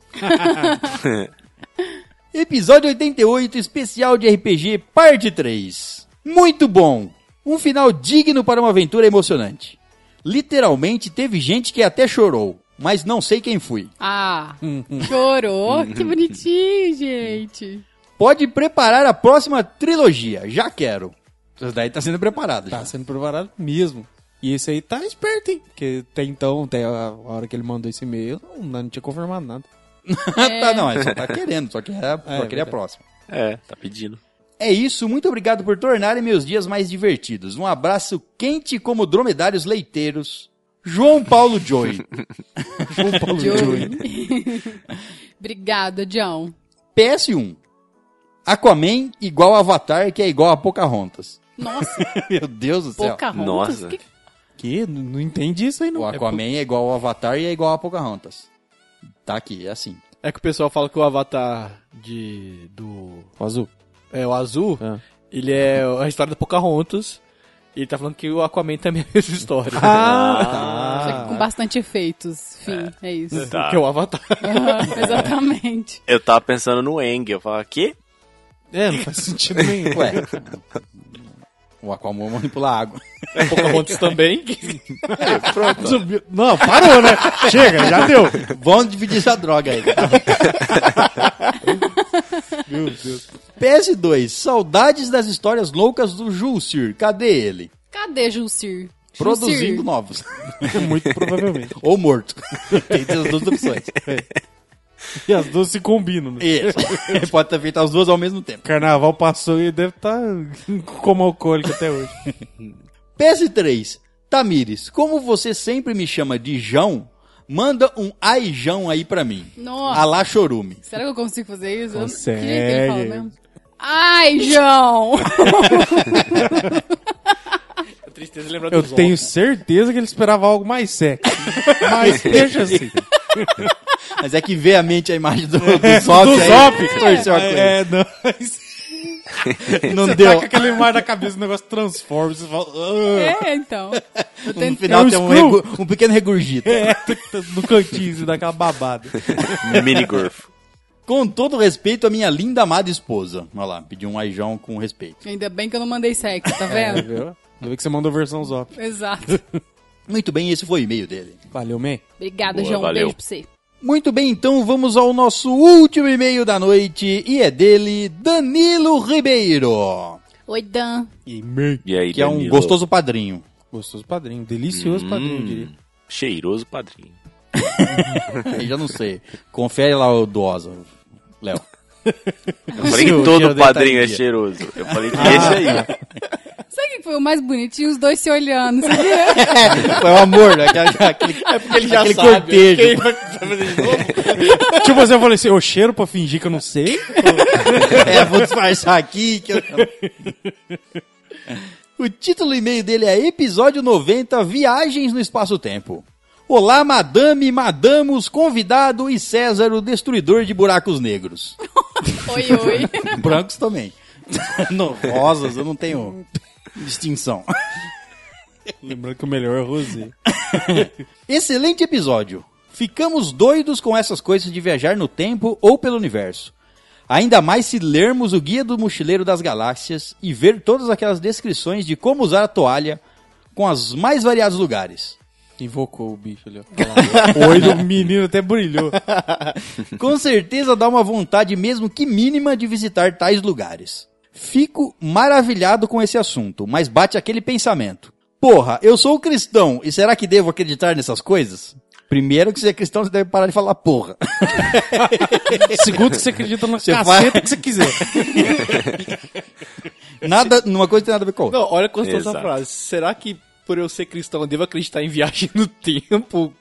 S1: Episódio 88, especial de RPG, parte 3. Muito bom! Um final digno para uma aventura emocionante. Literalmente teve gente que até chorou, mas não sei quem fui.
S2: Ah, chorou. que bonitinho, gente.
S1: Pode preparar a próxima trilogia, já quero. Isso daí tá sendo preparado.
S3: Tá
S1: já.
S3: sendo preparado mesmo. E esse aí tá esperto, hein? Porque até então, até a hora que ele mandou esse e-mail, não, não tinha confirmado nada.
S1: tá, não, ele só tá querendo, só, que é, só queria a
S3: verdade.
S1: próxima.
S4: É, tá pedindo.
S1: É isso, muito obrigado por tornarem meus dias mais divertidos. Um abraço quente como dromedários leiteiros. João Paulo Joy.
S3: João
S5: Hum,
S3: Paulo Joy.
S2: Joey. Obrigada, John.
S1: PS1. Aquaman igual Avatar, que é igual a Pocahontas.
S2: Nossa,
S1: Meu Deus do céu.
S2: Pocahontas.
S4: Nossa.
S2: Que...
S3: Que? N- Não entendi isso aí, não.
S1: O Aquaman é igual ao Avatar e é igual a Pocahontas. Tá aqui, é assim.
S5: É que o pessoal fala que o avatar de. do.
S3: É pro- azul.
S5: É o azul,
S3: Ah.
S5: ele é a história do Pocahontas. E ele tá falando que o Aquaman também é essa história.
S3: Ah,
S2: Só que com bastante efeitos. Fim, é, isso.
S4: Ah, Tá.
S5: Que é o Avatar.
S2: Aham, exatamente.
S4: Eu tava pensando no Eng, eu falava, quê?
S3: É, não faz sentido nenhum.
S1: Ué. o Aquaman manipula a água.
S5: Pocahontas também.
S3: Subiu. Não, parou, né? Chega, já deu.
S1: Vamos dividir essa droga aí. Tá
S3: Meu Deus.
S1: PS2. Saudades das histórias loucas do Julcir. Cadê ele?
S2: Cadê Julcir?
S1: Produzindo novos.
S3: Muito provavelmente.
S1: Ou morto. Tem essas duas opções.
S3: E as duas se combinam, né?
S1: Isso. Ele pode ter feito as duas ao mesmo tempo.
S3: Carnaval passou e deve estar como alcoólico até hoje.
S1: PS3. Tamires, como você sempre me chama de Jão, manda um ai Jão aí pra mim.
S2: Nossa.
S1: Alá chorume.
S2: Será que eu consigo fazer isso? Eu não-
S3: Consegue.
S2: Que jeito ele fala mesmo? Ai, João!
S5: A tristeza lembra
S3: Eu
S5: dos
S3: tenho
S5: homens.
S3: certeza que ele esperava algo mais sexy. Mas deixa assim.
S1: Mas é que vê a mente a imagem do, do Zop.
S3: Do
S1: aí,
S3: Zop.
S1: torceu a coisa.
S3: É, não.
S1: não
S3: Você
S1: deu.
S3: tá com aquela imagem na cabeça, o negócio transforma. Você fala. "Ah".
S2: É, então. Eu
S1: No
S2: tento-
S1: final
S3: É um
S1: tem um,
S3: screw.
S1: regu- um pequeno regurgito.
S3: É, no cantinho, você dá aquela babada.
S4: Minigurf.
S1: Com todo respeito à minha linda, amada esposa. Olha lá, pediu um aijão com respeito.
S2: Ainda bem que eu não mandei sexo, tá
S3: É,
S2: vendo?
S3: viu? Eu vi que você mandou versão Zop.
S2: Exato.
S1: Muito bem, esse foi o e-mail dele.
S3: Valeu, man.
S2: Obrigada,
S4: Boa,
S2: João. Um
S4: valeu.
S2: Beijo pra você.
S1: Muito bem, então vamos ao nosso último e-mail da noite. E é dele, Danilo Ribeiro.
S2: Oi, Dan.
S3: E man.
S4: E aí,
S1: Que é um
S4: Danilo?
S1: gostoso padrinho.
S3: Gostoso padrinho, delicioso padrinho, eu diria.
S4: Cheiroso padrinho.
S1: Aí já não sei. Confere lá o do Osa, Léo.
S4: Eu falei
S1: Sim,
S4: que
S1: o
S4: todo
S1: Gil
S4: padrinho é
S1: detalhe.
S4: cheiroso. Eu falei que esse aí.
S2: Sabe o que foi o mais bonitinho? Os dois se olhando, sabia?
S1: Foi o amor, né? Aquele, aquele, aquele cortejo.
S3: tipo assim, eu falei assim, eu cheiro pra fingir que eu não sei.
S1: É, vou disfarçar aqui. que eu- O título e e-mail dele é Episódio 90 Viagens no Espaço-Tempo. Olá, madame, madamos, convidado e César, o destruidor de buracos negros.
S2: Oi, oi.
S1: Brancos também. Não, rosas, eu não tenho distinção.
S3: Lembrando que o melhor é o Rosé.
S1: Excelente episódio. Ficamos doidos com essas coisas de viajar no tempo ou pelo universo. Ainda mais se lermos o Guia do Mochileiro das Galáxias e ver todas aquelas descrições de como usar a toalha com os mais variados lugares.
S5: Invocou o bicho ali, ó.
S3: O olho do menino até brilhou.
S1: Com certeza dá uma vontade, mesmo que mínima, de visitar tais lugares. Fico maravilhado com esse assunto, mas bate aquele pensamento. Porra, eu sou cristão e será que devo acreditar nessas coisas? Primeiro que você é cristão, você deve parar de falar porra.
S3: Segundo que você acredita na
S1: Você
S3: caceta
S1: vai-
S3: que você quiser.
S1: Nada, numa coisa tem nada a ver com a outra.
S5: Não, olha quanto essa
S4: Exato.
S5: frase. Será que por eu ser cristão eu devo acreditar em viagem no tempo?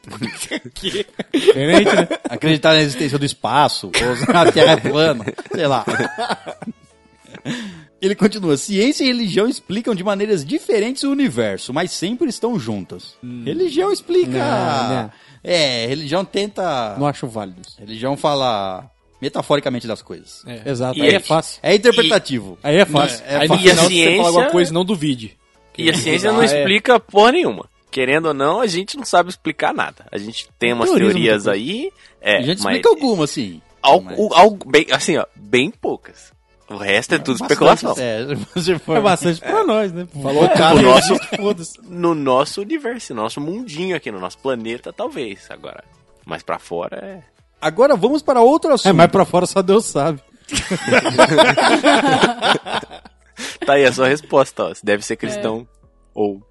S5: que?
S3: Diferente, né?
S1: Acreditar na existência do espaço, ou na Terra é plana, sei lá. Ele continua: ciência e religião explicam de maneiras diferentes o universo, mas sempre estão juntas. Religião explica.
S3: Ah,
S1: É, religião tenta.
S3: Não acho válido isso.
S1: Religião fala metaforicamente das coisas. É,
S3: Exato,
S4: E
S3: aí
S4: aí-
S3: é fácil.
S1: interpretativo.
S3: Aí é fácil.
S1: É
S5: Aí no
S1: fácil.
S5: final,
S4: E a
S5: se você
S4: ciência-
S5: falar alguma coisa, não duvide.
S4: E a ciência
S1: tá,
S4: não
S5: Ah, é.
S4: explica porra nenhuma. Querendo ou não, a gente não sabe explicar nada. A gente tem umas
S3: Teoriza
S4: teorias
S3: muita
S4: aí, é,
S1: a gente
S4: mas
S1: explica alguma, assim.
S4: al-
S1: Mas-
S4: o- al- bem, assim, ó, bem poucas. O resto é tudo especulação.
S1: É, você for...
S3: É bastante pra nós, né?
S5: Falou o cara.
S4: O nosso,
S3: Foda-se.
S4: no nosso universo, no nosso mundinho aqui, no nosso planeta, talvez. Agora, mas pra fora é.
S1: Agora vamos para outro assunto.
S3: É, mas pra fora só Deus sabe.
S4: Tá aí a sua resposta, ó. Se deve
S1: É.
S4: ser cristão ou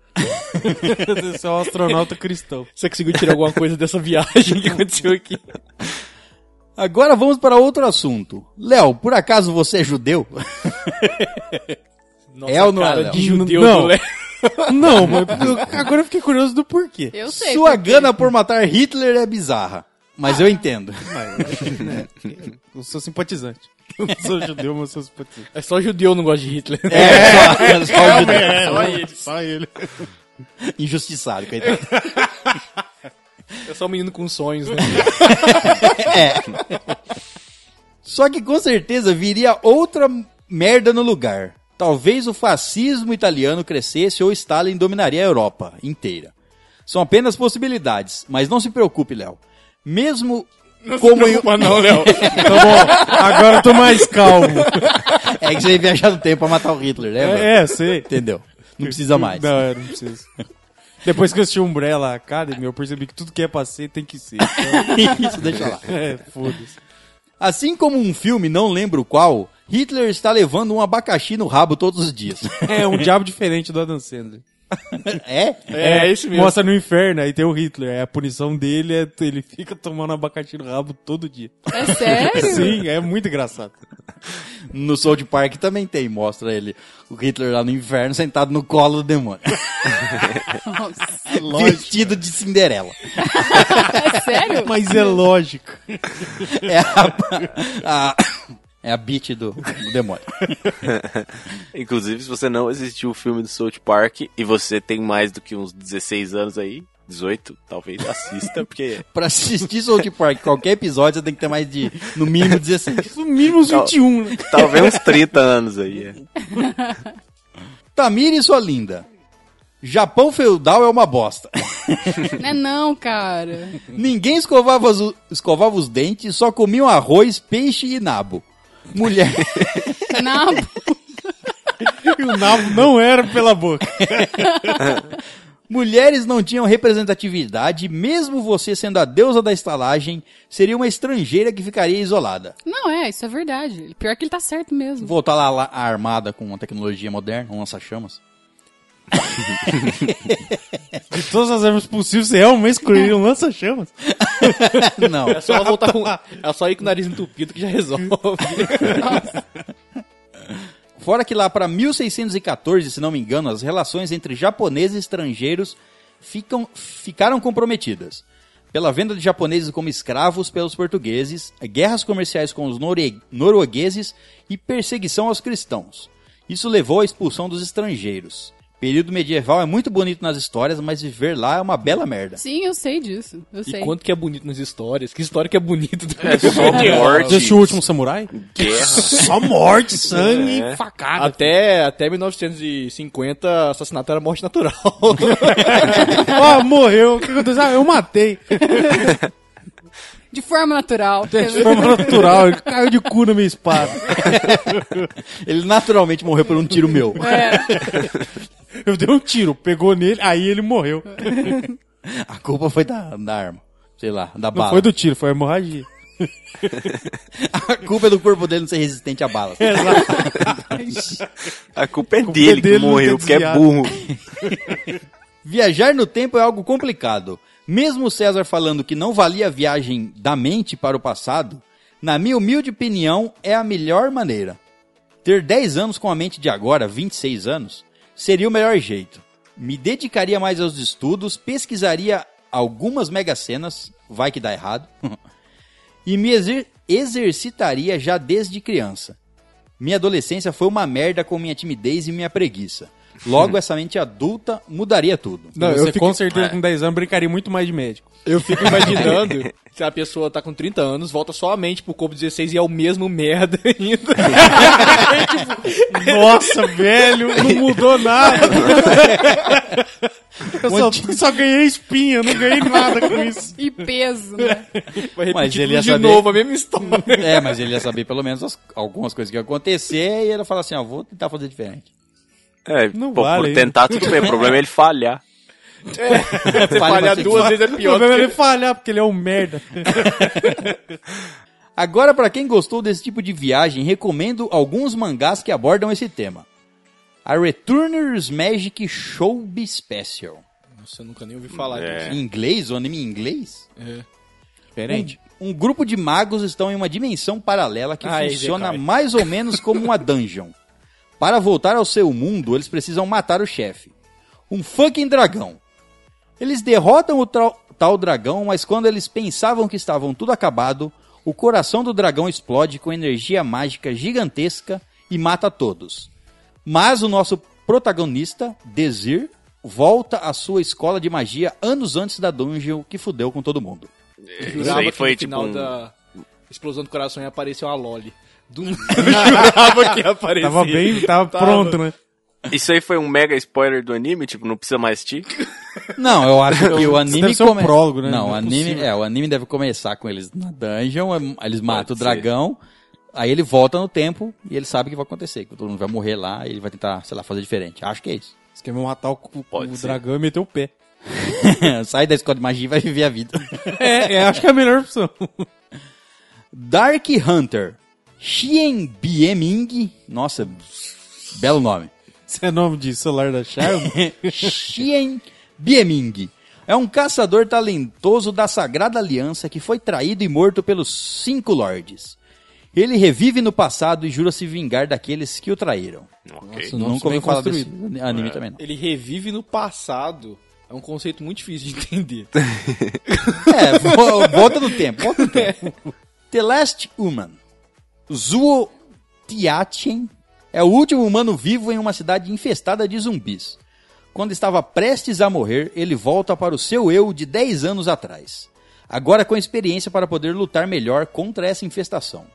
S3: Você é um astronauta cristão.
S5: Você conseguiu tirar alguma coisa dessa viagem que aconteceu aqui?
S1: Agora vamos para outro assunto. Léo, por acaso você é judeu?
S5: Nossa,
S1: É ou não é,
S5: cara
S1: Léo?
S5: de judeu
S3: Não.
S5: do Léo.
S3: Não, mas é eu- agora eu fiquei curioso do porquê.
S2: Eu sei.
S1: Sua
S2: porque-
S1: gana por matar Hitler é bizarra. Mas eu entendo.
S3: Eu sou simpatizante. Eu não sou judeu, mas eu sou simpatizante.
S5: É só judeu não gosta de Hitler. né?
S1: É, só, só
S5: É,
S1: o judeu.
S5: só ele.
S3: Só ele.
S1: Injustiçado, coitado.
S5: É só um menino com sonhos, né?
S1: É. Só que com certeza viria outra merda no lugar. Talvez o fascismo italiano crescesse ou Stalin dominaria a Europa inteira. São apenas possibilidades, mas não se preocupe, Léo. Mesmo como em...
S5: Mas não, Léo.
S3: Tá bom, agora eu tô mais calmo.
S1: É que você ia viajar no tempo pra matar o Hitler, né? mano?
S3: É, é, sei.
S1: Entendeu? Não precisa mais.
S3: Não, eu não preciso. Depois que eu assisti Umbrella Academy, eu percebi que tudo que é pra ser tem que ser. Então,
S1: Isso, deixa lá.
S3: é, foda-se.
S1: Assim como um filme, não lembro qual, Hitler está levando um abacaxi no rabo todos os dias.
S3: É um diabo diferente do Adam Sandler.
S1: é?
S5: É, é isso mesmo.
S3: Mostra no inferno, aí tem o Hitler. Aí a punição dele é ele fica tomando abacaxi no rabo todo dia.
S2: É sério?
S3: Sim, é muito engraçado.
S1: No South Park também tem, mostra ele, o Hitler lá no inferno sentado no colo do demônio.
S2: Nossa.
S1: Vestido de Cinderela.
S2: É sério?
S3: Mas é lógico.
S1: É a, a, é a beat do, do demônio.
S4: Inclusive, se você não assistiu o filme do South Park e você tem mais do que uns 16 anos aí, 18, talvez assista, porque
S1: Pra assistir South Park, qualquer episódio você tem que ter mais de, no mínimo, 16.
S3: No mínimo uns
S4: Cal-
S3: 21, né?
S4: talvez uns 30 anos aí. é.
S1: Tamir e sua linda. Japão feudal é uma bosta.
S2: Não é não, cara.
S1: Ninguém escovava os, escovava os dentes, só comiam arroz, peixe e nabo. Mulher,
S2: Não,
S3: E o nabo não era pela boca.
S1: mulheres não tinham representatividade, mesmo você sendo a deusa da estalagem, seria uma estrangeira que ficaria isolada.
S2: não é, isso é verdade. Pior que ele tá certo mesmo.
S1: Voltar lá, lá armada com uma tecnologia moderna, um lança-chamas.
S3: De todas as armas possíveis, você realmente escolheria um lança-chamas.
S1: Não.
S5: É só, ela voltar com, é só ir com o nariz entupido que já resolve.
S1: Fora que lá para 1614, se não me engano, as relações entre japoneses e estrangeiros ficam, ficaram comprometidas. Pela venda de japoneses como escravos pelos portugueses, guerras comerciais com os norue- noruegueses e perseguição aos cristãos. Isso levou à expulsão dos estrangeiros. Período medieval é muito bonito nas histórias, mas viver lá é uma bela merda.
S2: Sim, eu sei disso. Eu sei.
S5: E quanto que é bonito nas histórias? Que história que é bonita?
S4: É só
S3: Já
S4: morte, é
S3: assistiu o último samurai?
S4: guerra.
S3: Só morte, sangue,
S4: É.
S3: facada.
S5: Até, até 1950, assassinato era morte natural.
S3: Ó, morreu. O que aconteceu? Ah, eu matei.
S2: De forma natural.
S3: De forma natural, ele caiu de cu na minha espada.
S1: Ele naturalmente morreu por um tiro meu.
S2: é,
S3: Eu dei um tiro, pegou nele, aí ele morreu.
S1: A culpa foi da, da arma. Sei lá, da
S3: Não
S1: bala.
S3: foi do tiro, foi a hemorragia.
S1: A culpa é do corpo dele não ser resistente à bala.
S4: A culpa é dele que
S3: dele não
S4: morreu,
S3: ter
S4: porque é
S3: desviado.
S4: burro.
S1: Viajar no tempo é algo complicado. Mesmo César falando que não valia a viagem da mente para o passado, na minha humilde opinião, é a melhor maneira. Ter 10 anos com a mente de agora, 26 anos, seria o melhor jeito. Me dedicaria mais aos estudos, pesquisaria algumas megacenas, vai que dá errado, e me exer- exercitaria já desde criança. Minha adolescência foi uma merda com minha timidez e minha preguiça. Logo, essa mente adulta mudaria tudo.
S3: Não,
S5: Você
S3: eu fico...
S5: com
S3: com certeza com 10 anos brincaria muito mais de médico.
S5: Eu fico imaginando se a pessoa tá com 30 anos, volta só a mente pro corpo 16 e é o mesmo merda ainda.
S3: Nossa, velho, não mudou nada. Eu só, só ganhei espinha, não ganhei nada com isso.
S2: E peso, né?
S5: Vai repetir
S1: Mas ele
S5: tudo
S1: ia
S5: de
S1: saber-
S5: novo, a mesma história.
S1: É, mas ele ia saber pelo menos as- algumas coisas que iam acontecer e ele ia falar assim, ó, vou tentar fazer diferente.
S4: É,
S3: Não
S4: pô,
S3: vale
S4: por
S3: ainda.
S4: tentar tudo bem, o problema é ele falhar.
S5: Você
S1: Falha
S5: falhar
S1: bastante.
S5: duas vezes é
S3: O
S5: pior.
S3: problema é
S5: do
S3: ele falhar, porque ele é um merda.
S1: Agora, pra quem gostou desse tipo de viagem, recomendo alguns mangás que abordam esse tema. A Returner's Magic Showbe Special.
S5: que- Nossa, eu nunca nem ouvi falar
S4: É.
S5: disso.
S1: Em inglês, o anime em inglês?
S3: Diferente.
S1: Um, um grupo de magos estão em uma dimensão paralela que
S5: Ah,
S1: funciona
S5: Isekai.
S1: mais ou menos como uma dungeon. Para voltar ao seu mundo, eles precisam matar o chefe. Um fucking dragão. Eles derrotam o tra- tal dragão, mas quando eles pensavam que estavam tudo acabado, o coração do dragão explode com energia mágica gigantesca e mata todos. Mas o nosso protagonista, Desir, volta à sua escola de magia anos antes da dungeon que fudeu com todo mundo.
S5: Eu
S4: Isso
S5: jurava
S4: aí
S5: que
S4: foi,
S5: no final
S4: tipo, um-
S5: da explosão do coração ia aparecer uma Loli. Do nada, eu jurava que ia aparecer.
S3: Tava bem, tava, pronto, né?
S4: Isso aí foi um mega spoiler do anime, tipo, não precisa mais ti.
S1: Não, eu acho que o anime
S3: deve ser um
S1: come-
S3: prólogo, né?
S1: Não,
S3: Não
S1: o
S3: é
S1: anime,
S3: possível.
S1: é, o anime deve começar com eles na dungeon, em- eles matam o dragão, aí ele volta no tempo e ele sabe o que vai acontecer, que todo mundo vai morrer lá e ele vai tentar, sei lá, fazer diferente. Acho que é isso.
S3: Eles queriam matar o, o-
S4: Pode
S3: o
S4: ser.
S3: dragão e meter o pé.
S1: Sai da escola de magia e vai viver a vida.
S3: É, é, acho que é a melhor opção.
S1: Dark Hunter. Xien Bieming. Nossa, belo nome.
S3: Isso é nome de celular da Xiaomi?
S1: Xien Bieming. É um caçador talentoso da Sagrada Aliança que foi traído e morto pelos cinco lordes. Ele revive no passado e jura se vingar daqueles que o traíram.
S4: Ok.
S3: Nossa,
S1: Nunca ouvi
S3: bem
S1: falar desse
S3: construído.
S1: anime também, não.
S5: Ele revive no passado. É um conceito muito difícil de entender.
S1: É, vo- volta no tempo, volta no tempo. The Last Human. Zuo Tiachen é o último humano vivo em uma cidade infestada de zumbis. Quando estava prestes a morrer, ele volta para o seu eu de 10 anos atrás. Agora com experiência para poder lutar melhor contra essa infestação.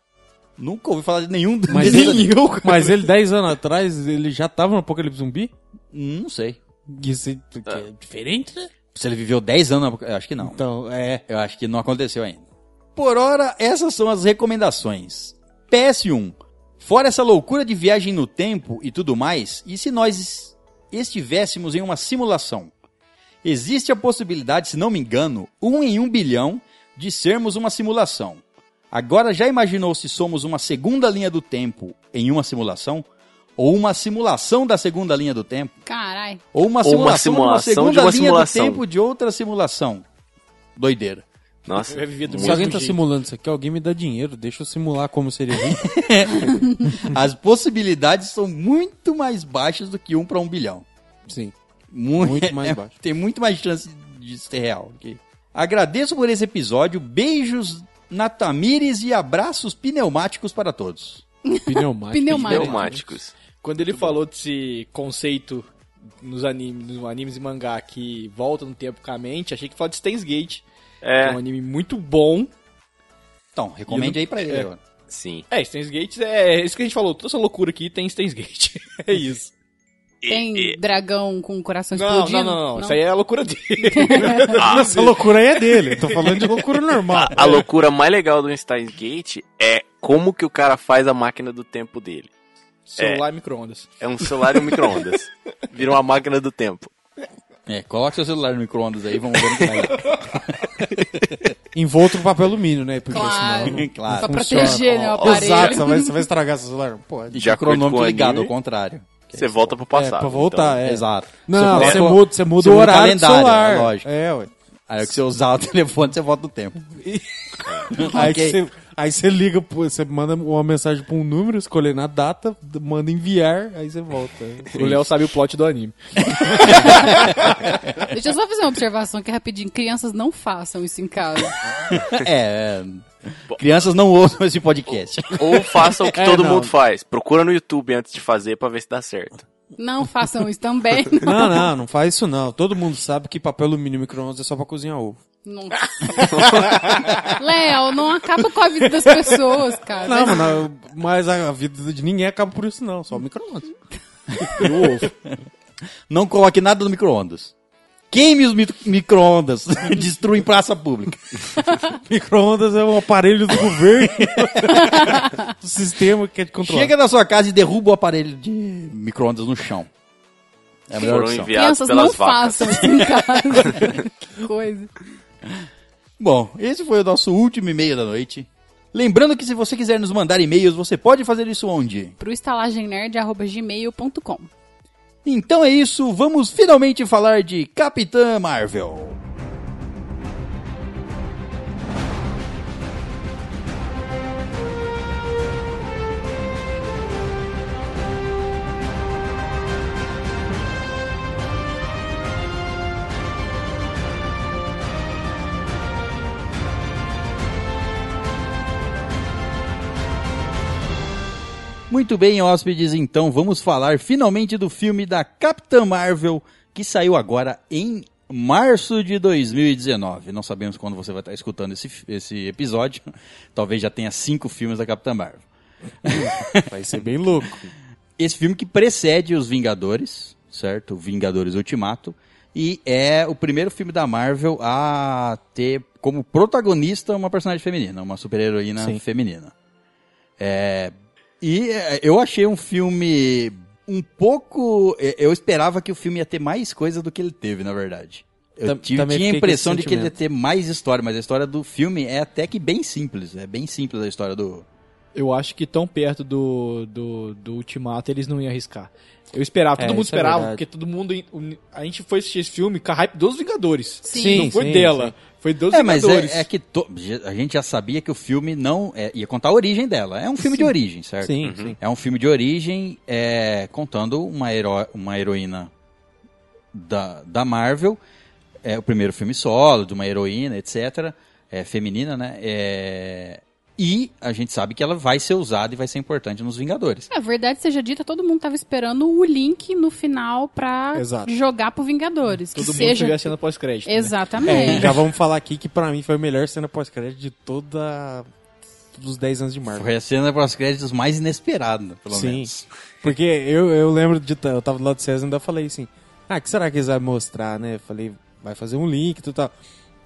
S1: Nunca ouvi falar de nenhum
S3: Mas
S1: desses-
S3: ele, mas ele, 10 anos atrás, ele já tava no Apocalipse Zumbi?
S1: Não sei.
S3: Isso é, que é diferente, né?
S1: Se ele viveu 10 anos, eu acho que não.
S3: Então, é.
S1: Eu acho que não aconteceu ainda. Por hora, essas são as recomendações. PS1. Fora essa loucura de viagem no tempo e tudo mais, e se nós es- estivéssemos em uma simulação? Existe a possibilidade, se não me engano, um em um bilhão de sermos uma simulação. Agora já imaginou se somos uma segunda linha do tempo em uma simulação? Ou uma simulação da segunda linha do tempo?
S2: Caralho.
S1: Ou uma
S4: Ou uma
S1: simulação, de uma
S4: simulação de
S1: segunda
S4: uma
S1: linha
S4: simulação.
S1: do tempo de outra simulação? Doideira.
S4: Nossa,
S5: Eu vivia do
S4: muito-
S3: Se alguém tá
S5: jeito.
S3: simulando isso aqui, alguém me dá dinheiro, deixa eu simular como seria rico.
S1: As possibilidades são muito mais baixas do que um para um bilhão.
S3: Sim.
S1: Mu-
S3: Muito mais baixo.
S1: Tem muito mais chance de ser real. ok? Agradeço por esse episódio. Beijos na Tamires e abraços pneumáticos para todos.
S3: Pneumático.
S2: Pneumático.
S4: pneumáticos.
S5: Quando ele falou desse conceito nos animes, nos animes e mangá que volta no tempo com a mente, achei que falar de Steins Gate, que é
S4: É,
S5: um anime muito bom.
S1: Então, recomende aí pra ele
S5: É.
S1: agora.
S4: sim.
S5: É, Steins Gate é isso que a gente falou, toda essa loucura aqui tem Steins Gate. É isso.
S2: Tem dragão com o coração
S1: Tá
S5: Não, não,
S2: explodindo?
S5: não, não, isso aí é a loucura dele.
S3: Essa loucura aí é dele. Tô falando de loucura normal.
S4: A loucura mais legal do Steins Gate é como que o cara faz a máquina do tempo dele.
S5: Celular e micro-ondas.
S4: É um celular e um micro-ondas. Vira uma máquina do tempo.
S1: É, coloca seu celular no micro-ondas aí, vamos ver o que vai.
S3: Envolto no papel alumínio, né? Porque
S2: Claro.
S3: senão.
S1: Claro.
S2: Pra
S3: Funciona.
S2: proteger, né, o aparelho.
S3: Exato, você vai, você vai estragar seu celular? Não Pode.
S1: Deixa o
S4: acordo com o
S1: cronômetro
S4: anime,
S1: ligado, ao contrário.
S4: Você volta pro
S3: É,
S4: passado.
S3: pra voltar, é.
S1: Exato.
S3: Não,
S1: coloca-
S3: você muda, você muda
S1: você muda
S3: o
S1: o
S3: horário do
S1: calendário,
S3: celular.
S1: é lógico.
S3: É, ué.
S1: Aí que você usar o telefone, você volta no tempo.
S3: Aí,
S1: Ok.
S3: que você, aí você liga, pro- você manda uma mensagem pra um número, escolhendo a data, manda enviar, aí você volta.
S5: O Léo sabe o plot do anime. é-
S2: Deixa eu só fazer uma observação aqui rapidinho. Crianças não façam isso em casa.
S1: é, é. Crianças não ouçam esse podcast.
S4: Ou faça o que
S3: É,
S4: todo
S3: não.
S4: mundo faz. Procura no YouTube antes de fazer pra ver se dá certo.
S2: Não façam isso também.
S3: Não, não, não faz isso não. Todo mundo sabe que papel alumínio e micro-ondas é só pra cozinhar ovo.
S2: Não. Léo, não acaba com a vida das pessoas, cara.
S3: Não, mas, não, mas a vida de ninguém acaba por isso não, só o micro-ondas. E o ovo.
S1: Não coloque nada no micro-ondas. Queime os mi- micro-ondas. Destruem praça pública.
S3: Micro-ondas é um aparelho do governo. o sistema que é de controlar.
S1: Chega na sua casa e derruba o aparelho de micro-ondas no chão. É a melhor
S4: Foram
S1: opção.
S4: enviados
S2: Crianças não
S4: pelas vacas.
S2: façam isso em casa. que coisa.
S1: Bom, esse foi o nosso último e-mail da noite. Lembrando que se você quiser nos mandar e-mails, você pode fazer isso onde?
S2: Pro estalagemnerd.gmail.com
S1: Então é isso, vamos finalmente falar de Capitã Marvel. Muito bem, hóspedes, então vamos falar finalmente do filme da Capitã Marvel, que saiu agora em março de 2019. Não sabemos quando você vai estar escutando esse, esse episódio. Talvez já tenha cinco filmes da Capitã Marvel.
S3: Vai ser bem louco.
S1: Esse filme que precede os Vingadores, certo? Vingadores Ultimato. E é o primeiro filme da Marvel a ter como protagonista uma personagem feminina, uma super-heroína
S3: Sim.
S1: feminina. É, E é, eu achei um filme um pouco. é, Eu esperava que o filme ia ter mais coisa do que ele teve, na verdade. Eu
S3: Tam-
S1: tive,
S3: também
S1: tinha a
S3: fiquei com
S1: impressão
S3: esse
S1: de que ele ia
S3: sentimento.
S1: ter mais história, mas a história do filme é até que bem simples. É bem simples a história do,
S5: Eu acho que tão perto do, do, do Ultimato eles não iam arriscar. Eu esperava,
S3: É,
S5: todo mundo
S3: isso é
S5: esperava,
S3: verdade.
S5: porque todo mundo. A gente foi assistir esse filme com a hype dos Vingadores.
S2: Sim.
S5: não foi
S3: sim,
S5: dela, foi dos
S1: É, mas
S5: Vingadores.
S1: é, é que to- a gente já sabia que o filme não é- ia contar a origem dela. É um filme de origem, certo?
S3: Sim, sim.
S1: É um filme de origem é, contando uma, heró- uma heroína da, da Marvel. É o primeiro filme solo de uma heroína, etc. É, feminina, né? É, e a gente sabe que ela vai ser usada e vai ser importante nos Vingadores.
S2: É, A verdade seja dita, todo mundo tava esperando o link no final pra
S3: Exato.
S2: jogar pro Vingadores.
S5: Todo
S2: que
S5: mundo
S2: seja...
S5: tivesse sendo pós-crédito. né?
S3: É, e
S2: Exatamente.
S3: já vamos falar aqui que pra mim foi a melhor cena pós-crédito de toda dos 10 anos de Marvel.
S1: Foi a cena para os créditos mais inesperada, pelo
S3: Sim.
S1: menos.
S3: Porque eu, eu lembro de ta- eu tava do lado do César e ainda falei assim: "Ah, que será que eles vão mostrar, né?" Falei: "Vai fazer um link, tu tal".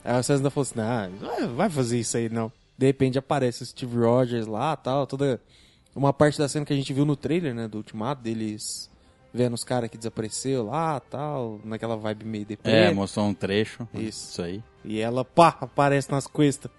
S3: Aí o César ainda falou assim: "Ah, vai- vai fazer isso aí não". De repente aparece o Steve Rogers lá, tal, toda uma parte da cena que a gente viu no trailer, né, do Ultimato deles vendo os caras que desapareceu lá, tal, naquela vibe meio deprê.
S1: É, mostrou um trecho.
S3: Isso.
S1: isso aí.
S3: E ela pá, aparece nas costas.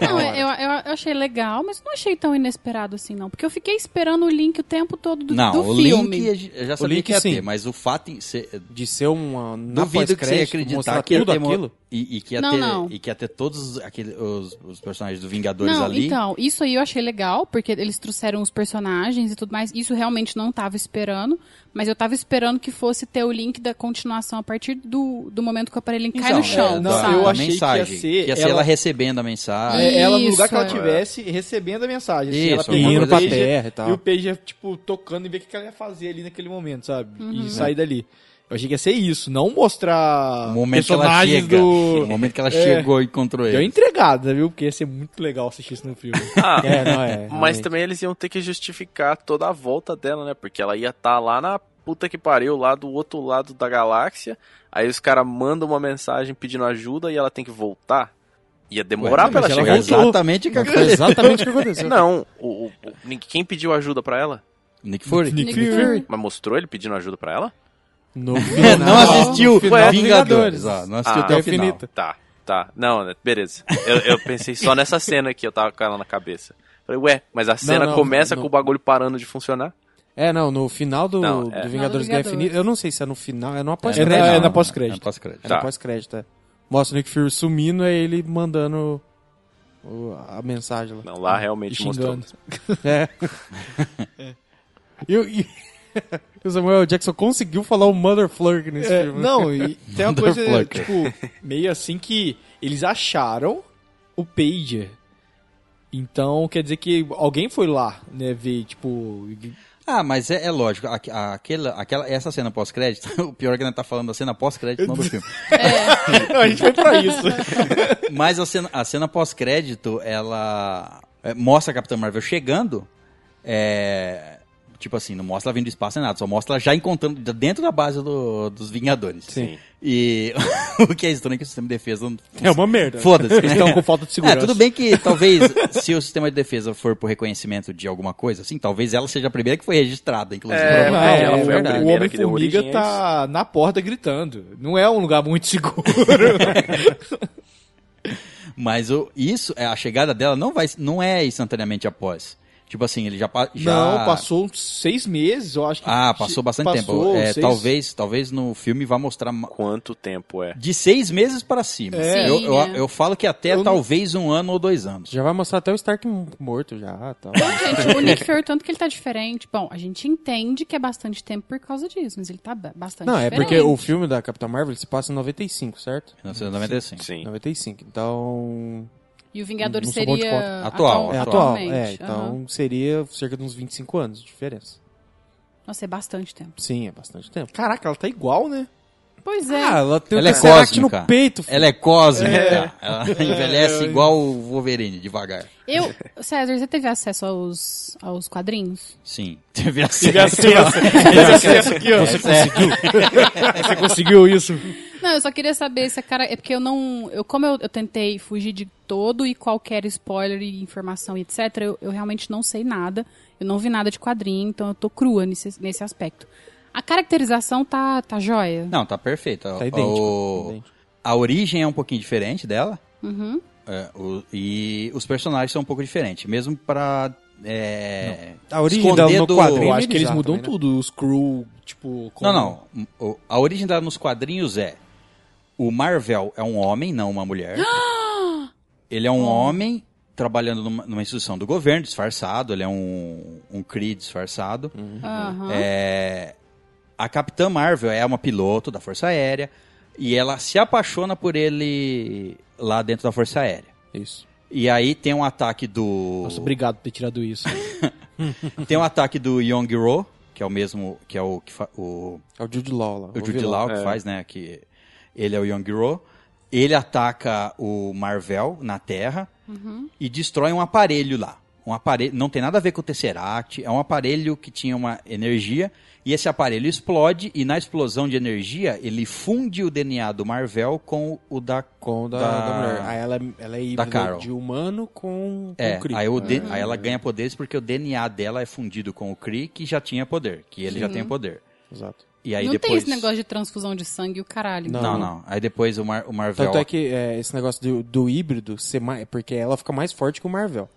S2: Não, eu, eu- eu achei legal, mas não achei tão inesperado assim, não. Porque eu fiquei esperando o link o tempo todo do,
S1: Não,
S2: do
S1: o
S2: filme.
S1: link a gente- eu já sabia
S3: link,
S1: que ia
S3: sim.
S1: ter, mas o fato em ser,
S3: de ser uma na
S1: Duvido que você ia
S3: pós-crédito,
S1: acreditar
S3: mostrar
S1: que ia
S3: tudo
S1: ter mo-
S3: aquilo.
S1: E, e que ia
S2: Não,
S1: ter,
S2: não.
S1: E que ia ter todos os- aquele, os, os personagens do Vingadores
S2: Não,
S1: ali.
S2: então, isso aí eu achei legal, porque eles trouxeram os personagens e tudo mais. Isso eu realmente não tava esperando, mas eu tava esperando que fosse ter o link da continuação a partir do, do momento que o aparelho cai
S1: Então,
S2: no chão,
S1: é,
S5: não,
S2: sabe?
S5: eu
S1: da
S5: achei que ia
S1: mensagem,
S5: ser
S1: ela...
S5: ela
S1: recebendo a mensagem.
S5: É, ela no lugar que ela
S2: Isso, é.
S5: tivesse recebendo a mensagem. assim,
S1: Isso,
S5: ela
S1: E
S5: pegou
S1: indo
S5: o
S1: pra
S5: pager
S3: terra e tal.
S5: E o Pager, tipo, tocando e ver o que que ela ia fazer ali naquele momento, sabe?
S2: Uhum.
S5: E sair dali. Eu achei que ia ser isso, não mostrar
S1: O momento que ela
S5: personagens
S1: chega. O
S5: do...
S1: momento que ela chegou e encontrou
S5: Deu
S1: ele.
S5: entregada, viu? Porque ia ser muito legal assistir isso no filme.
S4: Ah,
S3: É, não é.
S4: mas
S3: realmente.
S4: também eles iam ter que justificar toda a volta dela, né? Porque ela ia estar lá na puta que pariu, lá do outro lado da galáxia. Aí os caras mandam uma mensagem pedindo ajuda e ela tem que voltar. Ia demorar
S3: Ué,
S4: pra ela
S3: mas ela
S4: chegar. É,
S3: voltou.
S1: Exatamente o que
S3: Mas Foi
S1: aconteceu.
S3: exatamente o que aconteceu.
S4: Não, o, o- o- ninguém- quem pediu ajuda pra ela?
S1: Nick Fury.
S2: Nick Fury.
S4: Mas mostrou ele pedindo ajuda pra ela?
S3: No
S1: É,
S3: final.
S1: não assistiu
S4: final,
S1: Vingadores. ó, não assistiu
S4: Ah,
S1: até o
S3: é
S1: final.
S3: infinito.
S4: Tá, tá. Não, né, beleza. Eu, eu pensei só nessa cena aqui, eu tava com ela na cabeça. Falei, ué, mas a cena
S3: não,
S4: começa
S3: não.
S4: com o bagulho parando de funcionar?
S3: É, não, no final do,
S4: Não, é.
S3: do
S4: Final
S2: do
S3: Vingadores Guerra
S2: Vingadores.
S3: Infinita. Eu não sei se é no final, é no
S5: É
S3: pós-crédito.
S5: na- é
S3: É
S5: na pós-crédito.
S1: É na pós-crédito.
S3: no
S4: Tá.
S3: pós-crédito, é. Mostra o Nick Fury sumindo, é ele mandando o- a mensagem lá.
S4: Não, lá realmente mostrou.
S5: Xingando.
S3: É. E, o- e- o Samuel Jackson conseguiu falar o Motherflurk nesse
S5: É,
S3: filme.
S5: não, e tem uma coisa,
S1: Motherfucker.
S5: tipo, meio assim que eles acharam o pager. Então, quer dizer que alguém foi lá, né, ver, tipo...
S1: Ah, mas é, é lógico. a- a- aquela, aquela, essa cena pós-crédito, o pior é que a gente tá falando da cena pós-crédito, não do filme.
S5: a gente foi pra isso.
S1: Mas a cena, a cena pós-crédito, ela é, mostra a Capitã Marvel chegando. é, tipo assim, não mostra ela vindo do espaço nem nada, só mostra ela já encontrando d- dentro da base do- dos Vingadores.
S3: Sim.
S1: E o que é estranho é que o sistema de defesa. não-
S3: É uma merda.
S1: Foda-se.
S5: Eles
S1: né?
S5: estão com falta de
S1: É,
S5: segurança.
S1: tudo bem que talvez, se o sistema de defesa for por reconhecimento de alguma coisa, assim, talvez ela seja a primeira que foi registrada, inclusive.
S4: É,
S5: Não,
S4: porque
S5: é,
S4: ela foi a
S3: verdade.
S5: o
S4: primeira que deu origem. a
S5: Homem-Formiga
S4: isso.
S5: tá na porta gritando. Não é um lugar muito seguro.
S1: Mas o, isso, é, a chegada dela não, vai, não é instantaneamente após. Tipo assim, ele já, pa- já
S5: Não, passou uns seis meses, eu acho que...
S1: Ah, passou bastante
S5: passou
S1: tempo. É,
S5: seis-
S1: talvez, talvez no filme vá mostrar ma-
S4: Quanto tempo é?
S1: de seis meses pra cima.
S2: É.
S1: eu,
S2: Sim,
S1: eu,
S2: né?
S1: eu falo que até
S5: Eu não-
S1: talvez um ano ou dois anos.
S3: Já vai mostrar até o Stark morto já, tal.
S2: É Então, Gente, o Nick Fury, tanto que ele tá diferente. Bom, a gente entende que é bastante tempo por causa disso, mas ele tá ba- bastante
S3: Não, é
S2: diferente.
S3: porque o filme da Capitã Marvel se passa em 95, certo?
S1: né, 1995.
S4: Sim.
S3: 95. Então.
S2: E o Vingadores
S3: Não sou bom de
S2: seria...
S3: conta.
S1: Atual,
S3: É atual.
S2: atualmente.
S3: É,
S2: aham.
S3: então seria cerca de uns 25 anos de diferença.
S2: Nossa, é bastante tempo.
S3: Sim, é bastante tempo.
S5: Caraca, ela tá igual, né?
S2: Pois é.
S3: ela tem
S1: Ela é
S3: Tesseract
S1: cósmica.
S3: no peito. filho.
S1: Ela é cósmica. Ela envelhece igual o Wolverine, devagar.
S2: Eu, César, você teve acesso aos, aos quadrinhos?
S1: Sim. Teve acesso.
S5: Você conseguiu? Você conseguiu isso?
S2: Não, eu só queria saber se a cara. É porque eu não. Eu, como eu, eu tentei fugir de todo e qualquer spoiler e informação e etc., eu, eu realmente não sei nada. Eu não vi nada de quadrinho, então eu tô crua nesse, nesse aspecto. A caracterização tá, tá joia.
S1: Não, tá perfeito.
S3: Tá idêntico.
S1: O-
S3: idêntico.
S1: A origem é um pouquinho diferente dela.
S2: Uhum.
S1: é, o- e os personagens são um pouco diferentes. Mesmo pra. É,
S3: A origem dela
S1: esconder
S3: no
S1: do-
S3: quadrinho
S5: Eu acho que eles
S3: Exato,
S5: mudam
S3: também, né?
S5: tudo. Os crew, tipo... como-
S1: Não, não. O- A origem dela nos quadrinhos é. O Marvel é um homem, não uma mulher. ele é um homem trabalhando numa, numa instituição do governo, disfarçado. Ele é um, um Kree disfarçado.
S5: Uhum.
S2: Aham.
S1: É, a Capitã Marvel é uma piloto da Força Aérea. E ela se apaixona por ele lá dentro da Força Aérea.
S3: Isso.
S1: E aí tem um ataque do.
S5: Nossa, obrigado por ter tirado isso. assim.
S1: tem um ataque do Yong-Ro, que é o mesmo. que é o que fa- o
S3: É o Jude Law lá.
S1: O Jude
S3: vilão. é.
S1: Law que faz, né? Que ele é o Young Ro. Ele ataca o Marvel na Terra e destrói um aparelho lá. Um aparelho, não tem nada a ver com o Tesseract, é um aparelho que tinha uma energia e esse aparelho explode e na explosão de energia ele funde o DNA do Marvel com o da
S3: Com o da,
S1: Da-
S3: da mulher. Aí ela, ela é híbrida
S1: Carol.
S3: de humano com, com
S1: é,
S3: Kree.
S1: aí, o D-
S3: Ah,
S1: aí ela ganha poderes porque o DNA dela é fundido com o Kree que já tinha poder, que ele já tem poder.
S3: Exato.
S1: E aí
S2: não
S1: depois
S2: tem esse negócio de transfusão de sangue, o caralho.
S3: Não.
S1: Não, não. Aí depois o, Mar- o Marvel
S3: Tanto é que é, esse negócio do, do híbrido ser mais, porque ela fica mais forte que o Marvel.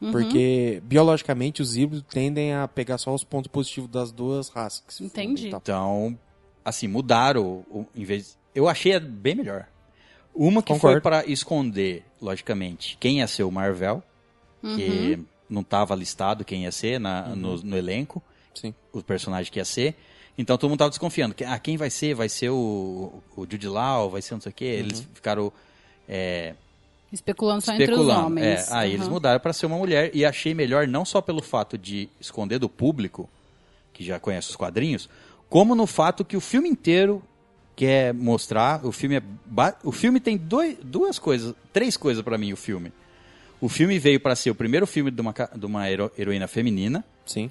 S2: Uhum.
S3: Porque biologicamente os híbridos tendem a pegar só os pontos positivos das duas raças. que se
S2: Entendi.
S3: fundem e tal.
S1: Então, assim, mudaram o, em vez. Eu achei bem melhor. Uma que foi
S3: Concordo.
S1: pra esconder, logicamente, quem ia ser o Marvel, que não tava listado quem ia ser na- no, no elenco,
S3: Uhum. Sim.
S1: o personagem que ia ser. Então todo mundo tava desconfiando. que, Ah, quem vai ser? Vai ser o, o Jude Law, vai ser não sei o quê.
S3: Uhum.
S1: Eles ficaram é,
S2: Especulando só entre os
S1: especulando.
S2: homens.
S1: É, aí eles
S2: Aham.
S1: mudaram pra ser uma mulher e achei melhor não só pelo fato de esconder do público, que já conhece os quadrinhos, como no fato que o filme inteiro quer mostrar, o filme é ba- o filme tem dois, duas coisas, três coisas pra mim o filme. O filme veio pra ser o primeiro filme de uma, ca- de uma hero- heroína feminina
S3: Sim.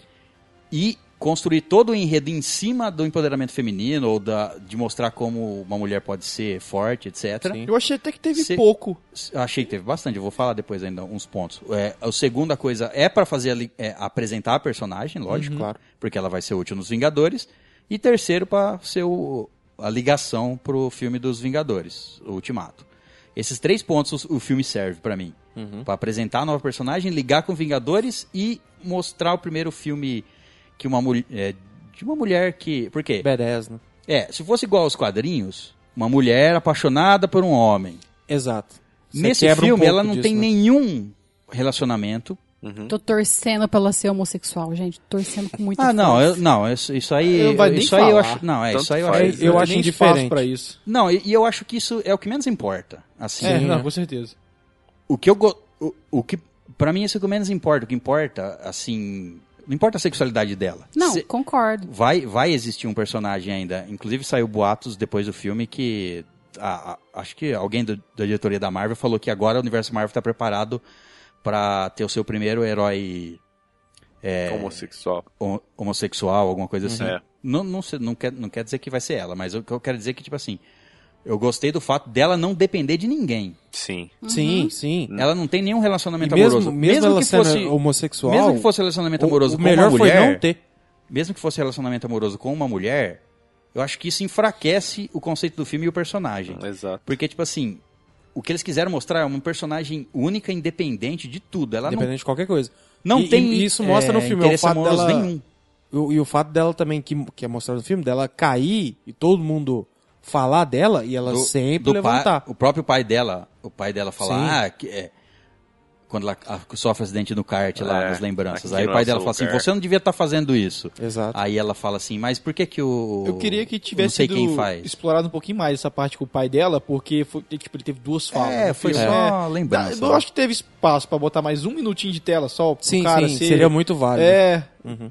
S1: e construir todo o enredo em cima do empoderamento feminino ou da, de mostrar como uma mulher pode ser forte, etc.
S3: Sim.
S5: Eu achei até que teve
S1: Se-
S5: pouco.
S1: Eu Achei que teve bastante, eu vou falar depois ainda uns pontos. É, a segunda coisa é para fazer ali- é, apresentar a personagem, lógico,
S3: Claro.
S1: porque ela vai ser útil nos Vingadores. E terceiro, para ser o- a ligação pro filme dos Vingadores, o Ultimato. Esses três pontos o filme serve para mim. Pra apresentar a nova personagem, ligar com Vingadores e mostrar o primeiro filme que uma mulher. é, de uma mulher que. Por quê?
S3: Badass, né?
S1: É, se fosse igual aos quadrinhos, uma mulher apaixonada por um homem.
S3: Exato. Você
S1: Nesse
S3: quebra um
S1: filme,
S3: pouco
S1: ela não
S3: disso,
S1: tem
S3: né?
S1: nenhum relacionamento.
S2: Tô torcendo pra ela ser homossexual, gente. Torcendo com muita
S1: Ah, não,
S2: força.
S1: eu- não, isso, isso aí.
S5: Eu não vai nem
S1: isso aí eu
S5: falar.
S1: acho. Não, é,
S4: Tanto
S1: isso aí eu
S4: faz.
S1: acho.
S3: É, eu
S5: Não
S3: acho
S5: tem nem
S3: indiferente.
S5: espaço pra isso.
S1: Não, e, e eu acho que isso é o que menos importa. Assim,
S5: É,
S3: Sim.
S5: não, com certeza.
S1: o que eu. Go... O, o que. Pra mim, isso é o que menos importa. O que importa, assim. Não importa a sexualidade dela.
S2: Não,
S1: Se-
S2: concordo.
S1: Vai, vai existir um personagem ainda. Inclusive, saiu boatos depois do filme que. a- a- acho que alguém do- da diretoria da Marvel falou que agora o universo Marvel está preparado pra ter o seu primeiro herói
S3: É.
S4: Homossexual.
S1: homo- homossexual, alguma coisa assim.
S4: É.
S1: Não, não, sei- não, quer, não quer dizer que vai ser ela, mas o que eu quero dizer é que, tipo assim, eu gostei do fato dela não depender de ninguém.
S4: Sim.
S3: Sim, sim.
S1: Ela não tem nenhum
S3: E
S1: relacionamento
S3: mesmo,
S1: amoroso.
S3: mesmo, ela
S1: que
S3: sendo
S1: fosse,
S3: homossexual,
S1: mesmo que fosse relacionamento
S3: o-
S1: amoroso
S3: o
S1: com
S3: melhor
S1: uma mulher,
S3: foi não ter.
S1: mesmo que fosse relacionamento amoroso com uma mulher, eu acho que isso enfraquece o conceito do filme e o personagem.
S4: Exato.
S1: Porque, tipo assim, o que eles quiseram mostrar é uma personagem única, independente de tudo. Ela não,
S3: Independente de qualquer coisa.
S1: não
S3: E-
S1: tem
S3: e isso mostra no
S1: é,
S3: filme, é o
S1: interesse
S3: fato
S1: amoroso
S3: dela-
S1: nenhum.
S3: E o- e o fato dela também, que, que é mostrado no filme, dela cair e todo mundo falar dela e ela
S1: do-
S3: sempre
S1: do
S3: levantar.
S1: pai- o próprio pai dela, o pai dela
S3: Sim.
S1: fala, ah, que, é, quando ela ah, sofre acidente no kart lá
S4: É,
S1: nas lembranças.
S4: aqui
S1: Aí
S4: não
S1: o
S4: é
S1: pai
S4: o
S1: dela
S4: seu
S1: fala assim,
S4: lugar.
S1: você não devia estar fazendo isso.
S3: Exato.
S1: Aí ela fala assim, mas por que que o...
S5: Eu queria que
S1: Não
S5: tivesse
S1: sei
S5: sido
S1: quem faz.
S5: explorado um pouquinho mais essa parte com o pai dela, porque foi, tipo, ele teve duas falas.
S1: É,
S5: no
S1: foi
S5: filme, né?
S1: só lembrança.
S5: Eu acho que teve espaço pra botar mais um minutinho de tela só pro
S3: sim,
S5: cara
S3: sim,
S5: ser...
S3: seria muito válido.
S5: É,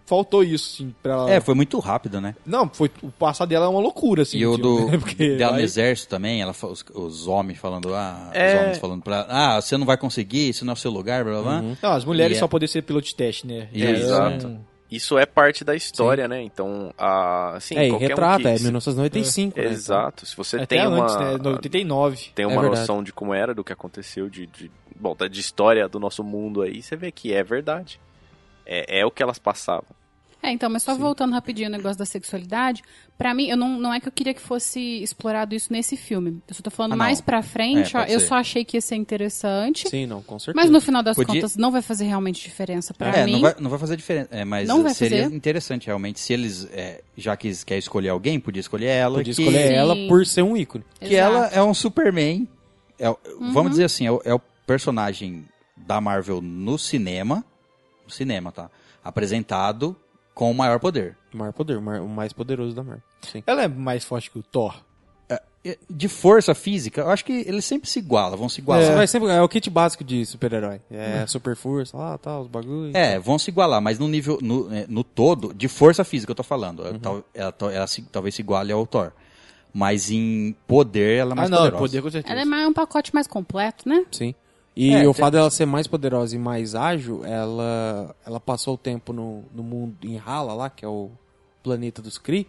S5: faltou isso, sim, pra ela...
S1: É, foi muito rápido, né?
S5: Não, foi... O passar dela é uma loucura, assim.
S1: e o
S5: tipo,
S1: do,
S5: né? Porque
S1: dela
S5: vai-
S1: no exército também, ela, fa- os, os homens falando, ah,
S4: É.
S1: os homens falando pra ela, ah, você não vai conseguir, isso não é o seu lugar, blá blá blá.
S5: Não, as
S1: E
S5: mulheres
S1: é-
S5: só podem ser piloto de teste, né?
S1: Isso.
S3: É,
S4: Exato.
S5: Então,
S4: Isso é parte da história, né? Então, a, assim,
S3: É, e
S4: qualquer
S3: retrata,
S4: um que... É,
S3: é 1995, né?
S4: Exato. Se você
S5: Até
S4: tem uma...
S5: antes, né? 89.
S4: Tem
S3: É
S4: uma
S3: verdade.
S4: noção de como era, do que aconteceu, de, de- bom, da- de história do nosso mundo aí, você vê que é verdade. É, é o que elas passavam.
S2: É, então, mas só voltando rapidinho ao negócio da sexualidade, pra mim, eu não, não é que eu queria que fosse explorado isso nesse filme. Eu só tô falando
S1: Ah, não.
S2: mais pra frente,
S1: É,
S2: ó,
S1: pode
S2: eu
S1: ser.
S2: só achei que ia ser interessante,
S3: Então, Sim, não, com certeza.
S2: mas no final das
S1: Podia-
S2: contas não vai fazer realmente diferença pra
S1: é,
S2: mim.
S1: não vai, não vai fazer diferença. É, mas
S2: Não vai
S1: seria
S2: fazer.
S1: interessante, realmente, se eles, é, já que eles querem escolher alguém, podia escolher ela.
S3: Podia
S1: que-
S3: escolher
S2: Sim.
S3: ela por ser um ícone.
S1: Que
S2: Exato.
S1: ela é um Superman. é o-
S2: Uhum.
S1: Vamos dizer assim, é o, é o personagem da Marvel no cinema. No cinema, tá? Apresentado com o maior poder.
S3: O maior poder, o maior- o mais poderoso da Marvel. Sim.
S5: Ela é mais forte que o Thor.
S1: E De força física, eu acho que eles sempre se igualam, vão se
S3: Você
S1: igualar.
S3: vai sempre- é o kit básico de super-herói. É super força, lá, tal, os bagulhos.
S1: É, vão se igualar, mas no nível, no, eh, no todo, de força física eu tô falando. É, Tal- Ela, tal- ela se- talvez se iguale ao Thor. Mas em poder ela é mais
S5: ah, não,
S1: poderosa.
S5: poder com certeza.
S2: Ela é mais um pacote mais completo, né?
S3: Sim. E
S1: É, tem-
S3: o fato dela ser mais poderosa e mais ágil, ela, ela passou o tempo no, no mundo em Hala lá, que é o planeta dos Kree.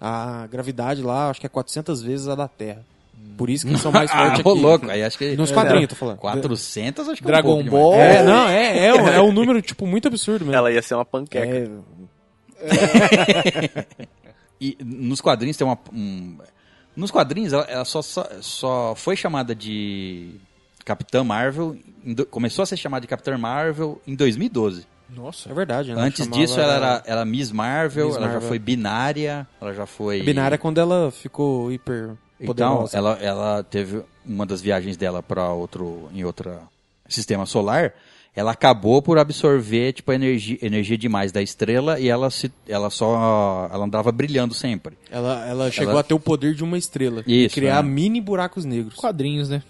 S3: A gravidade lá, acho que é 400 vezes a da Terra. Por isso que eles são mais fortes
S1: Ah,
S3: aqui.
S1: ô, louco, aí acho que...
S3: Nos quadrinhos, eu tô falando.
S1: 400, acho que é um
S5: Dragon
S1: pouco
S5: Ball.
S1: demais.
S3: É, não, é, é, um, é um número, tipo, muito absurdo mesmo.
S4: Ela ia ser uma panqueca.
S3: é,
S1: E nos quadrinhos tem uma... um- nos quadrinhos ela, ela só, só, só foi chamada de Capitã Marvel... em do- começou a ser chamada de Capitã Marvel em 2012.
S5: Nossa.
S3: é verdade. né?
S1: Antes
S3: Chamava-
S1: disso ela era ela Miss Marvel,
S3: Miss
S1: ela já
S3: Marvel.
S1: foi binária, ela já foi...
S3: Binária é quando ela ficou hiper
S1: Então,
S3: poderosa.
S1: ela, ela teve uma das viagens dela para outro em outro sistema solar, ela acabou por absorver tipo a energia, energia demais da estrela e ela se ela só ela andava brilhando sempre.
S3: Ela, ela chegou
S1: Ela-
S3: a ter o poder de uma estrela.
S1: Isso,
S3: criar
S1: é.
S3: mini buracos negros.
S5: Quadrinhos, né?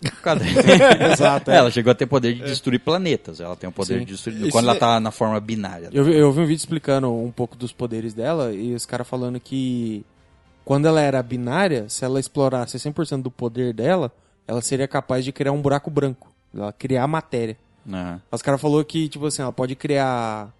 S1: Cadê?
S3: Exato. é.
S1: ela chegou a ter poder de destruir planetas, ela tem o poder
S3: Sim.
S1: de destruir
S3: Isso
S1: quando ela
S3: é-
S1: tá na forma binária.
S3: Eu vi, eu vi um vídeo explicando um pouco dos poderes dela e os caras falando que quando ela era binária, se ela explorasse 100% do poder dela, ela seria capaz de criar um buraco branco. Ela criar matéria.
S1: Aham.
S3: Os caras falaram que, tipo assim, ela pode criar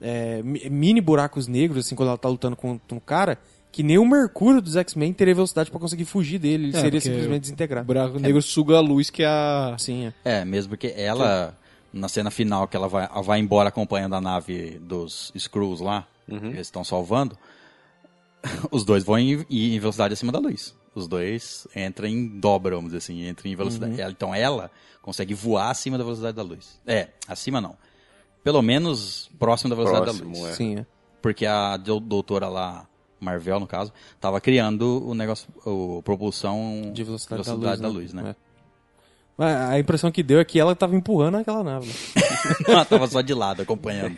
S3: é, mi- mini buracos negros, assim, quando ela tá lutando contra um cara, que nem o Mercúrio dos X-Men teria velocidade pra conseguir fugir dele. Ele
S5: É,
S3: seria
S5: porque
S3: simplesmente
S5: O
S3: desintegrado.
S5: buraco negro suga a luz que a.
S3: Sim, é.
S1: É, mesmo que ela na cena final que ela vai, ela vai embora acompanhando a nave dos Screws lá,
S3: Uhum.
S1: que eles estão salvando, os dois vão em, em velocidade acima da luz. Os dois entram em dobra, vamos dizer assim, entram em
S3: Uhum.
S1: velocidade. Ela- Então ela consegue voar acima da velocidade da luz. É, acima não. Pelo menos próximo da velocidade
S4: Próximo,
S1: da luz.
S4: é.
S3: Sim, é.
S1: Porque a do- doutora lá, Marvel no caso, tava criando o negócio, o propulsão
S3: De velocidade,
S1: velocidade
S3: da
S1: da
S3: luz,
S1: luz, né?
S3: É. Mas A impressão que deu é que ela tava empurrando aquela nave. né?
S1: Ela tava só de lado acompanhando.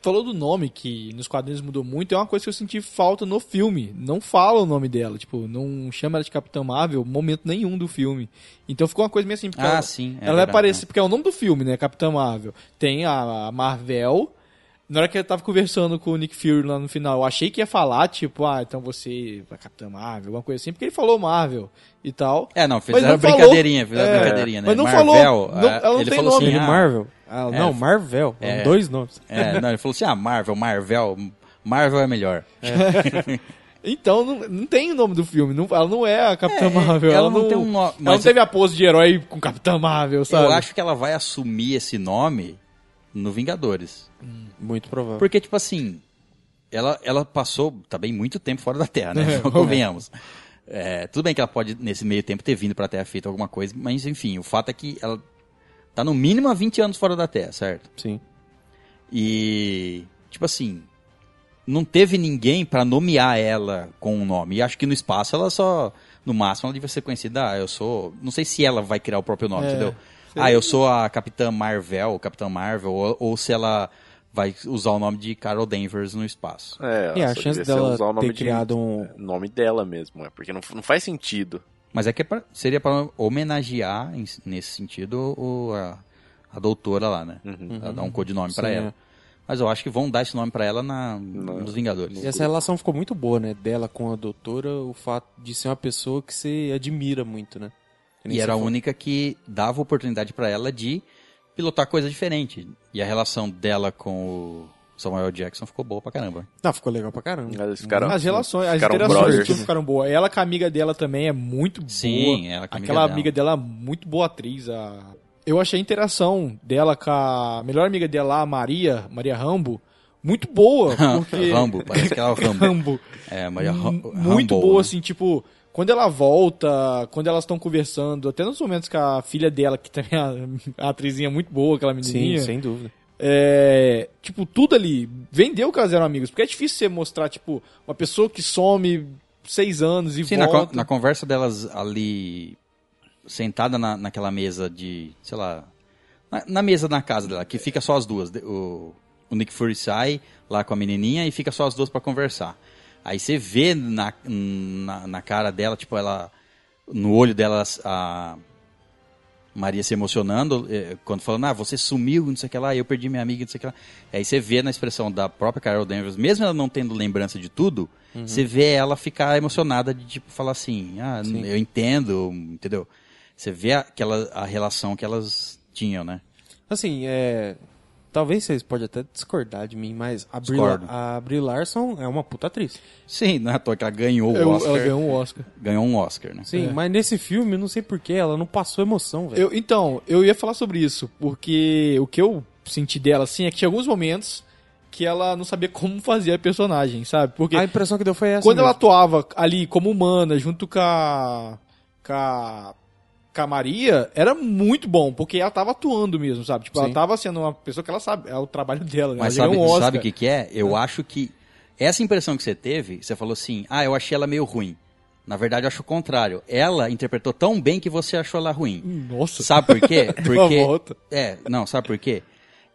S5: Falou do nome, que nos quadrinhos mudou muito, é uma coisa que eu senti falta no filme. Não fala o nome dela, tipo, não chama ela de Capitã Marvel em momento nenhum do filme. Então ficou uma coisa meio assim, porque
S1: Ah,
S5: ela,
S1: sim. é
S5: ela vai
S1: verdade,
S5: aparecer,
S1: né?
S5: porque é o nome do filme, né? Capitã Marvel. Tem a a Marvel. Na hora que ela tava conversando com o Nick Fury lá no final, eu achei que ia falar, tipo, ah, então você é Capitã Marvel, alguma coisa assim, porque ele falou Marvel e tal.
S1: É, não, fizeram
S5: não falou-
S1: brincadeirinha, fizeram
S5: é,
S1: brincadeirinha, né?
S5: mas não
S1: Marvel,
S5: falou-
S1: ah,
S5: não- ela não
S1: ele
S5: tem
S1: falou
S5: nome.
S1: assim,
S3: Ele
S1: ah,
S3: Marvel. Ah,
S1: É.
S3: Não, Marvel.
S1: É.
S3: Dois nomes.
S1: É, não, ele falou assim, ah, Marvel, Marvel, Marvel é melhor.
S5: Então, não, não tem o nome do filme, não- ela não é a Capitã
S1: É,
S5: Marvel.
S1: ela não tem um no-
S5: Ela não
S1: mas-
S5: teve a pose de herói com Capitã Marvel, sabe?
S1: Eu acho que ela vai assumir esse nome no Vingadores.
S3: Muito
S5: Ah.
S3: provável.
S1: Porque, tipo assim, ela, ela passou também muito tempo fora da Terra, né?
S5: É,
S1: Convenhamos. É, tudo bem que ela pode, nesse meio tempo, ter vindo pra Terra feito alguma coisa, mas enfim, o fato é que ela tá no mínimo há 20 anos fora da Terra, certo?
S3: Sim.
S1: E, tipo assim, não teve ninguém pra nomear ela com um nome. E acho que no espaço ela só, no máximo, ela devia ser conhecida. Ah, eu sou. Não sei se ela vai criar o próprio nome,
S5: É,
S1: entendeu? Ah, eu sou a Capitã Marvel, ou Capitã Marvel, ou, ou se ela vai usar o nome de Carol Danvers no espaço.
S4: É,
S3: E a
S4: só
S3: chance
S4: devia ser
S3: dela
S4: usar o nome
S3: ter
S4: de-
S3: criado um.
S4: Nome dela mesmo, é. Porque não, não faz sentido.
S1: Mas é que é pra- seria pra homenagear, em- nesse sentido, o, a, a doutora lá, né? Ela dá um codinome pra
S3: Sim,
S1: ela.
S3: é.
S1: Mas eu acho que vão dar esse nome pra ela na,
S4: Na-
S1: nos Vingadores.
S3: E essa relação ficou muito boa, né? Dela com a doutora, o fato de ser uma pessoa que você admira muito, né? Que nem
S1: E
S3: você
S1: era a
S3: falou.
S1: única que dava oportunidade pra ela de pilotar coisa diferente. E a relação dela com o Samuel Jackson ficou boa pra caramba.
S3: Não, ficou legal pra caramba.
S4: Mas eles ficaram-
S5: As relações, as
S4: Ficaram
S5: interações do
S4: brothers. né?
S5: filme ficaram boas. Ela com a amiga dela também é muito boa.
S1: Sim, ela com a amiga
S5: Aquela
S1: dela.
S5: amiga dela é muito boa atriz. a- Eu achei a interação dela com a melhor amiga dela, a Maria, Maria Rambo, muito boa. Porque...
S1: Rambo, parece que ela é o Rambo.
S5: Rambo.
S1: É, Maria Ra-
S5: M-
S1: Rambo.
S5: muito boa,
S1: né?
S5: assim, tipo, quando ela volta, quando elas estão conversando, até nos momentos que a filha dela, que também é a, a atrizinha muito boa, aquela
S3: Sim,
S5: menininha,
S3: sem dúvida.
S5: é, tipo, tudo ali vendeu que elas eram amigos, porque é difícil você mostrar, tipo, uma pessoa que some seis anos e
S1: Sim, na,
S5: volta.
S1: con- na conversa delas ali, sentada na, naquela mesa de, sei lá, na, na mesa na casa dela, que fica só as duas. De- O, o Nick Fury sai lá com a menininha e fica só as duas pra conversar. Aí você vê na, na, na cara dela, tipo, ela, no olho dela, a Maria se emocionando, eh, quando falando, ah, você sumiu, não sei o que lá, eu perdi minha amiga, não sei o que lá. Aí você vê na expressão da própria Carol Danvers, mesmo ela não tendo lembrança de tudo, você vê ela ficar emocionada de, tipo, falar assim, ah, n- eu entendo, entendeu? Você vê aquela, a relação que elas tinham, né?
S3: Assim, é. Talvez vocês podem até discordar de mim, mas a Brie,
S1: Discordo.
S3: a Brie Larson é uma puta atriz.
S1: Sim, não é à toa que ela ganhou o
S5: Eu-
S1: Oscar.
S5: ela
S1: ganhou...
S5: ganhou um Oscar.
S1: um Oscar, né?
S3: Sim,
S5: É.
S3: mas nesse filme, eu não sei porquê, ela não passou emoção,
S1: É.
S3: velho.
S5: Eu, então, eu ia falar sobre isso, porque o que eu senti dela, assim, é que tinha alguns momentos que ela não sabia como fazer a personagem, sabe? Porque
S3: A impressão que deu foi essa.
S5: quando ela
S3: Assim mesmo.
S5: atuava ali como humana, junto com a, com a, com a Maria, era muito bom, porque ela tava atuando mesmo, sabe? Tipo, ela
S3: Sim.
S5: tava sendo uma pessoa que ela sabe, é o trabalho dela, né?
S1: Mas
S5: ela
S1: sabe
S5: ganhou
S1: sabe
S5: um
S1: o
S5: Oscar.
S1: que, é? que é? Eu acho que essa impressão que você teve, você falou assim, ah, eu achei ela meio ruim. Na verdade, eu acho o contrário. Ela interpretou tão bem que você achou ela ruim.
S5: Nossa.
S1: Sabe por quê? Porque.
S5: volta.
S1: É, não, sabe por quê?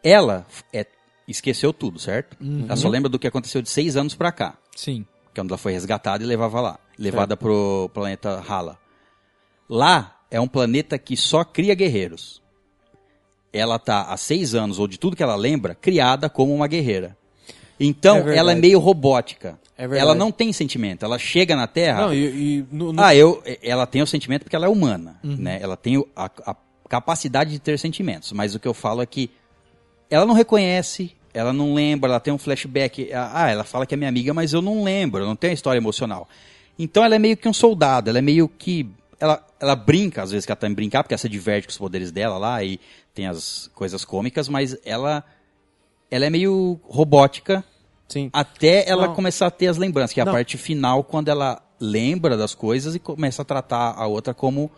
S1: Ela é, esqueceu tudo, certo?
S5: Uhum.
S1: Ela só lembra do que aconteceu de seis anos pra cá.
S5: Sim.
S1: que é onde ela foi resgatada e levava lá, levada pro planeta Hala. Lá é um planeta que só cria guerreiros. Ela tá há seis anos, ou de tudo que ela lembra, criada como uma guerreira.
S3: É
S1: Então,
S3: verdade.
S1: ela é meio robótica.
S3: É verdade.
S1: ela não tem sentimento. Ela chega na Terra.
S3: Não, e, e no- Uhum. no-
S1: Ah, eu, ela tem o sentimento porque ela é humana, né? Ela tem o- a, a capacidade de ter sentimentos, mas o que eu falo é que ela não reconhece, ela não lembra, ela tem um flashback. Ah, ela fala que é minha amiga, mas eu não lembro, eu não tenho a história emocional. Então ela é meio que um soldado, ela é meio que. Ela, ela brinca, às vezes que ela tá em brincar, porque ela se diverte com os poderes dela lá e tem as coisas cômicas, mas ela. Ela é meio robótica
S3: sim.
S1: até ela
S3: Não.
S1: começar a ter as lembranças, que é a
S3: Não.
S1: parte final, quando ela lembra das coisas e começa a tratar a outra como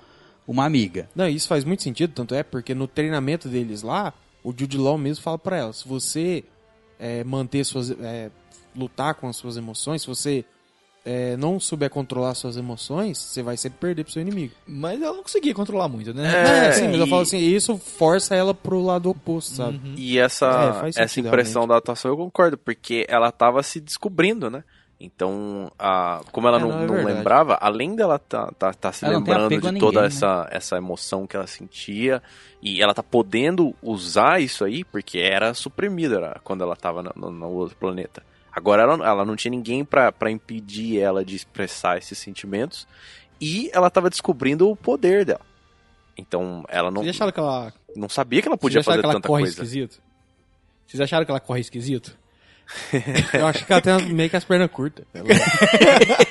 S1: uma amiga.
S3: Não, isso faz muito sentido, tanto é porque no treinamento deles lá, o Jude Law mesmo fala pra ela, se você é, manter suas... é, lutar com as suas emoções, se você é, não souber controlar suas emoções, você vai sempre perder pro seu inimigo.
S5: Mas ela não conseguia controlar muito, né?
S4: É,
S3: É, sim, mas eu
S4: e-
S3: falo assim, isso força ela pro lado oposto,
S5: Hum.
S3: sabe?
S5: Uhum.
S4: E essa,
S3: É, faz
S4: essa
S3: sentido,
S4: impressão da atuação eu concordo, porque ela tava se descobrindo, né? Então, a, como ela
S3: É,
S4: não,
S3: não, é
S4: não
S3: verdade.
S4: lembrava, além dela tá, tá, tá se
S1: Ela não tem
S4: lembrando de
S1: apego a
S4: toda
S1: ninguém, né?
S4: essa, essa emoção que ela sentia, e ela tá podendo usar isso aí, porque era suprimida era quando ela tava na- no, no outro planeta. Agora ela, ela não tinha ninguém pra pra impedir ela de expressar esses sentimentos, e ela tava descobrindo o poder dela. Então, ela não,
S5: Vocês acharam que ela,
S4: não sabia que ela
S5: vocês
S4: podia
S5: acharam
S4: fazer
S5: que ela
S4: tanta
S5: corre
S4: coisa.
S5: esquisito? Vocês acharam que ela corre esquisito?
S3: Eu acho que ela tem as- meio que as pernas curtas.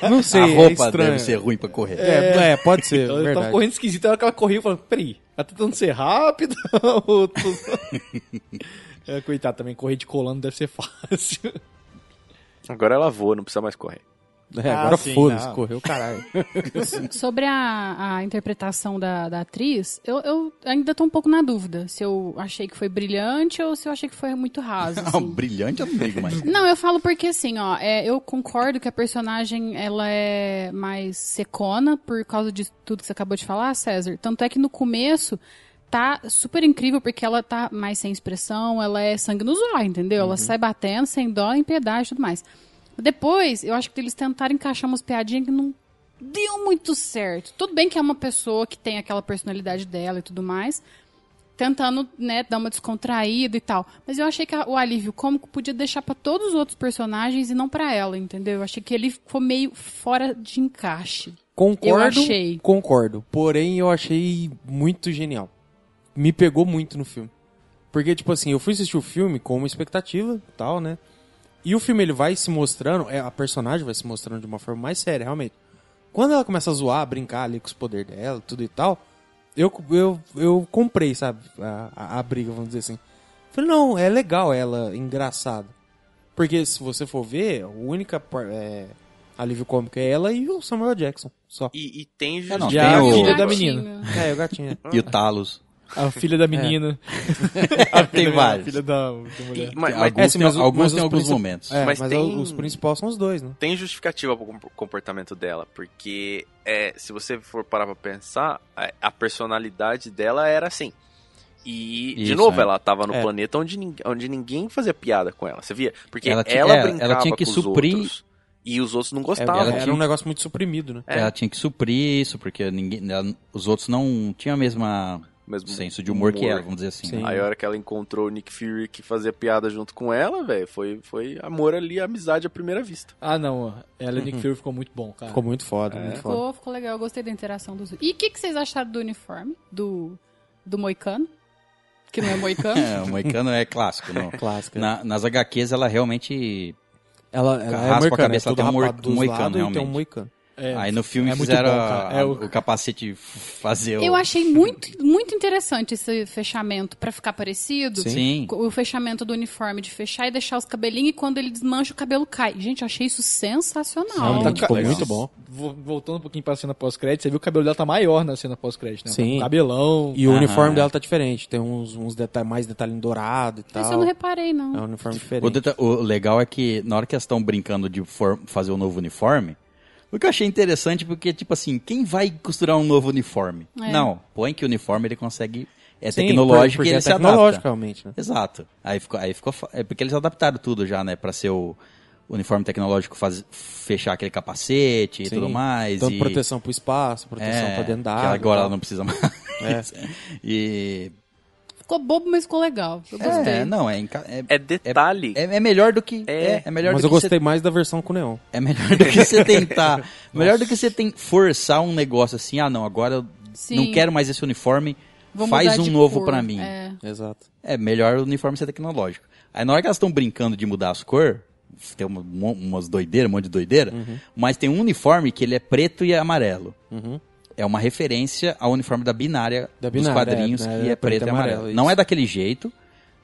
S3: não sei,
S1: a roupa
S3: é estranho.
S1: deve ser ruim pra correr.
S3: É, é, pode ser,
S5: Ela
S3: verdade.
S5: tava correndo esquisito, na hora que ela correu, eu falei, peraí, ela tá tentando ser rápida. ou tu- é, coitado, também correr de colando deve ser fácil.
S4: Agora ela voa, não precisa mais correr.
S3: É,
S5: Ah,
S3: agora
S5: sim,
S3: foda-se,
S5: não.
S3: correu, caralho.
S2: Sobre a, a interpretação da, da atriz, eu, eu ainda tô um pouco na dúvida se eu achei que foi brilhante ou se eu achei que foi muito raso.
S1: Ah,
S2: assim.
S1: brilhante eu não digo mais.
S2: Não, eu falo porque assim, ó, é, eu concordo que a personagem ela é mais secona por causa de tudo que você acabou de falar, César. Tanto é que no começo tá super incrível porque ela tá mais sem expressão, ela é sangue nos olhos, entendeu? Ela sai batendo sem dó, em piedade e tudo mais. Depois, eu acho que eles tentaram encaixar umas piadinhas que não deu muito certo. Tudo bem que é uma pessoa que tem aquela personalidade dela e tudo mais, tentando, né, dar uma descontraída e tal. Mas eu achei que a- o alívio cômico podia deixar pra todos os outros personagens e não pra ela, entendeu? Eu achei que ele ficou meio fora de encaixe.
S3: Concordo,
S2: Eu achei.
S3: concordo. Porém, eu achei muito genial. Me pegou muito no filme. Porque, tipo assim, eu fui assistir o filme com uma expectativa e tal, né? E o filme, ele vai se mostrando, é, a personagem vai se mostrando de uma forma mais séria, realmente. Quando ela começa a zoar, brincar ali com os poderes dela, tudo e tal, eu, eu, eu comprei, sabe, a, a- a briga, vamos dizer assim. Falei, não, é legal ela, engraçada. Porque se você for ver, a única par- é, alívio cômico é ela e o Samuel Jackson, só.
S4: E, e tem
S1: Ah, não,
S4: justi-
S1: tem
S5: a
S1: o-
S5: filha da
S2: Gatinho.
S5: menina.
S3: É, o gatinho.
S1: E o Talos.
S5: A filha da menina.
S1: Ah,
S5: A
S1: tem
S5: filha- A
S1: vários.
S5: filha da, da mulher.
S4: e- mas,
S1: Tem alguns
S4: mas
S3: É, sim,
S1: tem-
S3: mas o-
S1: alguns
S3: mas
S1: tem
S3: os
S1: alguns
S3: principais-
S1: momentos.
S3: É,
S4: Mas
S3: mas,
S4: tem-
S3: o- os principais são os dois, né?
S4: tem justificativa pro com- comportamento dela, porque é, se você for parar pra pensar, a, a personalidade dela era assim. E, de
S1: Isso,
S4: novo,
S1: é.
S4: ela tava no
S3: É.
S4: planeta onde, nin- onde ninguém fazia piada com ela, você via? Porque
S1: Ela
S4: ela,
S1: ti- é, ela
S4: brincava
S1: tinha que
S4: com
S1: suprir-
S4: os outros, e os outros não
S3: É,
S4: gostavam.
S3: era,
S1: ela
S3: um negócio muito suprimido, né?
S4: É.
S1: Ela tinha que suprir isso, porque ninguém, ela- os outros não tinham o mesmo
S4: mesmo
S1: senso de humor, que ela, vamos dizer assim.
S3: Sim.
S1: né?
S4: Aí a hora que ela encontrou o Nick Fury que fazia piada junto com ela, velho, foi, foi amor ali, amizade à primeira vista.
S5: Ah, não. Ela e Nick Fury ficou muito bom, cara.
S3: Ficou muito foda, muito foda.
S2: Ficou, ficou legal, eu gostei da interação dos. E o que, que vocês acharam do uniforme do, do Moicano? Que não é Moicano?
S1: É, o Moicano é clássico. Não.
S3: Clássica.
S1: Na- nas HQs ela realmente...
S3: Ela,
S1: Raspa
S3: ela
S1: a
S3: é moicana, é
S1: cabeça, ela
S3: tudo
S1: tem um
S3: rapado
S1: mor-
S3: dos
S1: moicano,
S3: lados e tem um
S1: realmente.
S3: moicano.
S5: É,
S1: Aí no filme
S5: é muito
S1: fizeram
S5: bom, cara.
S1: a-
S5: É,
S1: o...
S5: o-
S1: capacete f- fazer o...
S2: Eu achei muito, muito interessante esse fechamento pra ficar parecido.
S1: Sim.
S2: O fechamento do uniforme de fechar e deixar os cabelinhos e quando ele desmancha o cabelo cai. Gente, eu achei isso sensacional.
S5: tá
S3: Realmente ficou
S5: Legal.
S3: muito bom.
S5: tipo, Vo- Voltando um pouquinho pra cena pós-crédito, você viu que o cabelo dela tá maior na cena pós-crédito, né?
S3: Sim.
S5: Com Cabelão.
S3: E o
S1: Aham,
S3: uniforme
S1: é.
S3: dela tá diferente. Tem uns, uns deta mais detalhe dourado
S1: Tá.
S3: e
S2: Isso eu não
S3: tal.
S2: reparei, não.
S3: É um uniforme
S1: O,
S3: diferente.
S1: deta- o legal é que na hora que elas estão brincando de for- fazer o novo um uniforme, O que eu achei interessante, porque, tipo assim, quem vai costurar um novo uniforme?
S2: É.
S1: Não, põe que o uniforme ele consegue. É
S3: Sim,
S1: tecnológico
S3: porque
S1: e ele
S3: é
S1: se adapta.
S3: tecnológico, realmente, né?
S1: Exato. Aí ficou, aí ficou. fa- É porque eles adaptaram tudo já, né? Pra ser o uniforme tecnológico faz, fechar aquele capacete e
S3: Sim.
S1: tudo mais.
S3: Tanto
S1: e,
S3: proteção pro espaço, proteção
S1: é,
S3: pra dentro da
S1: que
S3: água.
S1: agora
S3: e
S1: ela
S3: tal.
S1: não precisa mais.
S3: É.
S1: E.
S2: Ficou bobo, mas ficou legal. Eu gostei.
S1: É, não, é, enca- é,
S4: É detalhe.
S1: é, é melhor do que.
S4: É.
S1: É, é melhor
S3: Mas
S1: do
S3: eu
S1: que você
S3: gostei mais da versão com neon.
S1: É melhor do que você tentar. melhor do que você tem forçar um negócio assim, ah não, agora eu
S2: Sim.
S1: não quero mais esse uniforme,
S2: Vou
S1: faz
S2: mudar
S1: um
S2: de
S1: novo
S2: cor.
S1: pra mim. É.
S2: É.
S3: Exato.
S1: melhor o uniforme ser tecnológico. Aí na hora que elas estão brincando de mudar as cores, tem uma- mo- umas doideiras, um monte de doideira, mas tem um uniforme que ele é preto e amarelo.
S3: Uhum.
S1: É uma referência ao uniforme da binária,
S3: Da
S1: dos
S3: binária,
S1: quadrinhos,
S3: é,
S1: que
S3: binária,
S1: é preto e amarelo.
S3: isso.
S1: não é daquele jeito,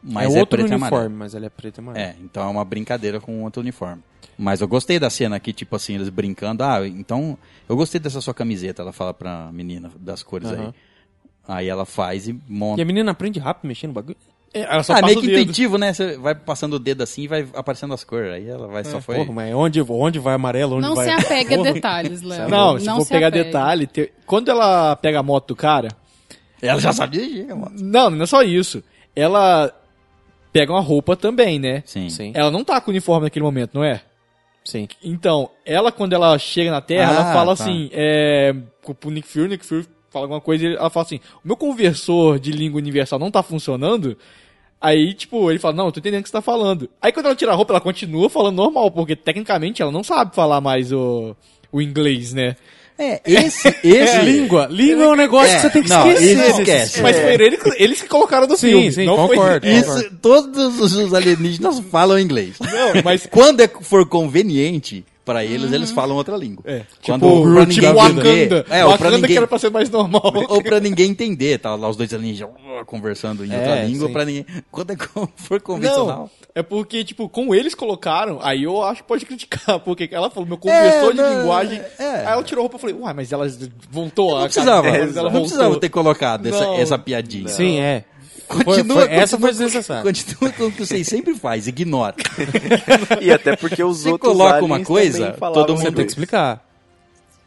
S1: mas
S3: é,
S1: é,
S3: outro
S1: preto e amarelo.
S3: uniforme, mas ele é preto e amarelo.
S1: É, então é uma brincadeira com outro uniforme. Mas eu gostei da cena aqui, tipo assim, eles brincando. Ah, então. Eu gostei dessa sua camiseta, ela fala pra menina das cores aí.
S3: Aham.
S1: Aí ela faz e
S3: E
S1: monta.
S3: a menina aprende rápido mexendo no bagulho.
S5: É, Ela só
S1: ah,
S5: passa
S1: meio
S5: o
S1: que
S5: dedo.
S1: intuitivo, né? Você vai passando o dedo assim e vai aparecendo as cores. Aí ela
S5: É,
S1: vai, só foi.
S3: Porra, mas onde, onde vai amarelo, onde
S2: Não
S3: vai...
S2: se apegue a
S3: Porra.
S2: detalhes, Léo.
S5: Não, se for
S2: se
S5: pegar
S2: apegue.
S5: detalhe, te- quando ela pega a moto do cara,
S1: Ela já sabe dirigir, mano.
S5: não, não é só isso. Ela pega uma roupa também, né?
S1: Sim.
S3: Sim,
S5: Ela não tá com uniforme naquele momento, não é?
S3: sim.
S5: Então, ela quando ela chega na Terra, ela
S1: Ah,
S5: fala
S1: tá.
S5: assim, é, com o Nick Fury, Nick Fury fala alguma coisa, e ela fala assim, o meu conversor de língua universal não tá funcionando, aí, tipo, ele fala, não, eu tô entendendo o que você tá falando. Aí quando ela tira a roupa, ela continua falando normal, porque tecnicamente ela não sabe falar mais o, o inglês, né?
S1: É, esse. esse...
S3: Língua. Língua é um negócio que você tem que
S1: não,
S3: esquecer.
S1: isso esquece.
S5: Mas foi ele, eles que colocaram no
S3: Sim,
S5: filme.
S3: sim,
S5: não
S3: concordo.
S5: Foi...
S1: Isso, todos os alienígenas falam inglês.
S5: Não, mas
S1: Quando é- for conveniente pra eles, eles falam outra língua.
S5: É,
S1: Quando,
S5: tipo,
S1: pra
S5: tipo
S1: ninguém entender.
S5: Wakanda.
S1: É, ou pra
S5: Wakanda
S1: ninguém,
S5: que era pra ser mais normal.
S1: ou pra ninguém entender, tá lá os dois alienígenas uh, conversando em outra
S3: É,
S1: língua,
S3: sim.
S1: pra ninguém. Quando é co- for
S5: Não,
S1: convencional.
S5: é porque, tipo, como eles colocaram, aí eu acho que pode criticar, porque ela falou, meu conversor
S1: É,
S5: de
S1: não,
S5: linguagem.
S1: é.
S5: Aí ela tirou a roupa e falei, uai, mas ela voltou a.
S1: Não precisava,
S5: cara, mas
S1: não precisava ter colocado essa,
S5: Não.
S1: essa piadinha.
S3: Sim, é. Foi-
S1: Continua,
S3: foi- essa foi
S1: continua-
S3: desnecessária.
S1: Continua com o que vocês sempre faz, ignora.
S4: E até porque os
S1: Você
S4: outros
S1: coloca
S4: aliens
S1: uma coisa,
S4: também falavam
S1: todo mundo
S3: Você tem que
S4: inglês.
S3: explicar.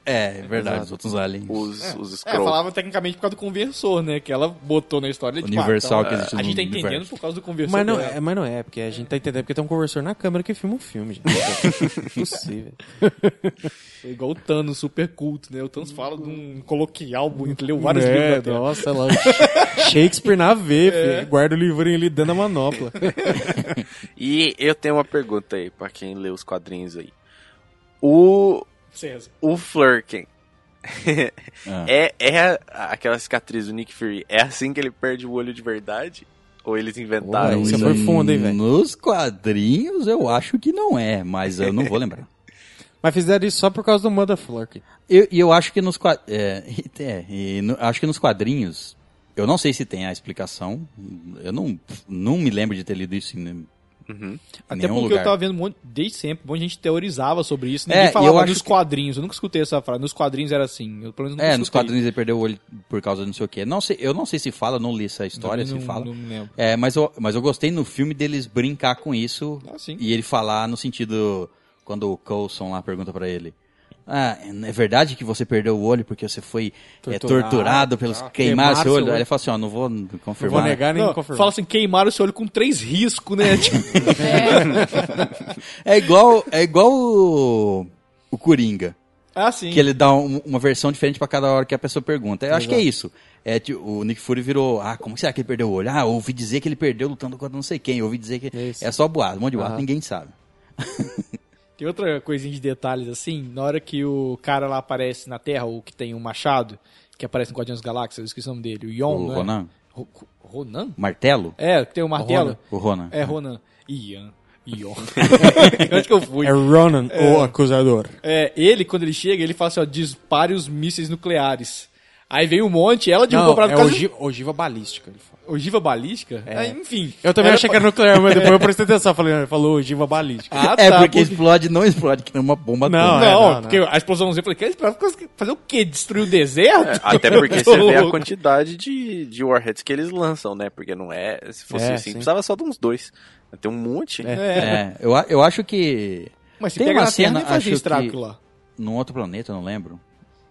S1: É, é verdade, os outros aliens.
S4: Os, os
S5: É,
S4: Skrulls.
S5: falava tecnicamente por causa do conversor, né? Que ela botou na história. Tipo,
S1: Universal
S5: ah, então,
S1: que existe
S5: A
S1: no
S5: gente tá
S1: universo.
S5: entendendo por causa do conversor.
S3: Mas não,
S5: dela.
S3: é, mas não é, porque a gente tá entendendo porque tem um conversor na câmera que filma um filme, gente. É impossível.
S5: É igual o Thanos, super culto, né? O
S1: Hum.
S5: Thanos fala de um coloquial bonito, leu vários
S3: É,
S5: livros. até.
S3: Nossa, ela... Shakespeare na V, filho. Guarda o livrinho ali dando a manopla.
S4: E eu tenho uma pergunta aí pra quem lê os quadrinhos aí. O,
S5: César.
S4: o Flurken
S1: Ah.
S4: é, é a- aquela cicatriz do Nick Fury. É assim que ele perde o olho de verdade? Ou eles inventaram
S3: Ué,
S4: isso?
S3: você foi fundo, é hein, velho?
S1: Nos quadrinhos eu acho que não é, mas eu não vou lembrar.
S3: Mas fizeram isso só por causa do Motherflurk.
S1: Eu- E eu, acho que nos qua- é, e tem- é, e no- acho que nos quadrinhos, eu não sei se tem a explicação. Eu não, não me lembro de ter lido isso em nem-
S4: Uhum.
S5: Até
S1: nenhum
S5: porque
S1: lugar.
S5: eu tava vendo um monte, desde sempre, um monte de gente teorizava sobre isso.
S1: É,
S5: Ninguém
S1: eu
S5: falava
S1: acho
S5: nos
S1: que-
S5: quadrinhos. Eu nunca escutei essa frase. Nos quadrinhos era assim. Eu, pelo menos, nunca
S1: É, nos
S5: escutei.
S1: quadrinhos ele perdeu o olho por causa de não sei o quê. Não sei, eu não sei se fala, não li essa história,
S5: Também
S1: se
S5: não-
S1: fala.
S5: Não lembro.
S1: É, mas eu, mas eu gostei no filme deles brincar com isso
S5: Ah, sim.
S1: e ele falar no sentido quando o Coulson lá pergunta pra ele. Ah, é verdade que você perdeu o olho porque você foi é, torturado,
S3: Torturado,
S1: pelos
S5: ah,
S3: tá.
S1: queimar seu
S3: Queimaram
S1: olho.
S3: seu
S1: Aí ele
S3: olho.
S1: fala assim, ó, não vou
S3: Não vou
S1: confirmar.
S3: negar nem
S5: Não,
S3: confirmar.
S5: fala assim, queimaram o seu olho com três riscos, né? Tipo,
S3: né?
S2: É,
S1: É igual, é igual o, o Coringa,
S5: ah, sim.
S1: que ele dá um- uma versão diferente pra cada hora que a pessoa pergunta. Eu acho que é isso. É, ti- o Nick Fury virou, ah, como será que ele perdeu o olho? Ah, eu ouvi dizer que ele perdeu lutando contra não sei quem, eu ouvi dizer que...
S3: Isso.
S1: É só boato, um monte de boato,
S3: Aham.
S1: ninguém sabe.
S5: Tem outra coisinha de detalhes, assim, na hora que o cara lá aparece na Terra, o que tem um machado, que aparece no Guardiões da Galáxia, eu esqueci o nome dele, o Yon,
S1: o
S5: né?
S1: Ronan?
S5: Ro- Ronan?
S1: Martelo?
S5: É, o que tem o martelo.
S1: O Ronan.
S5: É, Ronan. Ian. Ion. Onde que eu fui?
S3: É Ronan, o acusador.
S5: É, ele, quando ele chega, ele fala assim, ó, dispare os mísseis nucleares. Aí vem um monte, ela derrubou
S3: Não,
S5: pra
S3: é
S5: casa...
S3: ogi- ogiva balística, ele fala.
S5: Ogiva balística? É, enfim.
S3: Eu também
S5: Era
S3: achei
S5: pra-
S3: que era nuclear, mas depois eu prestei atenção. Falei, não, ele falou ogiva balística.
S5: Ah,
S1: é
S5: tá,
S1: porque explode, não explode, que nem uma bomba
S3: Não,
S1: atômica.
S5: Não,
S3: é, não,
S5: porque a explosãozinha, eu falei, quer explorar? assim, Fazer o quê? Destruir o
S1: É,
S5: deserto?
S4: É, Até porque você vê a
S5: Ô,
S4: quantidade de, de Warheads que eles lançam, né? Porque não é. Se fosse
S3: É,
S4: assim,
S3: sim.
S4: precisava só de uns dois. Tem um monte.
S5: É.
S1: É, eu, a- eu acho que.
S5: Mas se
S1: Tem
S5: pega
S1: uma
S5: na cena,
S1: cena,
S5: nem fazia
S1: acho
S5: estrago
S1: que-
S5: lá.
S1: num outro planeta, eu não lembro.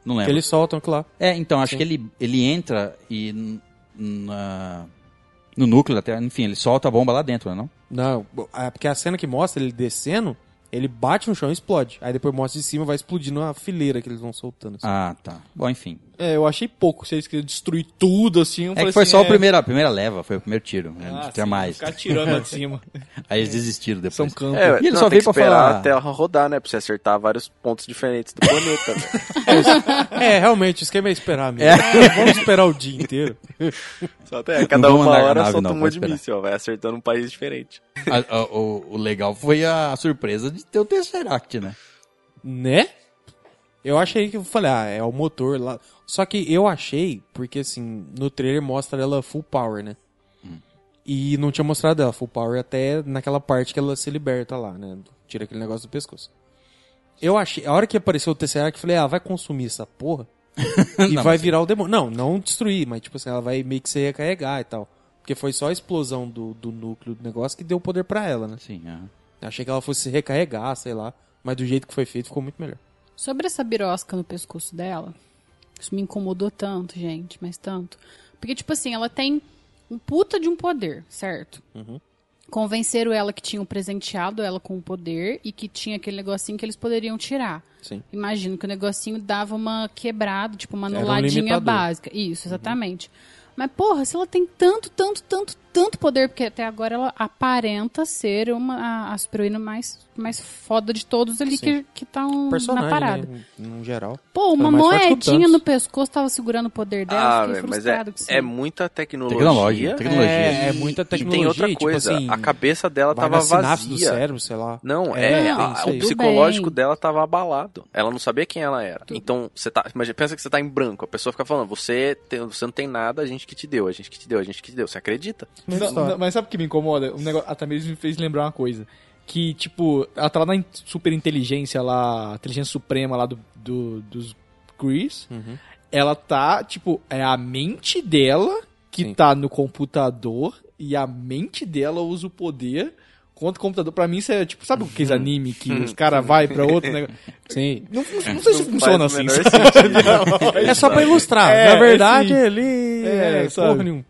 S1: Não lembro.
S3: Eles soltam, claro.
S1: É, então, acho
S3: Sim.
S1: que ele, ele entra e n- na- no núcleo da Terra, enfim, ele solta a bomba lá dentro, né, não?
S3: Não, bo- é porque a cena que mostra ele descendo, ele bate no chão e explode. Aí depois mostra de cima, vai explodindo a fileira que eles vão soltando. assim.
S1: Ah, tá. Bom, enfim.
S5: É, eu achei pouco. Se eles queriam destruir tudo, assim. Eu
S1: É
S5: falei
S1: que foi
S5: assim,
S1: só
S5: é...
S1: a, primeira, a primeira leva, foi o primeiro tiro. né,
S5: Ah,
S1: não tinha
S5: sim,
S1: mais.
S5: Ficar tirando lá de cima.
S1: Aí eles desistiram depois.
S5: São campos.
S4: É,
S1: E ele
S4: não,
S1: só
S4: tem
S1: veio
S4: que
S1: pra
S4: esperar
S1: falar-
S4: a Terra rodar, né? Pra você acertar vários pontos diferentes do planeta. né? velho.
S3: É, realmente, o esquema é esperar mesmo. Vamos esperar o dia inteiro.
S4: só até, cada
S1: Não vamos
S4: uma
S1: largar a
S4: hora
S1: nave,
S4: solta
S1: não,
S4: um
S1: vamos
S4: monte de
S1: esperar.
S4: míssil, ó, vai acertando um país diferente.
S1: A- a- o, o legal foi a surpresa de ter o Tesseract, né?
S3: Né? Eu achei que eu falei, ah, é o motor lá. Só que eu achei, porque assim, no trailer mostra ela full power, né? E não tinha mostrado ela full power até naquela parte que ela se liberta lá, né? Tira aquele negócio do pescoço. Eu achei, a hora que apareceu o Tesseract, eu falei, ah, vai consumir essa porra e
S1: Não,
S3: vai virar o demônio. Não, não destruir, mas tipo assim, ela vai meio que se recarregar e tal. Porque foi só a explosão do, do núcleo do negócio que deu poder pra ela, né?
S1: Sim, é. aham.
S3: Achei que ela fosse se recarregar, sei lá. Mas do jeito que foi feito, ficou muito melhor.
S2: Sobre essa birosca no pescoço dela, isso me incomodou tanto, gente, mas tanto. Porque, tipo assim, ela tem um puta de um poder, certo?
S3: Uhum.
S2: Convenceram ela que tinham presenteado ela com o poder e que tinha aquele negocinho que eles poderiam tirar.
S3: Sim.
S2: Imagino que o negocinho dava uma quebrada, tipo uma
S3: Era um
S2: anuladinha
S3: limitador.
S2: básica. Isso, exatamente. Mas, porra, se ela tem tanto, tanto, tanto, tanto poder, porque até agora ela aparenta ser uma, a, a super-heroína mais, mais foda de todos ali que, que tá na parada.
S3: Personagem, né? No geral.
S2: Pô, uma
S3: Foi mais forte que o
S2: moedinha
S3: Thanos.
S2: no pescoço tava segurando o poder dela,
S4: ah,
S2: fiquei
S4: velho, mas é,
S2: frustrado com isso.
S4: é muita tecnologia.
S1: Tecnológico, tecnologia.
S3: É, é muita
S4: e tem
S3: tecnologia.
S4: outra coisa,
S3: tipo assim,
S4: a cabeça dela
S3: vai
S4: tava
S3: na sinapse do
S4: vazia.
S3: cérebro, sei lá.
S4: Não,
S3: É,
S4: é,
S3: tem
S4: a-
S3: isso aí.
S4: o
S2: Tudo
S4: psicológico
S2: bem.
S4: dela tava abalado. Ela não sabia quem ela era. Então, você tá, imagina, pensa que você tá em branco, a pessoa fica falando, você, tem- você não tem nada, a gente que te deu, a gente que te deu, a gente que te deu. Você acredita?
S3: Mesma
S5: Não,
S3: história.
S5: não, mas sabe o que me incomoda? Um O negócio, a Tamiris me fez lembrar uma coisa. Que, tipo, ela tava na in- super inteligência lá, a inteligência suprema lá do, do- dos Grease.
S3: Uhum.
S5: Ela tá, tipo, é a mente dela que
S3: Sim.
S5: tá no computador e a mente dela usa o poder contra o computador. Pra mim, isso é, tipo, sabe aqueles anime que os caras vai pra outro negócio?
S3: Sim.
S5: Não, não- não sei se
S4: Não
S5: funciona
S4: faz o
S5: assim.
S4: menor
S5: sabe?
S4: sentido.
S3: É só pra ilustrar.
S5: É,
S3: Na verdade,
S5: assim.
S3: ele.
S5: É,
S3: É,
S5: sabe?
S3: porra nenhuma.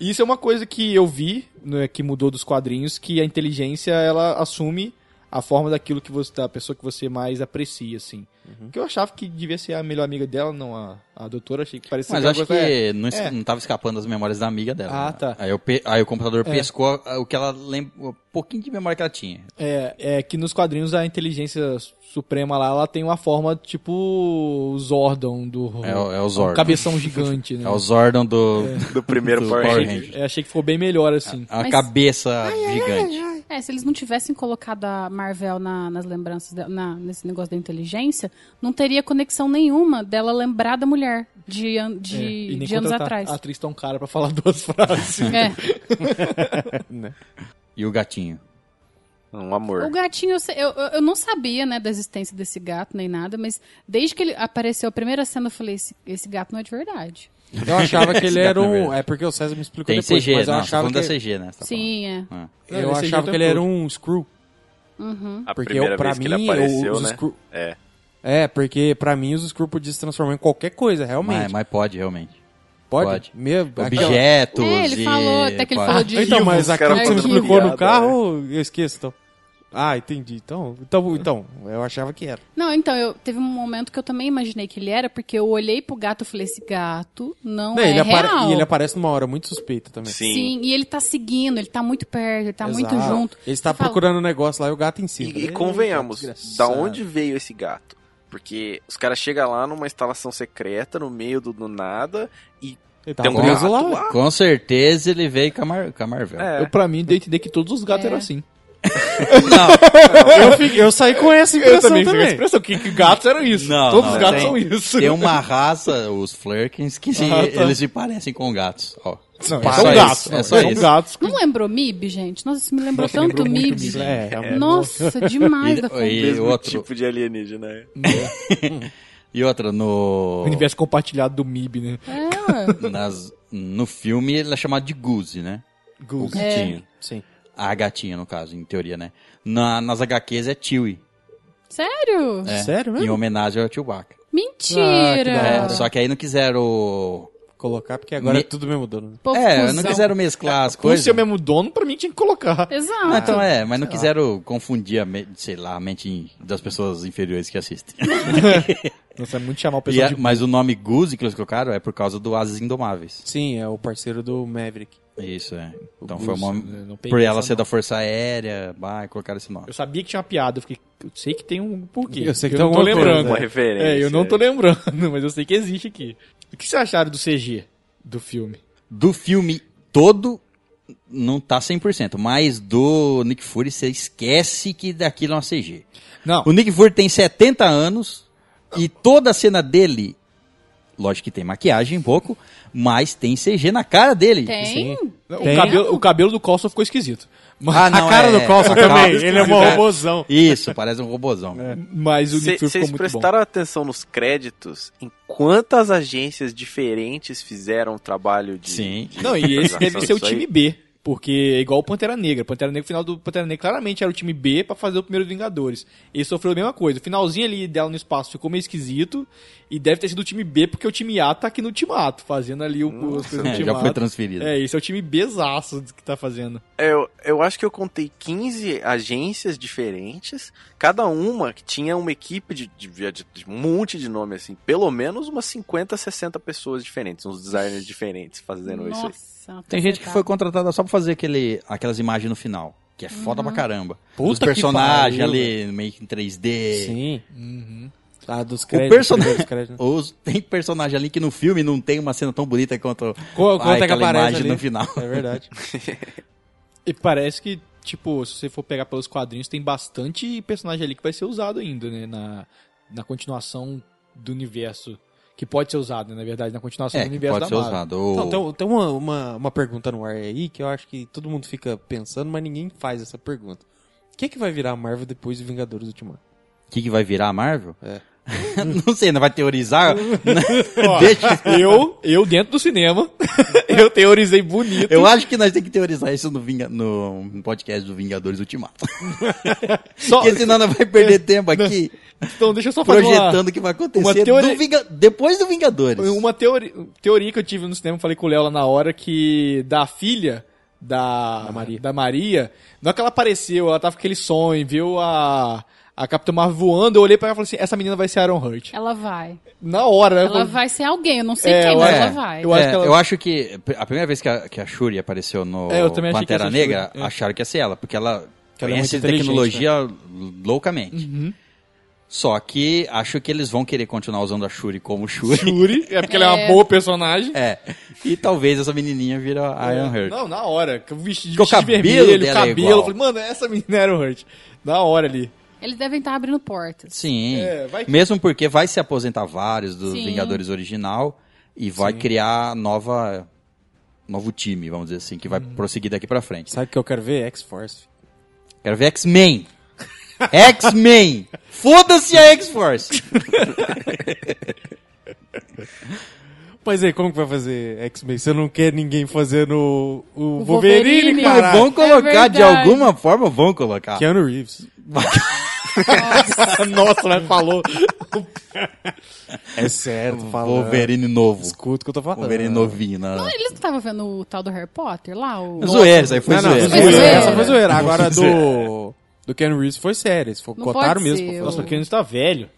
S5: E Isso é uma coisa que eu vi, né, que mudou dos quadrinhos, que a inteligência ela assume a forma daquilo que você, da pessoa que você mais aprecia, assim.
S1: Uhum.
S5: Que eu achava que devia ser a melhor amiga dela, não a, a doutora, achei que parecia
S1: Mas
S5: uma
S1: acho que
S5: coisa- é,
S1: não, es- não tava escapando das memórias da amiga dela.
S5: Ah,
S1: né?
S5: tá.
S1: Aí o, pe- aí o computador pescou ah, o que ela lembra, o pouquinho de memória que ela tinha.
S5: é, é que nos quadrinhos a inteligência suprema lá, ela tem uma forma tipo o Zordon do
S1: É, o- é o
S5: um
S1: Zordon.
S5: cabeção gigante, né?
S1: É o Zordon do,
S4: Do primeiro
S1: do
S4: Power
S1: Power
S4: Ranger.
S1: Ranger.
S5: Eu achei que ficou bem
S1: É.
S5: melhor assim.
S1: A
S2: Mas-
S1: cabeça gigante.
S2: É, se eles não tivessem colocado a Marvel na- nas lembranças, dela- na, nesse negócio da inteligência, não teria conexão nenhuma dela lembrar da mulher de, an-
S5: É, e
S2: de,
S5: nem
S2: de anos
S5: contratar
S2: atrás.
S5: A atriz tão cara pra falar duas frases.
S2: É.
S1: E o gatinho.
S4: Um amor.
S2: O gatinho, eu, sei- eu, eu- eu não sabia, né, da existência desse gato nem nada, mas desde que ele apareceu a primeira cena, eu falei, esse, esse gato não é de verdade.
S3: Eu achava que ele
S1: Esse
S3: era
S1: gato é
S3: um.
S1: verdade.
S3: É porque o César me explicou
S1: Tem
S3: depois.
S1: CG,
S3: mas eu
S1: não, tá
S3: achava
S1: falando da
S3: que,
S1: CG, né? você tá
S2: Sim, é.
S1: falando. Ah.
S3: eu
S5: Esse
S3: achava
S5: jeito
S3: que ele
S5: é
S3: era um Screw.
S2: Uhum.
S4: A
S3: Porque
S4: primeira
S3: eu, pra
S4: vez
S3: mim,
S4: que ele apareceu,
S3: os
S4: né?
S3: Screw.
S4: É.
S3: É, porque pra mim os Screw podiam se transformar em qualquer coisa, realmente.
S1: Mas, mas pode, realmente.
S3: pode?
S1: pode.
S3: Mesmo, aquela-
S1: Objetos
S2: É, ele
S1: e-
S2: falou, até que ele
S1: pode.
S2: falou de...
S3: Então, mas
S4: Os
S3: aquilo
S4: caras
S3: que você me
S2: fazendo
S3: explicou
S4: piada,
S3: no carro, eu esqueço, então. Ah, entendi. Então, então, então, eu achava que era.
S2: Não, então, eu teve um momento que eu também imaginei que ele era, porque eu olhei pro gato e falei, esse gato não,
S3: Não,
S2: é
S3: ele apare-
S2: real.
S3: E ele aparece numa hora muito suspeita também.
S4: Sim.
S2: Sim. e ele tá seguindo, ele tá muito perto, ele tá muito
S3: Exato.
S2: junto.
S3: Ele está
S2: Você fala,
S3: procurando um negócio lá e o gato em cima.
S4: E, e convenhamos, da onde veio esse gato? Porque os caras chegam lá numa instalação secreta, no meio do, do nada.
S3: Ele tá
S4: tem um
S3: preso
S4: gato
S3: lá.
S4: lá.
S1: Com certeza ele veio com a, Mar- com a Marvel.
S4: É.
S5: Eu, pra mim, dei a entender que todos os gatos
S2: É.
S5: eram assim.
S3: Eu, fiquei- eu saí com essa
S5: Eu
S3: impressão
S5: também tive a
S3: também.
S5: expressão que, que gatos eram isso.
S1: Não,
S5: Todos
S1: não,
S5: os gatos
S1: tem-
S5: são isso.
S1: Tem um uma raça, os Flurkins, que se-
S5: Ah, tá.
S1: eles se parecem com gatos. Ó.
S5: Não,
S1: É
S5: eles
S1: só
S5: são
S1: isso,
S5: gatos.
S1: é
S5: não,
S1: só
S3: um
S5: eles
S1: isso.
S5: São gatos.
S2: Não lembrou Mib, gente? Nossa, isso me lembrou tanto
S5: lembrou muito
S2: Mib.
S5: Mib.
S3: É, realmente.
S2: Nossa, demais
S1: E-
S2: da
S1: e-
S2: família.
S4: mesmo
S1: outro.
S4: tipo de alienígena. né?
S1: E outra, no.
S5: O universo compartilhado do MIB, né?
S2: É, ué.
S1: nas- no filme ele é chamado de Goose, né? O
S5: Goose.
S1: gatinho.
S3: Sim.
S1: A gatinha, no caso, em teoria, né? Na- nas HQs é Chewie.
S2: Sério?
S1: É,
S3: Sério mesmo?
S2: Hum?
S1: Em homenagem ao Chewbacca.
S3: Ah,
S2: Mentira!
S3: que da
S1: É, só que aí não quiseram.
S3: Colocar, porque agora
S1: Me-
S3: é tudo mesmo dono.
S2: Pô,
S1: É, não
S2: cuzão.
S1: quiseram mesclar as
S5: Por
S1: coisas.
S5: ser o mesmo dono, pra mim tinha que colocar.
S2: Exato.
S3: Ah,
S1: Não, então é, mas não quiseram confundir a, me- sei lá, a mente das pessoas inferiores que assistem.
S5: Nossa, é muito chamar o
S1: E
S5: pessoal
S1: a- mas o nome Goose que eles colocaram é por causa do Asas Indomáveis.
S3: Sim, é o parceiro do Maverick.
S1: Isso, é.
S5: O
S1: Então
S5: Goose,
S1: foi uma...
S5: eu né? não peguei
S1: Por ela
S5: essa
S1: ser
S5: não.
S1: da Força Aérea, bah, colocaram esse nome.
S5: Eu sabia que tinha uma piada, eu fiquei, eu sei que tem um porquê.
S3: Eu sei que
S5: eu
S3: tem
S5: não tô
S3: alguma coisa,
S5: lembrando.
S4: Uma
S3: É,
S4: referência.
S5: É, eu não tô lembrando, mas eu sei que existe aqui. O que vocês acharam do CG do filme?
S1: Do filme todo, não tá 100%, mas do Nick Fury, você esquece que daquilo é uma CG.
S5: Não,
S1: O Nick Fury tem 70 anos e toda a cena dele, lógico que tem maquiagem um pouco, mas tem CG na cara dele.
S2: Tem?
S5: o
S3: Tem.
S5: cabelo, o cabelo do Coulson ficou esquisito. Mas,
S1: Ah, não,
S3: a cara
S1: é-
S3: do Costa
S1: a
S3: também,
S1: cara-
S3: ele é um robôzão.
S1: Isso, parece um robozão.
S5: mas o Nick Fury
S4: Vocês
S5: ficou muito bom.
S4: é. prestaram atenção nos créditos em quantas agências diferentes fizeram o trabalho de.
S1: Sim.
S4: de-
S5: Não, e esse
S4: de-
S5: deve ser o
S4: isso aí?
S5: time B, porque é igual o Pantera Negra. Pantera Negra, o final do Pantera Negra claramente era o time B pra fazer o primeiro Vingadores. Ele sofreu a mesma coisa. O finalzinho ali dela no espaço ficou meio esquisito e deve ter sido o time B porque o time A tá aqui no Ultimato, fazendo ali o, as coisas do
S1: É, já
S5: Ultimato.
S1: foi transferido.
S5: É, esse é o time Bzaço que tá fazendo.
S4: Eu, eu acho que eu contei 15 agências diferentes, cada uma que tinha uma equipe de, de, de- de um monte de nome, assim, pelo menos umas 50, 60 pessoas diferentes, uns designers diferentes fazendo isso aí.
S2: Nossa, tá. uma
S1: Tem gente que foi
S2: cacetada.
S1: contratada só pra fazer aquele, aquelas imagens no final, que é foda pra caramba.
S3: Puta
S1: Os
S3: que
S1: personagens
S3: pariu,
S1: ali, meio que em 3D.
S3: Sim.
S5: Uhum.
S3: Ah, dos
S1: O
S3: créditos.
S1: personagem,
S3: dos créditos. né?
S1: os, tem personagem ali que no filme não tem uma cena tão bonita quanto
S3: Quanto
S1: ai,
S3: é que
S1: aquela
S3: aparece
S1: imagem
S3: ali?
S1: no final.
S3: É verdade.
S5: E parece que, tipo, se você for pegar pelos quadrinhos, tem bastante personagem ali que vai ser usado ainda, né? Na, na continuação do universo. Que pode ser usado, né, na verdade, na continuação
S1: É,
S5: do
S1: que
S5: universo
S1: pode ser
S5: da Marvel.
S1: usado. O-
S3: Então, tem, tem uma, uma, uma pergunta no ar aí que eu acho que todo mundo fica pensando, mas ninguém faz essa pergunta. O que, é que vai virar a Marvel depois de Vingadores Ultimato?
S1: O que, que vai virar a Marvel?
S3: É.
S1: não sei, não vai teorizar? Deixa-
S5: Eu, eu dentro do cinema, eu teorizei bonito.
S3: um-
S1: Eu acho que nós temos que teorizar isso no, Vinga- no podcast do Vingadores Ultimato.
S5: Só,
S1: Porque senão nós vai
S3: É.
S1: perder tempo aqui
S5: então, deixa eu só fazer uma,
S1: projetando o que vai
S5: uma
S1: acontecer
S5: teoria-
S1: do Vinga- depois do Vingadores.
S5: uma teori- teoria que eu tive no cinema, falei com o Léo lá na hora, que da filha da,
S3: Da Maria.
S5: da Maria, na hora que ela apareceu, ela tava com aquele sonho, viu a, a Capitã Marvel voando, eu olhei pra ela e falei assim, essa menina vai ser a Aaron Hurt.
S2: Ela vai.
S5: Na hora, né? eu
S2: Ela
S5: falei,
S2: vai ser alguém, eu não sei
S5: É,
S2: quem,
S5: eu
S2: mas
S5: acho-
S2: ela vai.
S5: eu acho
S1: É,
S5: que ela-
S1: eu acho que a primeira vez que a, que a Shuri apareceu no
S5: É, eu também achei que
S1: Pantera
S5: ia ser a
S1: Negra,
S5: Shuri, é.
S1: acharam que ia ser ela, porque ela
S3: Que ela é
S1: conhece
S3: muito inteligente,
S1: tecnologia loucamente.
S5: né? Uhum.
S1: Só que acho que eles vão querer continuar usando a Shuri como Shuri.
S5: Shuri, é porque ela é
S2: É.
S5: uma boa personagem.
S1: é. E talvez essa menininha vira a É, Iron Heart.
S5: É. Não, na hora, que eu vesti-
S1: Porque o
S5: vestido
S1: cabelo
S5: vermelho, o
S1: dela é
S5: cabelo,
S1: igual.
S5: eu falei, mano, essa menina é Aaron Hurt. Na hora ali.
S2: Eles devem estar abrindo portas.
S1: Sim.
S5: É, vai que-
S1: Mesmo porque vai se aposentar vários dos
S2: Sim.
S1: Vingadores original e vai criar nova novo time, vamos dizer assim, que
S5: Uhum.
S1: vai prosseguir daqui pra frente.
S3: Sabe o que eu quero ver? X-Force.
S1: Quero ver X-Men. X-Men. Foda-se a X-Force.
S3: Mas aí, como que vai fazer X-Men? Você não quer ninguém fazendo o, o
S2: O
S3: Wolverine,
S2: Wolverine.
S1: Mas
S3: cara?
S1: vão colocar de
S2: verdade.
S1: alguma forma, vão colocar.
S3: Keanu Reeves.
S5: Nossa, mas falou.
S3: É certo, falou.
S1: Wolverine novo.
S3: Escuta o que eu tô falando.
S1: Wolverine novinho na
S2: Eles não estavam vendo o tal do Harry Potter lá? O...
S1: Zoeira, isso aí foi
S3: Não, não,
S1: zoeira.
S3: foi zoeira.
S2: zoeira.
S3: Essa foi zoeira. Agora do, do Keanu Reeves foi sério. Eles
S2: Não
S3: cotaram
S2: pode
S3: mesmo.
S2: ser,
S3: pra
S5: Nossa,
S3: fazer.
S5: porque ele está velho.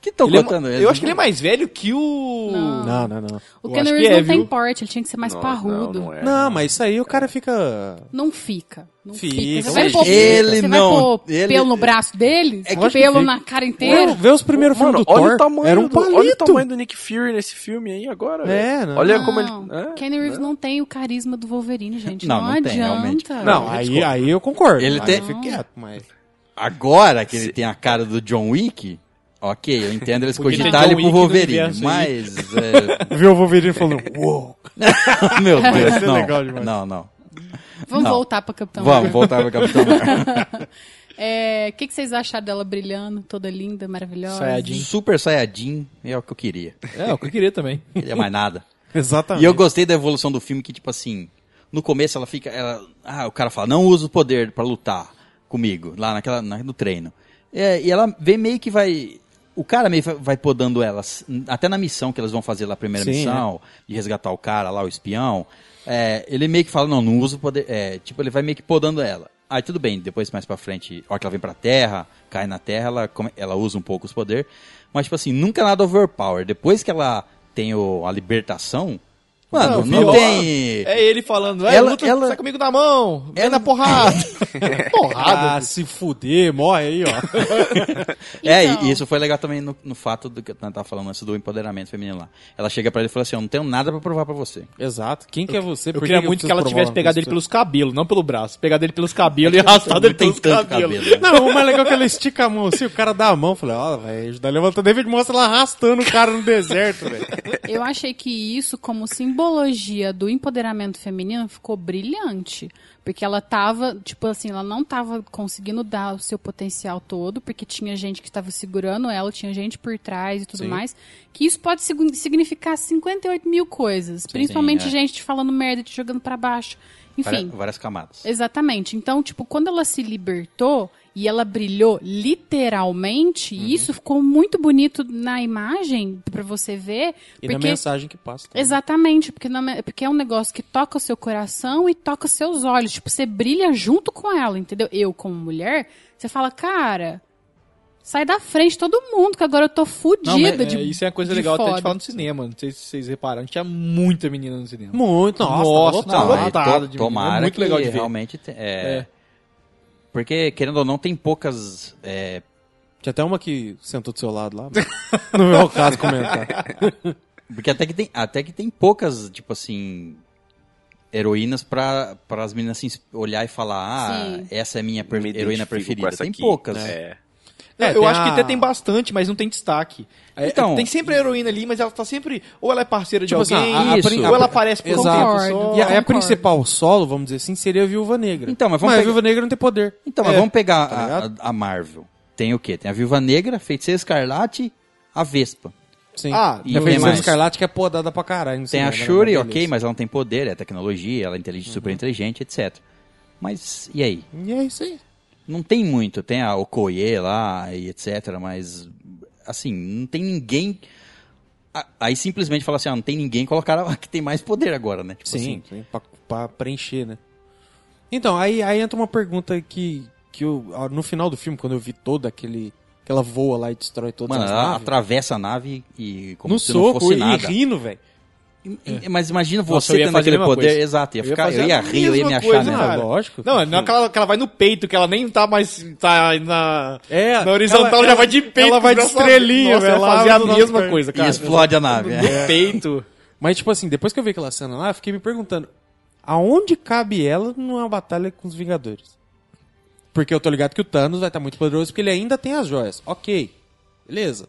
S1: que estão
S5: Ele é
S1: contando
S5: ma-
S1: ele?
S5: eu acho que ele é mais velho que o.
S2: Não.
S3: Não, não, não.
S2: O
S5: Eu
S2: Ken
S5: acho que
S2: Reeves
S5: é,
S2: não tem
S5: viu?
S2: porte, ele tinha que ser mais
S4: Não,
S2: parrudo.
S4: Não, não é.
S3: Não, mas isso aí o cara fica...
S2: Não fica. Não fica.
S3: Fica,
S2: Você vai
S3: mas
S2: pôr,
S1: ele
S2: você
S1: não-
S2: vai pôr
S1: ele-
S2: pelo no braço dele?
S1: É que
S2: pelo
S3: fica.
S2: na cara
S3: Vê,
S2: inteira?
S3: vê os primeiros filmes
S4: Mano,
S3: do
S4: olha
S3: Thor.
S4: o tamanho
S3: era um
S4: do,
S3: palito.
S4: olha o tamanho do Nick Fury nesse filme aí agora.
S3: É,
S4: velho.
S3: não.
S4: Olha
S2: não,
S4: como ele. é,
S2: Ken Reeves não tem o carisma do Wolverine, gente.
S1: Não,
S2: Não,
S1: não tem, realmente.
S2: adianta.
S3: Não, aí,
S4: Desculpa.
S3: aí eu concordo.
S1: Ele
S3: Aí
S1: tem-
S3: eu fico quieto, mas...
S1: Agora que ele
S4: Se-
S1: tem a cara do John Wick, ok, eu entendo eles
S5: Podia ter
S1: cogitarem
S5: John
S1: pro
S5: Wick no
S1: Wolverine,
S5: universo aí.
S1: mas... é,
S3: Viu o Wolverine falando, uou.
S1: meu Deus,
S3: ser
S1: não.
S3: legal demais.
S1: não, não.
S2: Vamos
S1: Não.
S2: voltar pra Capitão
S1: Vamos, voltar pra Capitão Marvel.
S2: É, O que, que vocês acharam dela brilhando, toda linda, maravilhosa?
S5: Saiyajin.
S1: Super Saiyajin é o que eu queria. Não
S5: É, o que eu queria também.
S1: queria mais nada.
S3: Exatamente.
S1: E eu gostei da evolução do filme que, tipo assim, no começo ela fica. Ela, ah, o cara fala, não usa o poder pra lutar comigo, lá naquela, na- no treino. É, e ela vê meio que vai. O cara meio que vai podando elas. Até na missão que elas vão fazer lá, a primeira
S3: Sim,
S1: missão, de resgatar o cara lá, o espião. é, ele meio que fala, não, não uso o poder. é, tipo, ele vai meio que podando ela. Aí tudo bem, depois mais pra frente, a hora que ela vem pra terra, cai na terra, ela, come- ela usa um pouco os poderes. Mas, tipo assim, nunca nada overpower. Depois que ela tem o- a libertação, mano, não,
S5: pior
S1: tem.
S5: É ele falando, é,
S1: Ela-
S5: luta,
S1: ela-
S5: sai comigo na mão, é
S1: ela-
S5: na porrada. porrada.
S3: Ah, se fuder, morre aí, ó.
S1: É,
S2: Então.
S1: e isso foi legal também no, no fato do que eu tava falando antes do empoderamento feminino lá. Ela chega pra ele e fala assim: Eu não tenho nada pra provar pra você.
S3: Exato. Quem que é você?
S5: Eu queria muito que ela tivesse pegado ele
S3: pelo
S5: pelos cabelos, não pelo braço. Pegado ele pelos cabelos e arrastado ele
S1: Não É tem
S5: pelos
S1: tanto
S5: cabelos.
S1: cabelo, né?
S3: Não, o mais legal é que ela estica a mão assim, o cara dá a mão, falei, ó, vai ajudar a levantar. David mostra ela arrastando o cara no deserto, velho.
S2: Eu achei que isso, como simbologia do empoderamento feminino, ficou brilhante. Porque ela tava, tipo assim, ela não tava conseguindo dar o seu potencial todo, porque tinha gente que estava segurando ela, tinha gente por trás e tudo mais. Que isso pode sigu- significar 58 mil coisas. principalmente
S1: é.
S2: gente te falando merda, te jogando pra baixo.
S1: Várias,
S2: Enfim.
S1: várias camadas.
S2: Exatamente. Então, tipo, quando ela se libertou e ela brilhou literalmente,
S3: Uhum.
S2: isso ficou muito bonito na imagem pra você ver,
S3: E na
S2: porque
S3: mensagem que passa. também.
S2: Exatamente, porque, não é, porque é um negócio que toca o seu coração e toca os seus olhos. Tipo, você brilha junto com ela, entendeu? Eu, como mulher, você fala, cara, sai da frente todo mundo, que agora eu tô
S1: Não, mas-
S2: fudida
S5: É,
S2: de.
S5: isso é uma coisa
S2: de
S5: legal até
S2: foda.
S5: de falar no cinema. Não sei se vocês repararam, tinha muita menina no cinema.
S3: Muito, nossa,
S5: Nossa,
S3: tá
S5: tá
S3: lotado.
S1: é,
S5: lotado de
S1: tomara
S5: menino, é muito
S1: que
S5: legal de ver.
S1: realmente te- é, Porque, querendo ou não, tem poucas. é,
S3: Tinha até uma que sentou do seu lado lá. né? No meu caso, comentar.
S1: porque até que, tem, até que tem poucas, tipo assim. Heroínas pra, pra as meninas assim, olhar e falar: Ah,
S2: Sim.
S1: essa é minha per-
S4: Me
S1: heroína
S4: identifico com
S1: preferida.
S4: essa
S1: Tem
S4: aqui.
S1: poucas.
S4: É.
S5: Não,
S3: É,
S5: eu
S3: tem
S5: acho que
S3: a-
S5: até tem bastante, mas não tem destaque. É,
S1: Então-
S5: tem sempre a heroína ali, mas ela tá sempre. Ou ela é parceira de
S3: Tipo assim,
S5: alguém,
S3: a-
S1: a prin-
S5: ou
S1: a-
S5: ela aparece por
S3: Exato.
S5: um tempo
S3: E
S5: só.
S3: a, e a
S2: Concordo.
S3: principal solo, vamos dizer assim, seria a Viúva Negra.
S1: Então, mas vamos
S3: mas a
S1: pegar-
S3: Viúva Negra não tem poder.
S1: Então, mas
S3: É,
S1: vamos pegar
S3: tá
S1: a-
S3: ligado?
S1: a, a Marvel. Tem o quê? Tem a Viúva Negra, Feiticeira Escarlate, a Vespa.
S3: Sim.
S5: Ah,
S1: e
S3: e
S1: tem
S3: a Feiticeira
S1: mais?
S3: Escarlate que é podada pra caralho. no
S1: Tem
S3: cinema,
S1: a
S3: né?
S5: é
S1: Shuri,
S3: Beleza.
S1: ok, mas ela não tem poder, é tecnologia, ela é inteligente,
S5: Uhum.
S1: super inteligente, etc. Mas, e aí?
S3: E é isso aí.
S1: Não tem muito, tem a Okoye lá e etc, mas, assim, não tem ninguém... A- Aí simplesmente fala assim, ah, não tem ninguém, colocaram a que tem mais poder agora, né? Tipo
S3: Sim,
S1: assim,
S3: sim, pra, pra preencher, né? Então, aí, aí entra uma pergunta que, que eu, ah, no final do filme, quando eu vi todo aquele. que ela voa lá e destrói todas
S1: mano,
S3: as
S1: ela
S3: naves.
S1: atravessa a nave e como
S3: No
S1: se não
S3: soco É.
S1: fosse
S3: e
S1: nada.
S3: rindo, velho.
S1: E- Mas imagina
S5: Nossa,
S1: você
S5: eu ia
S1: tendo
S5: fazer a
S1: aquele
S5: mesma
S1: poder,
S5: coisa.
S1: exato, ia
S5: Eu ia
S1: ficar, eu ia,
S5: fazer a
S1: rir, eu ia me
S5: mesma
S1: achar,
S5: coisa,
S1: né?
S5: cara.
S3: lógico.
S5: Ah, Não, é na hora que ela, que ela vai no peito, que ela nem tá mais. tá na.
S3: É,
S5: na horizontal,
S3: ela-
S5: já vai de peito.
S3: ela vai de
S5: nossa,
S3: estrelinha,
S5: nossa,
S3: velho,
S5: eu ia
S3: lá
S5: fazer a
S3: no nosso
S5: mesma
S3: corpo.
S5: coisa,
S1: E
S5: cara. É.
S1: explode a nave. é.
S5: No peito.
S3: Mas, tipo assim, depois que eu vi aquela cena lá, eu fiquei me perguntando: aonde cabe ela numa batalha com os Vingadores? Porque eu tô ligado que o Thanos vai estar muito poderoso porque ele ainda tem as joias. Ok. Beleza.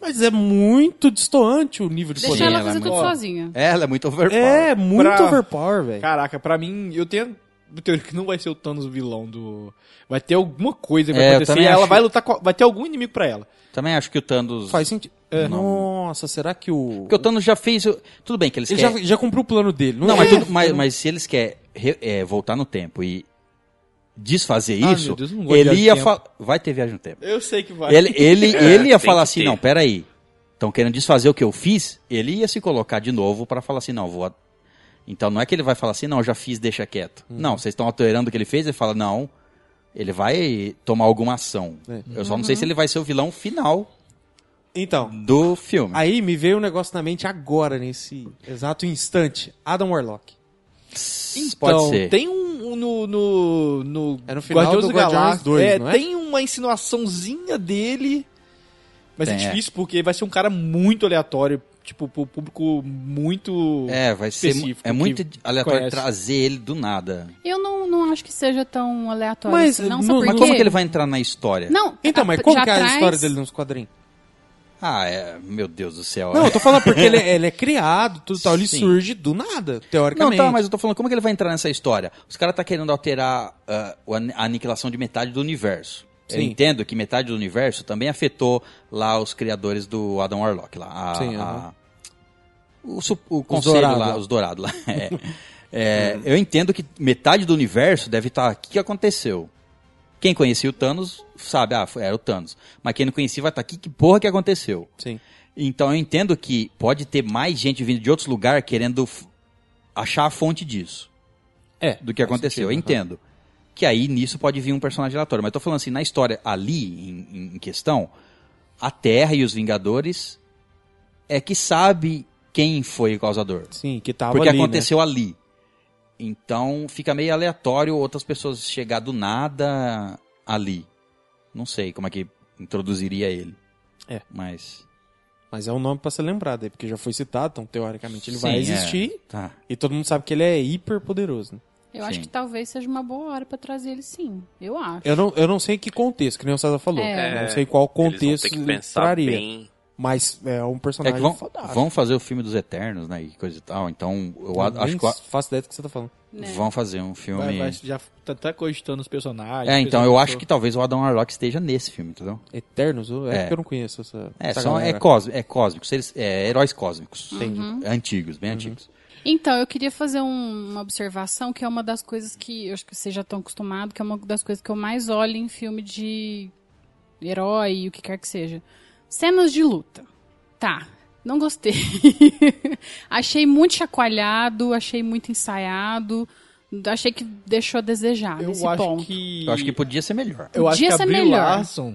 S3: Mas é muito destoante o nível de
S2: Deixa
S3: poder.
S1: Sim,
S3: né,
S2: ela
S1: ela é
S2: fazer tudo
S1: muito-
S2: sozinha.
S1: Ela é muito overpowered.
S3: É, muito
S5: Pra-
S3: overpower, velho.
S5: Caraca, pra mim, eu tenho a teoria que não vai ser o Thanos o vilão do. Vai ter alguma coisa que
S1: É,
S5: vai
S1: eu
S5: acontecer.
S1: também
S5: e ela
S1: acho-
S5: vai lutar com. Vai ter algum inimigo pra ela.
S1: Também acho que o Thanos.
S3: Faz sentido. Nossa, será que o. É.
S1: Porque o Thanos já fez. o- Tudo bem que eles
S3: Ele já,
S1: querem.
S3: já cumpriu o plano dele.
S1: Não, mas,
S3: é?
S1: tudo- mas, mas se eles querem re- é, voltar no tempo e desfazer
S5: Ah,
S1: isso,
S5: meu Deus, não vou
S1: ele
S5: viajar
S1: ia
S5: no
S1: falar. Vai ter viagem no tempo.
S3: é?
S5: Eu sei que vai.
S1: Ele, ele,
S4: É,
S1: ele ia
S4: tem
S1: falar
S4: que
S1: assim:
S4: ter.
S1: não, peraí. Estão querendo desfazer o que eu fiz? Ele ia se colocar de novo pra falar assim: não, vou. a- Então não é que ele vai falar assim: não, eu já fiz, deixa quieto.
S5: Uhum.
S1: Não, vocês estão alterando o que ele fez? Ele fala: não. Ele vai tomar alguma ação.
S3: É.
S1: Eu só não sei se ele vai ser o vilão final
S3: Então,
S1: do
S5: Ah,
S1: filme.
S3: aí me veio um negócio na mente agora, nesse exato instante. Adam Warlock.
S1: Então,
S5: Então,
S1: Pode ser.
S5: tem um, um no, no, no
S3: É no final do
S5: da
S3: Guardiões
S5: Galáxia.
S3: 2,
S5: é,
S3: não é?
S5: Tem uma insinuaçãozinha dele. Mas é
S1: Tem, é.
S5: difícil porque vai ser um cara muito aleatório. Tipo, pro público muito.
S1: É, vai ser. mu-
S5: um específico
S1: É muito
S5: que
S1: aleatório
S5: conhece.
S1: trazer ele do nada.
S2: Eu não, não acho que seja tão aleatório.
S3: Mas,
S2: assim, não,
S3: no-
S2: só
S3: mas
S2: porque...
S1: Mas como que ele vai entrar na história?
S2: Não,
S3: Então,
S2: a-
S3: mas como
S2: Ah, já
S3: que é a
S2: traz-
S3: história dele nos quadrinhos?
S1: Ah, é. Meu Deus do céu.
S3: Não, eu tô falando porque ele, é- ele é criado, tudo tal, ele
S1: Sim.
S3: surge do nada,
S1: Não,
S3: teoricamente.
S1: tá, mas eu tô falando, como que ele vai entrar nessa história? Os caras tá querendo alterar ah, o an- a aniquilação de metade do universo. Eu
S3: Sim.
S1: entendo que metade do universo também afetou lá os criadores do Adam Warlock, lá. a-
S3: Sim,
S1: a-
S3: aham.
S1: o, su- o conselho
S3: dourado
S1: lá,
S3: lá. Hum.
S1: os dourados lá. É. É, Eu entendo que metade do universo deve estar. o que que aconteceu? Quem conhecia o Thanos sabe, ah, era o Thanos. Mas quem não conhecia vai estar aqui, que porra que aconteceu?
S3: Sim.
S1: Então eu entendo que pode ter mais gente vindo de outros lugares querendo f- achar a fonte disso.
S3: É,
S1: Do que
S3: faz
S1: aconteceu, eu
S3: sentido, aham.
S1: entendo. Que aí nisso pode vir um personagem aleatório. Mas eu tô falando assim, na história ali em- em, em questão, a Terra e os Vingadores é que sabe quem foi o causador.
S3: Sim, que tava
S1: Porque
S3: ali, né?
S1: aconteceu ali. Então fica meio aleatório outras pessoas chegar do nada ali. Não sei como é que introduziria ele.
S3: É.
S1: Mas.
S3: Mas é um nome pra ser lembrado aí, porque já foi citado, então teoricamente ele
S1: Sim,
S3: vai
S1: é.
S3: existir.
S1: Tá.
S3: E todo mundo sabe que ele é hiper poderoso. Né?
S2: Eu acho
S1: Sim.
S2: que talvez seja uma boa hora pra trazer ele sim. Eu acho.
S3: Eu, não, eu não sei em que contexto, que nem o César falou.
S2: É.
S3: Não sei qual
S4: Eles
S3: contexto
S4: vão ter que pensar
S3: traria.
S4: bem.
S3: Mas é um
S1: É
S3: personagem
S1: que vão,
S3: fodástico.
S1: vão fazer o filme dos Eternos, né? E coisa e tal. Então, eu a-
S3: Nem
S1: acho que
S3: faço ideia do que você tá falando.
S2: né?
S1: vão fazer um filme.
S5: Vai, vai, já tá, tá cogitando os personagens.
S1: é, então eu
S5: pessoal.
S1: acho que talvez o Adam Arlock esteja nesse filme, entendeu?
S3: Eternos? É,
S1: É.
S3: porque eu não conheço essa.
S1: É,
S3: essa
S1: são, é,
S3: Tá, galera.
S1: cos, é cósmicos, eles, é heróis cósmicos.
S3: Entendi. Uhum.
S1: Antigos, bem antigos.
S2: Então, eu queria fazer um- uma observação que é uma das coisas que eu acho que vocês já estão acostumados, que é uma das coisas que eu mais olho em filme de herói e o que quer que seja. Cenas de luta. Tá, não gostei. achei muito chacoalhado, achei muito ensaiado, achei que deixou a desejar
S5: Eu
S2: Ah, nesse
S5: acho
S2: ponto.
S5: que.
S1: Eu acho que podia ser melhor.
S5: Eu acho
S2: Podia
S5: que a
S2: ser
S5: Brie
S2: melhor.
S5: Larson,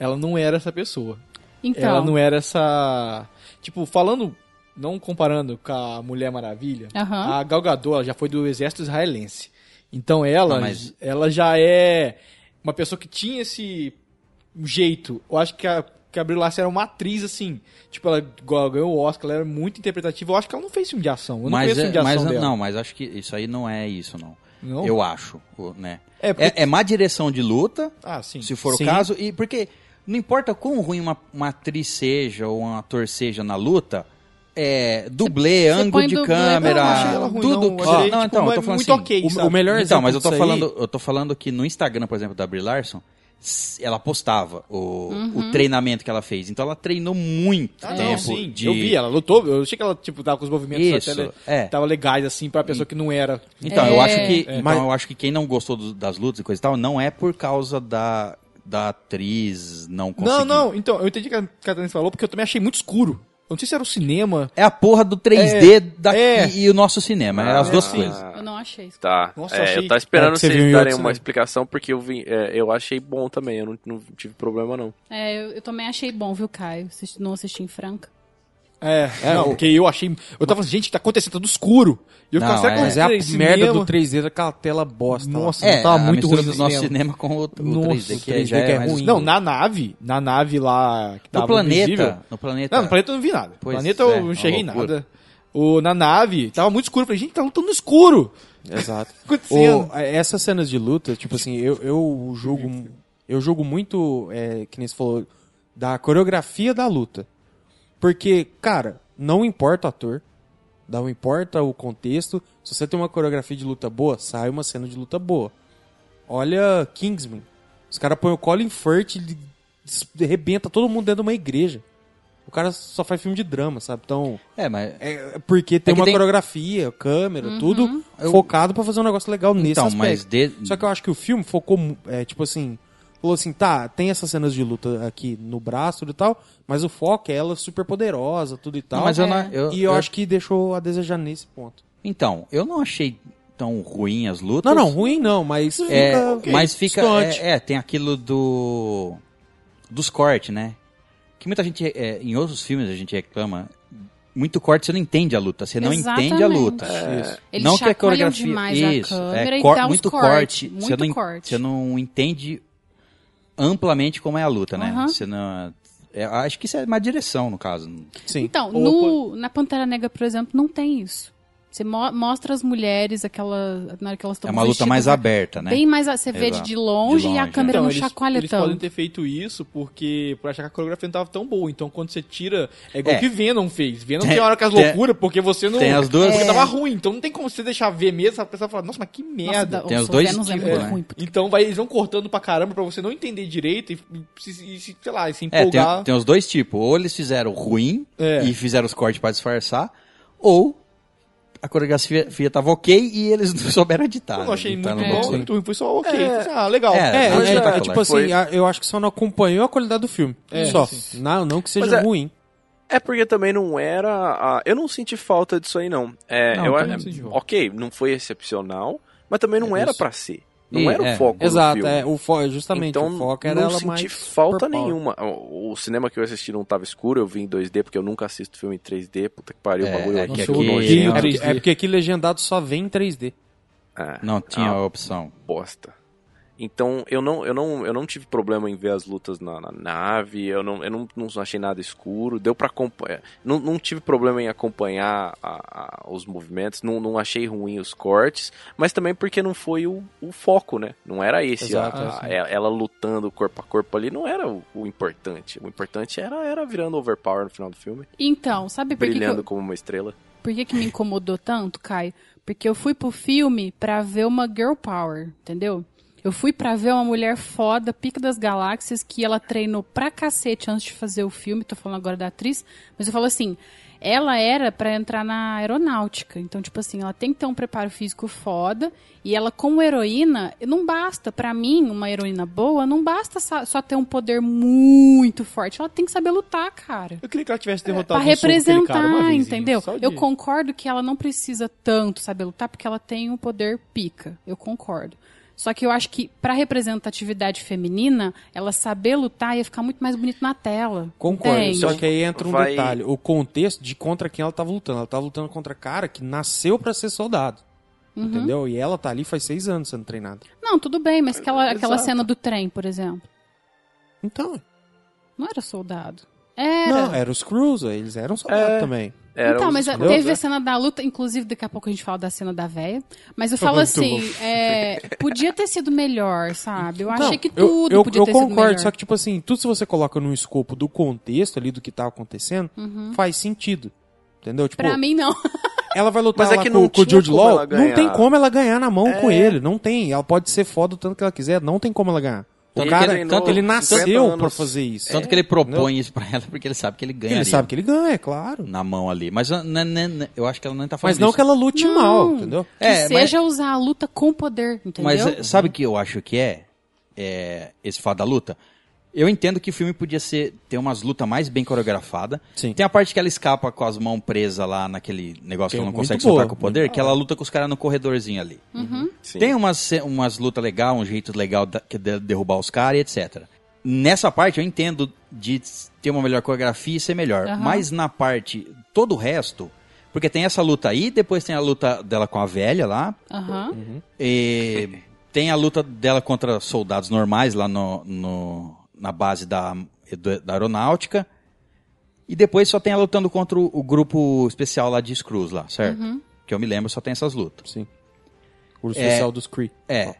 S5: ela não era essa pessoa. Ela
S2: Então,
S5: não era essa. Tipo, falando. Não comparando com a Mulher Maravilha,
S2: Aham.
S5: a Gal Gadot ela já foi do exército israelense. Então ela,
S1: Ah, mas-
S5: ela já é uma pessoa que tinha esse jeito. Eu acho que a, que a Brie Larson era uma atriz, assim. Tipo, ela go- ganhou o Oscar, ela era muito interpretativa. Eu acho que ela não fez filme de ação. Eu não
S1: mas
S5: conheço filme de
S1: é- mas
S5: ação dela.
S1: não, mas acho que isso aí não é isso, não.
S5: Não?
S1: Eu acho, o- né?
S5: É, porque...
S1: É, é má direção de luta,
S5: Ah, sim.
S1: se for
S3: Sim.
S1: o caso, e porque não importa quão ruim uma, uma atriz seja ou um ator seja na luta, é dublê, ângulo
S2: põe
S1: de
S2: dublê,
S1: câmera,
S5: não, não achei ela ruim,
S1: tudo
S5: não.
S1: que-
S5: Achei, tipo,
S1: então, eu
S5: é
S1: tô falando
S5: muito
S1: assim,
S5: ok,
S1: o-
S5: sabe?
S3: O, o melhor
S1: Então, mas eu tô
S3: exemplo disso aí-
S1: falando, eu tô falando que no Instagram, por exemplo, da Brie Larson, s- ela postava o,
S5: Uhum.
S1: o treinamento que ela fez. Então ela treinou muito
S5: Ah,
S1: tempo
S5: não, sim.
S1: de
S5: Eu vi, ela lutou. Eu achei que ela, tipo, tava com os movimentos
S1: Isso,
S5: até le-
S1: é.
S5: tava legais, assim, pra pessoa que não era.
S1: Então,
S2: É.
S1: eu acho que.
S5: É.
S1: Então,
S3: Mas-
S1: eu acho que quem não gostou do- das lutas e coisa e tal, não é por causa da, da atriz não
S5: Não,
S1: conseguir.
S5: não, então, eu entendi o que a Catarina falou, porque eu também achei muito escuro. Eu não sei se era o cinema.
S1: É a porra do 3D da-
S5: é.
S1: E, e o nosso cinema. é as duas
S4: Ah,
S1: coisas.
S2: eu não achei isso.
S4: Tá.
S5: Nossa,
S4: É,
S5: achei-
S4: eu
S3: É,
S4: tava esperando
S3: que você viu
S4: vocês
S3: em
S4: darem
S3: outro
S4: uma
S3: cinema.
S4: explicação, porque eu, vi, é, eu achei bom também, eu não, não tive problema não.
S2: É, eu, eu também achei bom, viu, Caio? Assisti- Não assisti em Franca.
S5: É, não, porque eu achei. Eu tava falando, gente, tá acontecendo tudo escuro. E eu
S1: Não,
S5: ficava, será que
S1: é.
S5: eu
S3: Mas é a
S5: entrei em
S3: merda
S5: cinema?
S3: do 3D daquela tela bosta. lá.
S5: Nossa,
S1: É,
S5: tava
S1: a
S5: muito
S1: mistura
S5: ruim
S1: do
S5: no
S1: nosso
S5: cinema.
S1: cinema com o, o
S5: Nossa,
S1: 3D, que,
S3: 3D
S1: já
S3: que
S1: é,
S3: é
S1: mais...
S3: ruim.
S5: Não, na nave, na nave lá que tava
S1: No planeta,
S5: invisível.
S1: no planeta.
S5: Não, no planeta eu não vi nada. No
S1: Pois
S5: planeta
S1: é,
S5: eu não
S1: uma
S5: cheguei em
S1: loucura.
S5: nada. O, na nave, tava muito escuro. Eu falei, gente, tá lutando no escuro.
S3: Exato.
S5: Acontecendo.
S3: O- é, essas cenas de luta, tipo assim, eu, eu jogo. Eu jogo muito, é, que nem você falou, da coreografia da luta. Porque, cara, não importa o ator, não importa o contexto. Se você tem uma coreografia de luta boa, sai uma cena de luta boa. Olha Kingsman. Os caras põem o Colin Firth e arrebenta todo mundo dentro de uma igreja. O cara só faz filme de drama, sabe? Então.
S1: É, mas...
S3: É porque tem
S1: É que
S3: uma
S1: tem- Uhum.
S3: coreografia, câmera, tudo
S1: Eu-
S3: focado pra fazer um negócio legal nesse
S1: Então, mas...
S3: aspecto.
S1: De...
S3: Só que eu acho que o filme focou, mu- é, tipo assim, falou assim, tá, tem essas cenas de luta aqui no braço tudo e tal, mas o foco é ela super poderosa, tudo e tal.
S1: Mas eu
S2: É.
S1: não... Eu,
S3: E eu, acho que deixou a desejar nesse ponto.
S1: Então, eu não achei tão ruim as lutas.
S3: Não, não, ruim não, mas
S1: É,
S3: fica, ok,
S1: mas fica.
S3: distante.
S1: É, é, tem aquilo do. Dos cortes, né? Que muita gente. é, em outros filmes a gente reclama. Muito corte, você não entende a luta. Você não entende a
S2: Exatamente.
S1: luta.
S3: É.
S5: É.
S3: Isso.
S2: Eles
S1: não que a
S2: chacoalham
S1: coreografia.
S2: demais
S1: isso,
S2: a câmera
S1: é,
S2: e
S1: cor-
S2: dá uns
S1: muito
S2: corte,
S1: corte.
S2: muito
S1: você, não, en-
S2: corte.
S1: você não entende amplamente como é a luta, né?
S2: Aham.
S1: Você não. é, acho que isso é uma direção, no caso.
S3: Sim.
S2: Então, no, na Pantera Negra, por exemplo, não tem isso. Você mo- mostra as mulheres, aquela, na hora que elas estão
S1: é uma luta
S2: vestidas,
S1: mais
S2: a-
S1: aberta, né?
S2: Bem mais. a- Você vê de,
S1: Exato.
S2: de longe
S1: De
S2: e a
S1: longe,
S2: câmera
S5: Então,
S2: não
S5: eles,
S2: chacoalha
S5: eles podem
S2: tanto.
S5: ter feito isso porque por achar que a coreografia não tava tão boa. Então quando você tira. É igual
S1: É.
S5: que Venom fez. Venom
S1: Tem-
S5: tem, hora que as
S1: tem-
S5: loucuras, porque você não.
S1: tem as duas-
S5: Porque
S1: É.
S5: tava ruim. Então não tem como você deixar ver mesmo. A pessoa fala, nossa, mas que merda.
S2: Nossa,
S1: Tem
S2: o
S1: os dois
S2: Sopranos é
S1: tipos,
S2: muito
S1: né?
S2: ruim, puta.
S5: Então vai, eles vão cortando pra caramba pra você não entender direito e, e- e- se- sei lá, e se
S1: É, tem,
S5: empolgar.
S1: tem os dois tipos. Ou eles fizeram ruim
S5: É.
S1: e fizeram os cortes pra disfarçar, ou a coreografia tava ok e eles não souberam editar.
S5: Eu não achei
S1: né? Então
S5: muito
S1: não
S5: bom,
S1: consegui.
S5: muito ruim, foi só ok.
S3: É.
S5: Foi só, ah, legal.
S1: É,
S3: É,
S1: não
S3: é,
S1: espetacular.
S3: tipo assim,
S4: Foi-
S3: a- eu acho que só não acompanhou a qualidade do filme.
S5: É,
S3: só.
S5: sim.
S3: Não, não que seja
S4: Mas é-
S3: ruim.
S4: É porque também não era. a- Eu não senti falta disso aí, não. É,
S5: Não,
S4: eu
S5: também
S4: a-
S5: não senti falta.
S4: Ok, não foi excepcional, mas também não
S1: É
S4: era
S1: isso.
S4: pra ser. Não
S1: E-
S4: era o
S1: é,
S4: foco do
S3: Exato,
S4: filme.
S3: é, o fo justamente,
S4: então,
S3: o foco era
S4: não
S3: ela
S4: senti
S3: mais
S4: falta
S3: superpower.
S4: nenhuma. O, o cinema que eu assisti não tava escuro, eu vi em 2D, porque eu nunca assisto filme em 3D. Puta que pariu,
S1: É,
S4: o bagulho
S1: é
S4: aqui.
S1: que
S4: aqui
S5: aqui-
S3: É,
S4: nojento.
S5: Não,
S3: porque-
S5: 3D.
S3: é porque aqui legendado só vem em 3D.
S4: Ah,
S1: Não tinha
S4: ah,
S1: opção.
S4: bosta. Então, eu não, eu, não, eu não tive problema em ver as lutas na, na nave, eu, não, eu não, não achei nada escuro, deu pra acompanhar. Não, não tive problema em acompanhar a- a- os movimentos, não, não achei ruim os cortes, mas também porque não foi o, o foco, né? Não era esse. a-
S3: Exato, é,
S4: a-
S5: assim.
S4: ela, ela lutando corpo a corpo ali não era o, o importante. O importante era, era virando overpower no final do filme,
S2: Então, sabe por que, que
S4: brilhando
S2: eu-
S4: como uma estrela.
S2: por que, que me incomodou tanto, Caio? Porque eu fui pro filme pra ver uma girl power, entendeu? Eu fui pra ver uma mulher foda, pica das galáxias, que ela treinou pra cacete antes de fazer o filme, tô falando agora da atriz, mas eu falo assim, ela era pra entrar na aeronáutica, então tipo assim, ela tem que ter um preparo físico foda, e ela como heroína, não basta, pra mim, uma heroína boa, não basta sa- só ter um poder muito forte, ela tem que saber lutar, cara.
S5: Eu queria que ela tivesse
S2: Pra
S5: derrotado um soco aquele
S2: representar,
S5: cara uma vez,
S2: entendeu?
S5: só de-
S2: Eu concordo que ela não precisa tanto saber lutar, porque ela tem um poder pica. Eu concordo. Só que eu acho que pra representatividade feminina, ela saber lutar ia ficar muito mais bonito na tela.
S3: Concordo,
S2: entende?
S3: só que aí entra um
S4: Vai-
S3: detalhe, o contexto de contra quem ela tava lutando. Ela tava lutando contra cara que nasceu pra ser soldado,
S2: Uhum.
S3: entendeu? E ela tá ali faz seis anos sendo treinada.
S2: Não, tudo bem, mas aquela, aquela
S4: Exato.
S2: cena do trem, por exemplo,
S3: Então,
S2: não era soldado. Era.
S3: não, eram os Crews, eles eram soldados
S4: É.
S3: também.
S4: Era
S2: então,
S4: os
S2: mas a-
S4: escrotos,
S2: teve
S4: né?
S2: a cena da luta, inclusive daqui a pouco a gente fala da cena da véia. Mas eu falo assim, é, podia ter sido melhor, sabe? Eu achei
S3: Não,
S2: que
S3: eu-
S2: tudo
S3: eu,
S2: podia
S3: eu
S2: ter sido melhor.
S3: concordo, só que tipo assim, tudo se você coloca num escopo do contexto ali do que tá acontecendo, faz sentido. Entendeu? Tipo,
S2: Uhum. Pra mim, não.
S3: ela vai lutar
S4: Mas é
S3: lá
S4: que
S3: com,
S4: não
S3: com o
S4: tinha
S3: Jude
S4: como
S3: Law,
S4: ela
S3: não
S4: ganhar.
S3: tem como ela ganhar na mão
S4: É.
S3: com ele, não tem. Ela pode ser foda o tanto que ela quiser, não tem como ela ganhar. O
S4: Ele
S3: cara,
S4: treinou
S3: tanto ele
S4: 50
S3: nasceu
S4: anos.
S3: pra fazer isso.
S5: É,
S1: Tanto que ele propõe isso pra ela porque ele sabe que ele ganha
S3: Ele sabe que ele ganha, é claro.
S1: na mão ali. Mas ah, né, né, né, eu acho que ela nem tá falando
S3: Mas não
S1: disso.
S3: que ela lute
S2: Não.
S3: mal, entendeu?
S2: Que
S1: É, mas-
S2: seja usar a luta com poder, entendeu?
S1: Mas eh, sabe o que eu acho que é? É, esse fato da luta? Eu entendo que o filme podia ser ter umas lutas mais bem coreografadas.
S3: Sim.
S1: Tem a parte que ela escapa com as mãos presas lá naquele negócio que,
S3: Que é
S1: ela não
S3: muito
S1: consegue
S3: boa,
S1: soltar com o
S3: muito
S1: poder, que ela
S2: É.
S1: luta com os caras no corredorzinho ali.
S2: Uhum.
S4: Sim.
S1: Tem umas, ce- umas lutas legais, um jeito legal da- que de derrubar os caras e etc. Nessa parte eu entendo de s- ter uma melhor coreografia e ser melhor.
S2: Aham.
S1: Mas na parte, todo o resto, porque tem essa luta aí, depois tem a luta dela com a velha lá,
S2: Aham.
S1: Uhum. e tem a luta dela contra soldados normais lá no, no- na base da, do- da aeronáutica. E depois só tem ela lutando contra o, o grupo especial lá de Screws lá, certo? Que eu me lembro, só tem essas lutas.
S3: Sim. O especial dos Cree.
S1: É.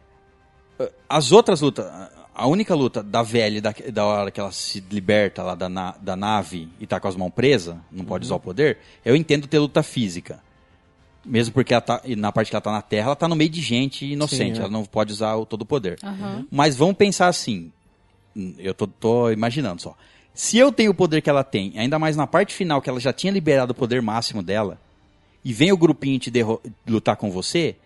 S1: As outras lutas, a única luta da velha, da, da hora que ela se liberta lá da, na- da nave e tá com as mãos presas, não pode usar o poder, eu entendo ter luta física. Mesmo porque ela tá, e na parte que ela tá na Terra, ela tá no meio de gente inocente,
S3: Sim, é.
S1: ela não pode usar o todo o poder.
S2: Aham.
S1: Mas vamos pensar assim. Eu tô, tô imaginando só. Se eu tenho o poder que ela tem, ainda mais na parte final que ela já tinha liberado o poder máximo dela, e vem o grupinho te derro- lutar com você,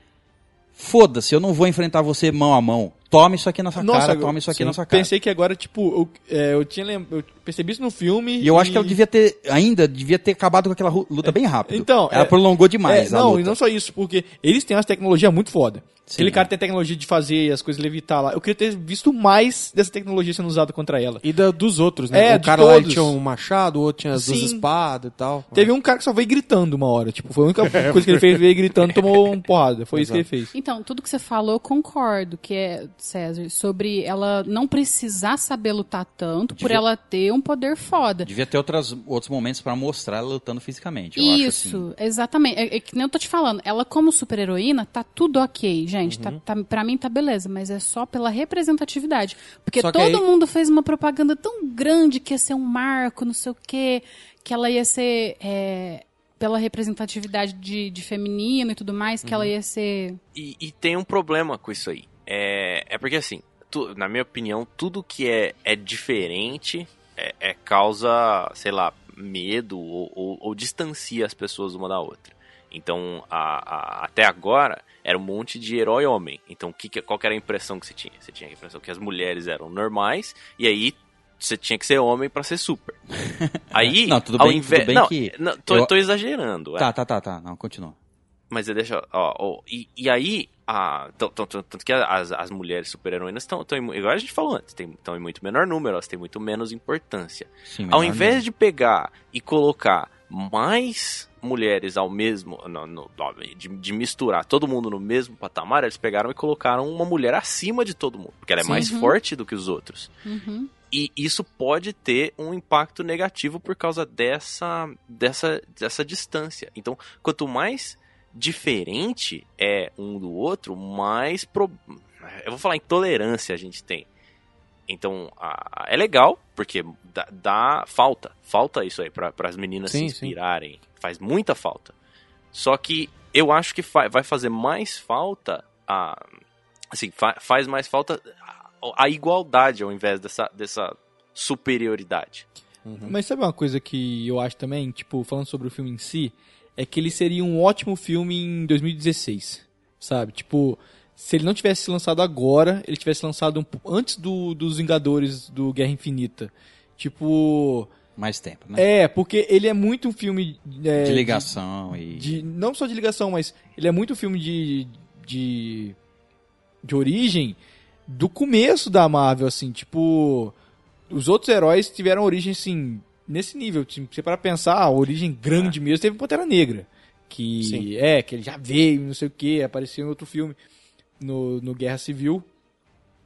S1: foda-se, eu não vou enfrentar você mão a mão. Tome isso aqui na sua cara,
S5: eu-
S1: tome isso aqui
S5: sim.
S1: na sua cara.
S5: Pensei que agora, tipo, eu, é, eu tinha lem... eu percebi isso no filme.
S1: E eu acho que é ela devia ter, ainda devia ter acabado com aquela ru- luta bem rápido.
S5: Então,
S1: ela
S5: é-
S1: prolongou
S5: É,
S1: demais a
S5: não,
S1: luta.
S5: e não só isso, porque eles têm umas tecnologias muito foda.
S1: Sim.
S5: Aquele cara tem a tecnologia de fazer as coisas levitar lá. Eu queria ter visto mais dessa tecnologia sendo usada contra ela.
S3: E da- dos outros, né?
S5: É,
S3: o
S5: de
S3: cara lá ele
S5: todos.
S3: tinha um machado, o outro tinha as duas
S5: Sim.
S3: espadas e tal. É.
S5: Teve um cara que só veio gritando uma hora. Tipo, foi a única coisa que ele fez, veio gritando, tomou uma porrada. Foi isso que ele fez.
S2: Então, tudo que você falou, eu concordo, que é, César, sobre ela não precisar saber lutar tanto por
S1: Devia-
S2: ela ter um poder foda.
S1: Devia ter outras, outros momentos pra mostrar ela lutando fisicamente. Eu acho assim.
S2: Isso, exatamente. É, é que nem eu tô te falando. Ela, como super-heroína, tá tudo ok, gente. Tá, tá, pra mim tá beleza, mas é só pela representatividade. Porque
S3: Só que
S2: todo
S3: aí-
S2: mundo fez uma propaganda tão grande que ia ser um marco, não sei o quê, que ela ia ser. é, pela representatividade de, de feminino e tudo mais, que ela ia ser.
S4: E, e tem um problema com isso aí. É, é porque, assim, tu- na minha opinião, tudo que é, é diferente é, é causa, sei lá, medo ou, ou- ou distancia as pessoas uma da outra. Então, a- a- até agora, era um monte de herói homem. Então, o que que- qual que era a impressão que você tinha? Você tinha a impressão que as mulheres eram normais, e aí você tinha que ser homem pra ser super. Aí,
S1: Não, tudo
S4: ao
S1: bem-
S4: invés...
S1: tudo bem
S4: não,
S1: que
S4: não, tô,
S1: eu-
S4: tô exagerando. é.
S1: Tá, tá, tá, tá. Não, continua.
S4: Mas eu deixo, ó, ó, e, e aí, a, tão- tão- tão- tanto que as, as mulheres super-heroínas estão, igual a gente falou antes, estão em muito menor número, elas têm muito menos importância.
S1: Sim,
S4: Ao
S1: menor
S4: invés
S1: mesmo.
S4: de pegar e colocar mais mulheres ao mesmo, no- no- ó, de, de misturar todo mundo no mesmo patamar, eles pegaram e colocaram uma mulher acima de todo mundo, porque ela é
S2: Sim.
S4: mais
S2: Uhum.
S4: forte do que os outros.
S2: Uhum.
S4: E isso pode ter um impacto negativo por causa dessa, dessa, dessa distância. Então, quanto mais diferente é um do outro, mais. Pro... Eu vou falar intolerância a gente tem. Então, a- a- é legal, porque dá, dá- falta. Falta isso aí para as meninas se
S3: Sim, sim.
S4: inspirarem. Faz muita falta. Só que eu acho que fa- vai fazer mais falta a. Assim, fa- faz mais falta a- a igualdade ao invés dessa, dessa superioridade.
S5: Mas sabe uma coisa que eu acho também, tipo, falando sobre o filme em si, é que ele seria um ótimo filme em 2016, sabe? Tipo, se ele não tivesse sido lançado agora, ele tivesse lançado um p- antes do, dos Vingadores do Guerra Infinita. Tipo,
S1: Mais tempo, né?
S5: é, porque ele é muito um filme é,
S1: de ligação e...
S5: de- não só de ligação, mas ele é muito filme de, de de origem do começo da Marvel, assim, tipo os outros heróis tiveram origem assim nesse nível, tipo, você para pensar, a origem grande mesmo teve o Pantera Negra, que
S3: Sim.
S5: é que ele já veio, não sei o que, apareceu em outro filme no, no Guerra Civil.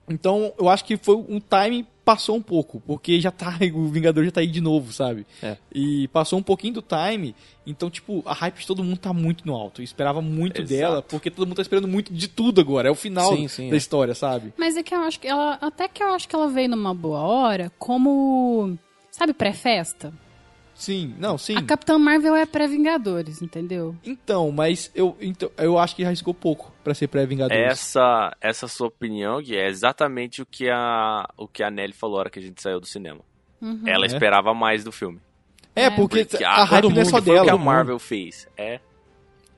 S5: Então, eu acho que foi um time passou um pouco, porque já tá o Vingador já tá aí de novo, sabe?
S3: É.
S5: E passou um pouquinho do time então, tipo, a hype de todo mundo tá muito no alto. Eu esperava muito
S4: Exato.
S5: dela, porque todo mundo tá esperando muito de tudo agora. É o final
S3: Sim, sim,
S5: da
S3: é.
S5: história, sabe?
S2: Mas é que eu acho que ela. Até que eu acho que ela veio numa boa hora, como. Sabe, pré-festa?
S5: Sim, não, sim.
S2: A Capitã Marvel é pré-Vingadores, entendeu?
S5: Então, mas eu, então, eu acho que arriscou pouco pra ser pré-Vingadores.
S4: Essa, essa sua opinião, Gui, é exatamente o que a, o que a Nelly falou na hora que a gente saiu do cinema.
S2: Uhum.
S4: Ela
S5: É.
S4: esperava mais do filme.
S5: É, porque,
S4: Porque
S5: a,
S4: a-
S5: hype
S4: todo
S5: não é
S4: mundo
S5: só
S4: que foi o
S5: dela.
S4: que a Marvel fez. É,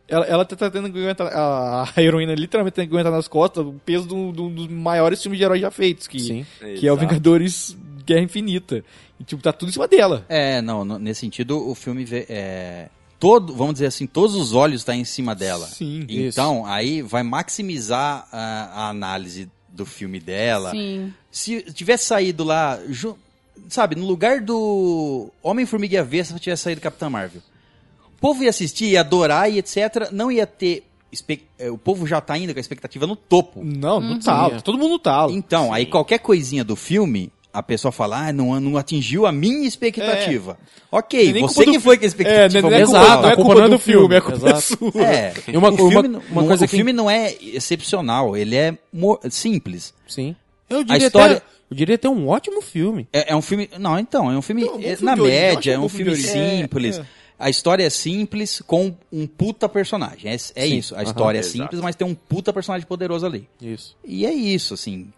S5: Ela, ela tá tendo que aguentar. A, a heroína literalmente tem que aguentar nas costas o peso de um de um dos maiores filmes de heróis já feitos, que,
S3: Sim.
S5: que é o
S4: exato.
S5: Vingadores Guerra Infinita. E, tipo, tá tudo em cima dela.
S1: É, não, no- nesse sentido, o filme vê, é, todo, vamos dizer assim, todos os olhos tá em cima dela.
S5: Sim.
S1: Então, aí vai maximizar a, a análise do filme dela.
S2: Sim.
S1: Se tivesse saído lá, ju- sabe, no lugar do Homem-Formiga e a Vespa, tivesse saído Capitã Marvel. O povo ia assistir, ia adorar e etc. Não ia ter... espe- é, O povo já tá indo com a expectativa no topo.
S5: Não, não tá. Todo mundo tá.
S1: Então, aí qualquer coisinha do filme, a pessoa fala, ah, não, não atingiu a minha expectativa. Ok,
S5: E É. nem
S1: você
S5: culpa
S1: que
S5: do
S1: foi com a
S5: É,
S1: expectativa.
S5: não é,
S1: mas-
S5: culpa, não é
S3: a culpa
S5: culpa
S3: não é
S5: do
S3: do
S5: filme,
S3: filme,
S5: é culpa
S3: exato.
S5: sua.
S1: É,
S3: E uma-
S1: o filme,
S3: uma-
S1: não-
S3: uma
S1: o
S3: coisa que-
S1: filme não é excepcional, ele é mo- simples.
S3: Sim. Eu diria,
S1: história-
S3: até, eu diria até um ótimo filme.
S1: É, é um filme. Não, então, é um filme,
S5: Não, é um
S1: é,
S5: filme
S1: na
S5: de origem, eu acho
S1: média, é
S5: um
S1: um
S5: filme
S1: filme
S5: de origem.
S1: simples.
S5: É, é.
S1: A história é simples com um puta personagem. É, é
S3: Sim,
S1: isso. A
S3: aham,
S1: história é
S4: exato.
S1: simples, mas tem um puta personagem poderoso ali.
S3: Isso.
S1: E é isso, assim.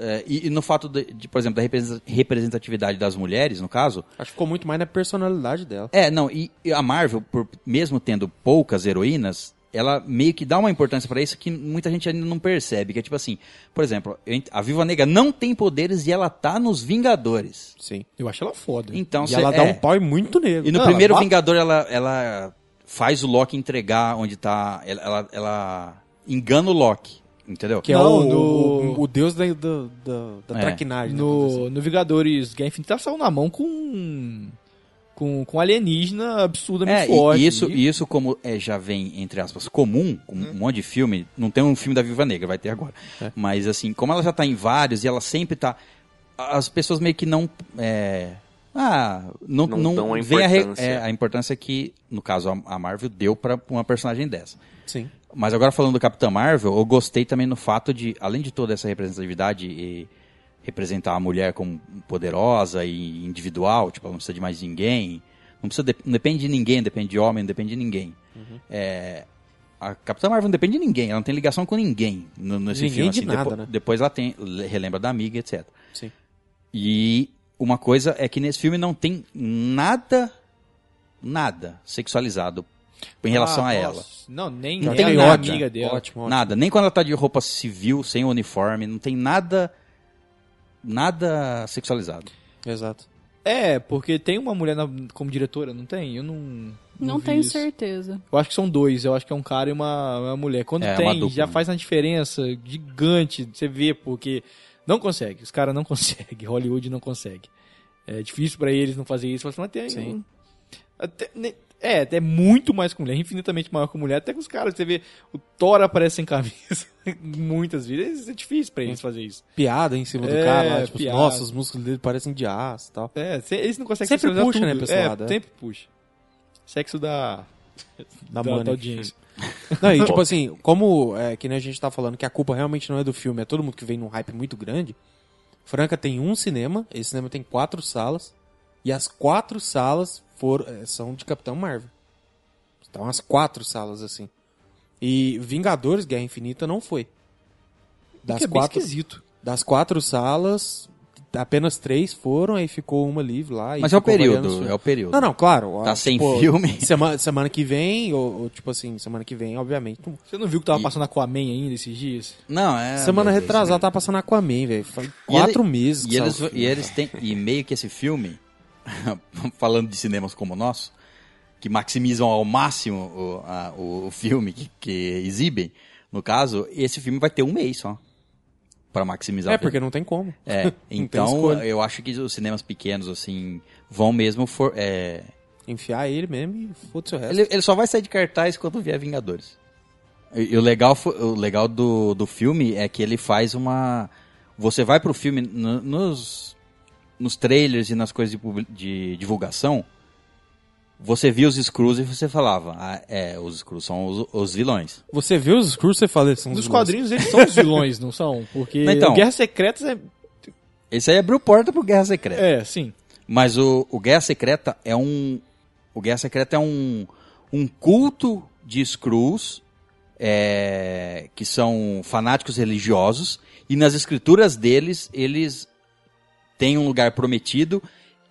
S1: É, e, e no fato, de, de, por exemplo, da represen- representatividade das mulheres, no caso,
S3: Acho que ficou muito mais na personalidade dela.
S1: É, não, e e a Marvel, por- mesmo tendo poucas heroínas, ela meio que dá uma importância pra isso que muita gente ainda não percebe, que é tipo assim, por exemplo, eu ent- a Viva Negra não tem poderes e ela tá nos Vingadores.
S3: Sim.
S5: Eu acho ela foda.
S1: Então,
S3: e
S1: cê-
S3: ela dá
S1: é.
S3: um pau e muito nele.
S1: E no
S5: Não, ela
S1: primeiro
S5: bate-
S1: Vingador ela, ela faz o Loki entregar onde tá, ela, ela, ela engana o Loki, entendeu?
S3: Que
S5: Não,
S3: é o,
S5: no-
S3: o, o deus da, da, da, da
S1: É.
S3: traquinagem. né, vamos
S1: assim.
S3: dizer
S5: No, no Vingadores Guerra Infinita ela saiu na mão com. com, com alienígena absurdamente
S1: É, e-
S5: forte.
S1: e isso, e isso como é, já vem, entre aspas, comum, com um monte de filme, não tem um filme da Viva Negra, vai ter agora. Mas assim, como ela já tá em vários e ela sempre tá. As pessoas meio que não. é, ah, não,
S4: Não
S1: não,
S4: dão a
S1: vem a, re-
S4: importância.
S1: é, a importância que, no caso, a- a Marvel deu pra uma personagem dessa.
S3: assim. Sim.
S1: Mas agora falando do Capitão Marvel, eu gostei também no fato de, além de toda essa representatividade e representar a mulher como poderosa e individual, tipo, ela não precisa de mais ninguém, não precisa de- não depende de ninguém, depende de homem, não depende de ninguém.
S3: Uhum.
S1: É, a Capitã Marvel não depende de ninguém, ela não tem ligação com ninguém no, nesse
S3: Ninguém
S1: filme. assim,
S3: de nada,
S1: depo-
S3: né?
S1: Depois ela tem, relembra da amiga, etc.
S3: Sim.
S1: E uma coisa é que nesse filme não tem nada, nada sexualizado em relação
S5: Ah,
S1: a ela.
S5: nossa. Não, nem
S1: Não
S5: ela,
S1: tem
S5: nem a
S1: nada.
S5: amiga dela.
S3: Tá Ótimo, ótimo.
S1: Nada, nem quando ela tá de roupa civil, sem uniforme, não tem nada nada sexualizado.
S3: Exato.
S5: É, porque tem uma mulher na- como diretora, não tem? Eu não.
S2: Não,
S5: vi
S2: tenho
S5: isso.
S2: certeza.
S5: Eu acho que são dois, eu acho que é um cara e uma, uma mulher. Quando
S1: É, uma
S5: tem,
S1: dupla,
S5: já
S1: né?
S5: faz uma diferença gigante, você vê, porque não consegue, os caras não conseguem, Hollywood não consegue. É difícil pra eles não fazer isso, mas não tem. um-"
S3: Sim.
S5: Até- ne- é, até muito mais com mulher, infinitamente maior com mulher, até que os caras, você vê, o Thor aparece sem camisa muitas vezes, é difícil pra eles fazer isso.
S3: Piada em cima do
S5: É,
S3: cara, lá, tipo,
S5: piada.
S3: nossa, os músculos dele parecem de aço e tal.
S5: É, cê- eles não conseguem
S3: Sempre
S5: sexualizar
S3: puxa,
S5: tudo.
S3: né, pra esse
S5: é,
S3: lado, é.
S5: sempre puxa. Sexo da,
S3: Da
S5: da, da
S3: Mônica.
S5: audiência.
S3: Não, e tipo assim, como é, que nem a gente tá falando que a culpa realmente não é do filme, é todo mundo que vem num hype muito grande. Franca tem um cinema, esse cinema tem quatro salas, e as quatro salas foram, é, são de Capitão Marvel. Então as quatro salas, assim. E Vingadores, Guerra Infinita, não foi.
S5: O que
S3: Das,
S5: é bem
S3: quatro,
S5: esquisito.
S3: das quatro salas, apenas três foram, aí ficou uma livre lá. e
S1: Mas é o
S3: ficou variando os
S1: período,
S3: filmes.
S1: é o período.
S3: Não, não, claro.
S1: Tá
S3: ah,
S1: sem
S3: tipo,
S1: filme.
S3: Semana, semana que vem, ou, ou, tipo assim, semana que vem, obviamente. não-
S5: Você não viu que tava
S1: E-
S5: passando Aquaman ainda esses dias?
S1: Não, é
S3: semana
S1: meu Deus, né?
S3: retrasada tava passando Aquaman, velho. Faz quatro meses que
S1: E eles,
S3: saiu o filme,
S1: e eles têm. E meio que esse filme, falando de cinemas como o nosso, que maximizam ao máximo o, a- o- o filme que, que exibem, no caso, esse filme vai ter um mês só. Pra maximizar
S3: cara. É,
S1: o filme.
S3: porque não tem como.
S1: É,
S3: tem
S1: então
S3: escolha.
S1: eu acho que os cinemas pequenos, assim, vão mesmo. For, é,
S3: Enfiar ele mesmo e foda-se o resto.
S1: ele, ele só vai sair de cartaz quando vier Vingadores. E, e o legal, fo- o legal do, do filme é que ele faz uma. Você vai pro filme no- nos, nos trailers e nas coisas de, publi- de divulgação. Você via os Screws e você falava: ah, é, os Screws são os, os vilões.
S3: Você vê os Screws, você fala, eles são os
S5: Nos
S3: vilões.
S5: quadrinhos eles são os vilões, não são? Porque
S1: Não, então.
S5: Guerras Secretas é.
S1: Esse aí abriu porta pro Guerra Secreta.
S5: É, sim.
S1: Mas o, o Guerra Secreta é um. O Guerra Secreta é um, um culto de Skrulls é, que são fanáticos religiosos e nas escrituras deles eles têm um lugar prometido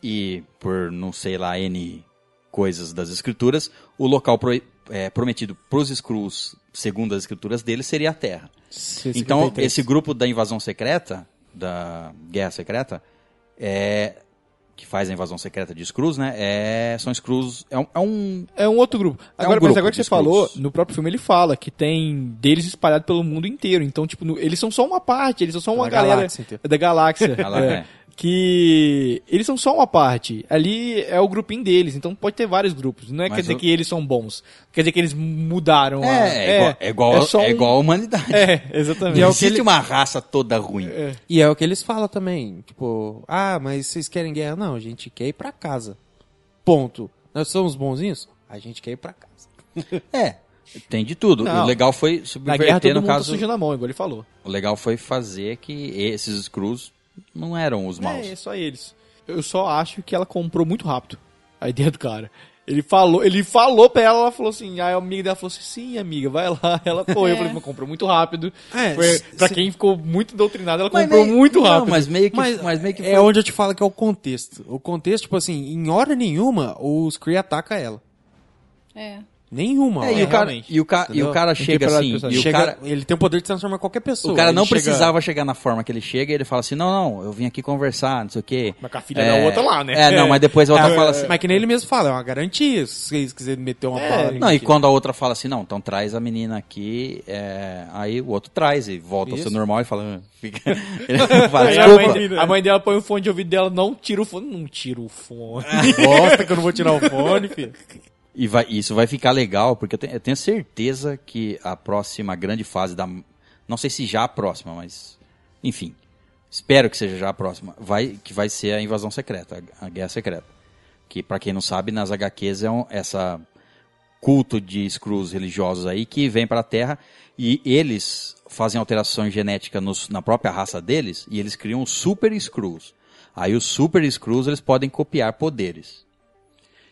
S1: e por não sei lá n coisas das escrituras o local pro- é, prometido para os Skrulls segundo as escrituras deles seria a Terra. Então,
S3: 53.
S1: esse grupo da invasão secreta, da guerra secreta, é que faz a invasão secreta de Skrulls, né? É, são Skrulls, é um, é um-
S5: É um outro grupo.
S1: É um
S5: Agora, mas
S1: grupo
S5: agora que
S1: de
S5: você falou,
S1: Skrulls.
S5: no próprio filme ele fala que tem deles espalhado pelo mundo inteiro. Então, tipo, no- eles são só uma parte, eles são só uma
S3: Da
S5: galera
S3: galáxia inteira.
S5: da galáxia.
S1: a lá-
S5: É.
S1: é.
S5: Que eles são só uma parte. Ali é o grupinho deles, então pode ter vários grupos. Não é
S1: Mas
S5: quer dizer
S1: o-
S5: que eles são bons. Quer dizer que eles mudaram a-
S1: É, é igual, é igual,
S5: é só
S1: é
S5: um-
S1: igual a humanidade.
S5: É, exatamente.
S3: E é
S1: Não
S3: o que
S1: existe
S3: ele-
S1: uma raça toda ruim.
S3: E é o que eles falam também. Tipo, ah, mas vocês querem guerra? Não, a gente quer ir pra casa. Ponto. Nós somos bonzinhos? A gente quer ir pra casa.
S1: É. Tem de tudo.
S5: Não.
S1: O legal foi
S5: Na guerra
S1: subverter,
S5: todo
S1: no
S5: mundo tá
S1: caso.
S5: sujando a mão, igual ele falou.
S1: O legal foi fazer que esses Skrulls não eram os maus.
S5: É, é só eles. Eu só acho que ela comprou muito rápido a ideia do cara. Ele falou, ele falou pra ela, ela falou assim, aí a amiga dela falou assim, sim, amiga, vai lá. Ela foi, eu falei, mas comprou muito rápido.
S3: É,
S5: Foi-
S3: se-
S5: pra
S3: se-
S5: quem ficou muito doutrinado, ela
S1: Mas
S5: comprou
S1: meio-
S5: muito
S1: não,
S5: rápido.
S1: mas meio que, mas,
S3: Mas-
S1: meio que
S3: É onde eu te falo que é o contexto. O contexto, tipo assim, em hora nenhuma, o Scree ataca ela.
S2: É.
S3: Nenhuma.
S1: É, e,
S5: É,
S1: o cara,
S5: realmente.
S1: e, o ca- e o
S3: Entendeu?
S1: cara
S5: Tem que
S1: chega
S5: parar de
S1: assim,
S5: pensar.
S1: e o
S3: Chega-
S1: cara,
S3: ele tem o poder de transformar qualquer pessoa.
S1: o cara
S3: Ele
S1: não
S3: chega-
S1: precisava chegar na forma que ele chega, e ele fala assim, não, não, eu vim aqui conversar, não sei o quê.
S5: Mas com a filha da outra lá, né?
S1: É, não, mas depois a outra fala assim... "Ah,
S3: Mas que é, nem ele mesmo fala, é uma garantia. Se vocês quiserem meter uma palavra em
S1: Não, e
S3: mentira.
S1: quando a outra fala assim, não, então traz a menina aqui, é, aí o outro traz e volta ao seu
S3: Isso.
S1: normal e fala... "Ah", Fica... Ele fala,
S5: Aí a, mãe,
S1: desculpa.
S5: dele- a mãe dela põe o fone de ouvido dela, não tira o fone, não tira o fone.
S1: É.
S3: Bosta que eu não vou tirar o fone, filho.
S1: E vai- isso vai ficar legal, porque eu, te- eu tenho certeza que a próxima grande fase da. Não sei se já a próxima, mas. Enfim. Espero que seja já a próxima. Vai, que vai ser a invasão secreta, a, a guerra secreta. Que, pra quem não sabe, nas HQs é um, essa culto de Skrulls religiosos aí que vem pra Terra e eles fazem alterações genéticas nos- na própria raça deles e eles criam super Skrulls. Aí os super Skrulls eles podem copiar poderes.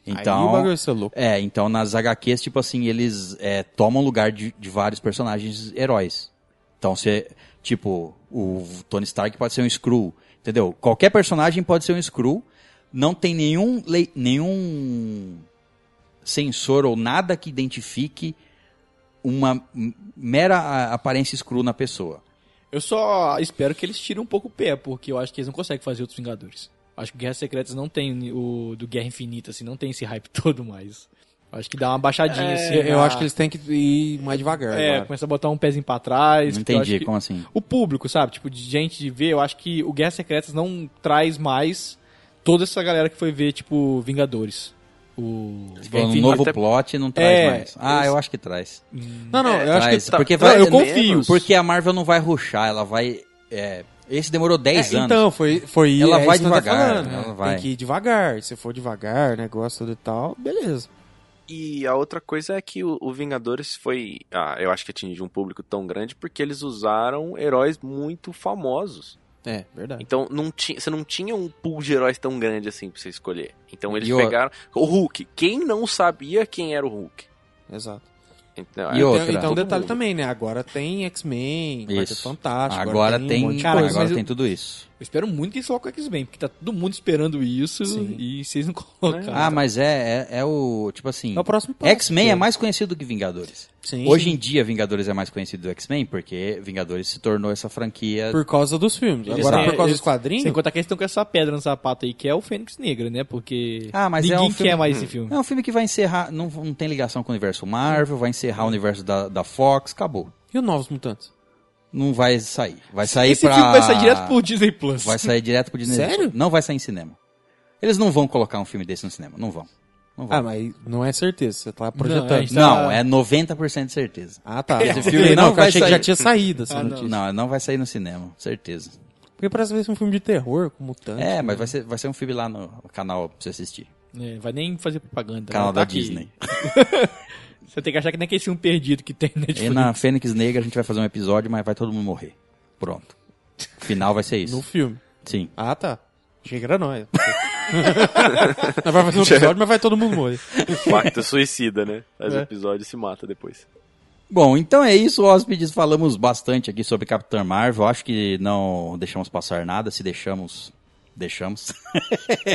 S1: Então,
S3: Aí o bagulho é louco.
S1: é, então nas HQs, tipo assim, eles é, tomam lugar de, de vários personagens heróis. Então você, tipo, o Tony Stark pode ser um Skrull, entendeu? Qualquer personagem pode ser um Skrull, não tem nenhum lei- nenhum sensor ou nada que identifique uma m- mera a- aparência screw na pessoa.
S5: Eu só espero que eles tirem um pouco o pé, porque eu acho que eles não conseguem fazer outros Vingadores. Acho que Guerra Secretas não tem o do Guerra Infinita, assim, não tem esse hype todo mais. Acho que dá uma baixadinha, assim.
S3: Eu, eu
S5: na-
S3: acho que eles têm que ir mais devagar.
S5: É,
S3: agora.
S5: começa a botar um pezinho pra trás.
S1: Não
S5: porque eu acho
S1: entendi,
S5: que-
S1: como assim?
S5: O público, sabe? Tipo, de gente de ver, eu acho que o Guerra Secretas não traz mais toda essa galera que foi ver, tipo, Vingadores. O.
S1: Você
S5: Guerra
S1: falou um
S5: Infinita.
S1: novo
S4: até-
S1: plot não traz
S5: É,
S1: mais. Ah, eu acho que traz.
S3: Não, não, eu acho que
S1: Traz, porque
S4: tá-
S1: vai-
S5: eu confio.
S4: menos.
S1: Porque a Marvel não vai rushar, ela vai. é, esse demorou 10
S3: É,
S1: anos.
S3: Então, foi, foi
S1: Ela vai
S3: isso que eu tô
S1: devagar,
S3: falando, né?
S1: ela vai.
S3: Tem que ir devagar. Se for devagar, negócio tudo e tal, beleza.
S4: E a outra coisa é que o, o Vingadores foi. Ah, eu acho que atingiu um público tão grande porque eles usaram heróis muito famosos.
S3: É, verdade.
S4: Então não ti- você não tinha um pool de heróis tão grande assim pra você escolher. Então eles
S1: E o-
S4: pegaram. O Hulk. Quem não sabia quem era o Hulk?
S3: Exato.
S4: Então,
S1: E
S4: é-
S1: o-
S3: Então,
S1: outra.
S3: então um
S4: Todo
S3: detalhe
S4: mundo.
S3: também, né? Agora tem X-Men, Quarteto
S1: Isso.
S3: Fantástico. um
S1: agora tem, um
S3: monte de
S5: cara,
S3: coisa.
S1: agora
S5: mas eu-
S1: tem tudo isso.
S5: Eu espero muito que eles coloquem o X-Men, porque tá todo mundo esperando isso
S3: Sim.
S5: e vocês não colocaram.
S1: Ah, mas é, é, é o. Tipo assim.
S3: É o próximo passo.
S1: X-Men é mais conhecido que Vingadores.
S3: Sim.
S1: Hoje em dia, Vingadores é mais conhecido do X-Men porque Vingadores se tornou essa franquia.
S3: Por causa dos filmes.
S5: Eles-
S3: Agora,
S1: é,
S3: por causa
S5: eles-
S3: dos quadrinhos...
S5: Sem contar que eles estão com essa pedra no sapato aí, que é o Fênix Negra, né? Porque
S1: Ah, mas é
S5: ninguém
S1: um
S5: quer
S1: filme-
S5: mais esse filme.
S1: É um filme que vai encerrar. Não, não tem ligação com o universo Marvel, vai encerrar o universo da, da Fox, acabou.
S3: E o Novos Mutantes?
S1: Não vai sair. Vai sair
S5: esse
S1: pra.
S5: filme vai sair direto pro Disney Plus.
S1: Vai sair direto pro Disney.
S3: Sério?
S1: Não vai sair em cinema. Eles não vão colocar um filme desse no cinema. Não vão. Não vão.
S3: Ah, mas não é certeza, você tá
S5: a
S3: projetando.
S5: gente-
S1: não,
S5: tá-
S1: é 90% de certeza.
S3: Ah, tá.
S1: Esse
S3: Não,
S1: filme
S3: porque-
S1: não
S3: não, eu
S1: vai
S3: achei que
S1: sair.
S3: já tinha saído essa
S5: Ah, não.
S3: notícia.
S1: Não, não vai sair no cinema, certeza.
S3: Porque parece que vai ser um filme de terror, com mutante.
S1: É, mas vai ser, vai ser um filme lá no canal pra você assistir.
S5: É, vai nem fazer propaganda.
S1: canal
S5: Tá
S1: da
S5: aqui.
S1: Disney.
S5: Você tem que achar que nem aquele filme perdido que tem na
S1: E
S5: Netflix.
S1: na Fênix Negra a gente vai fazer um episódio, mas vai todo mundo morrer. Pronto. O Final vai ser
S3: No
S1: isso.
S3: filme.
S1: Sim.
S3: Ah, tá. Achei que era nós. Nós vai fazer um episódio, mas vai todo mundo morrer.
S4: Pacto suicida, né? Faz o
S3: É.
S4: episódio e se mata depois.
S1: Bom, então é isso, hóspedes. Falamos bastante aqui sobre Capitã Marvel. Acho que não deixamos passar nada. Se deixamos, deixamos.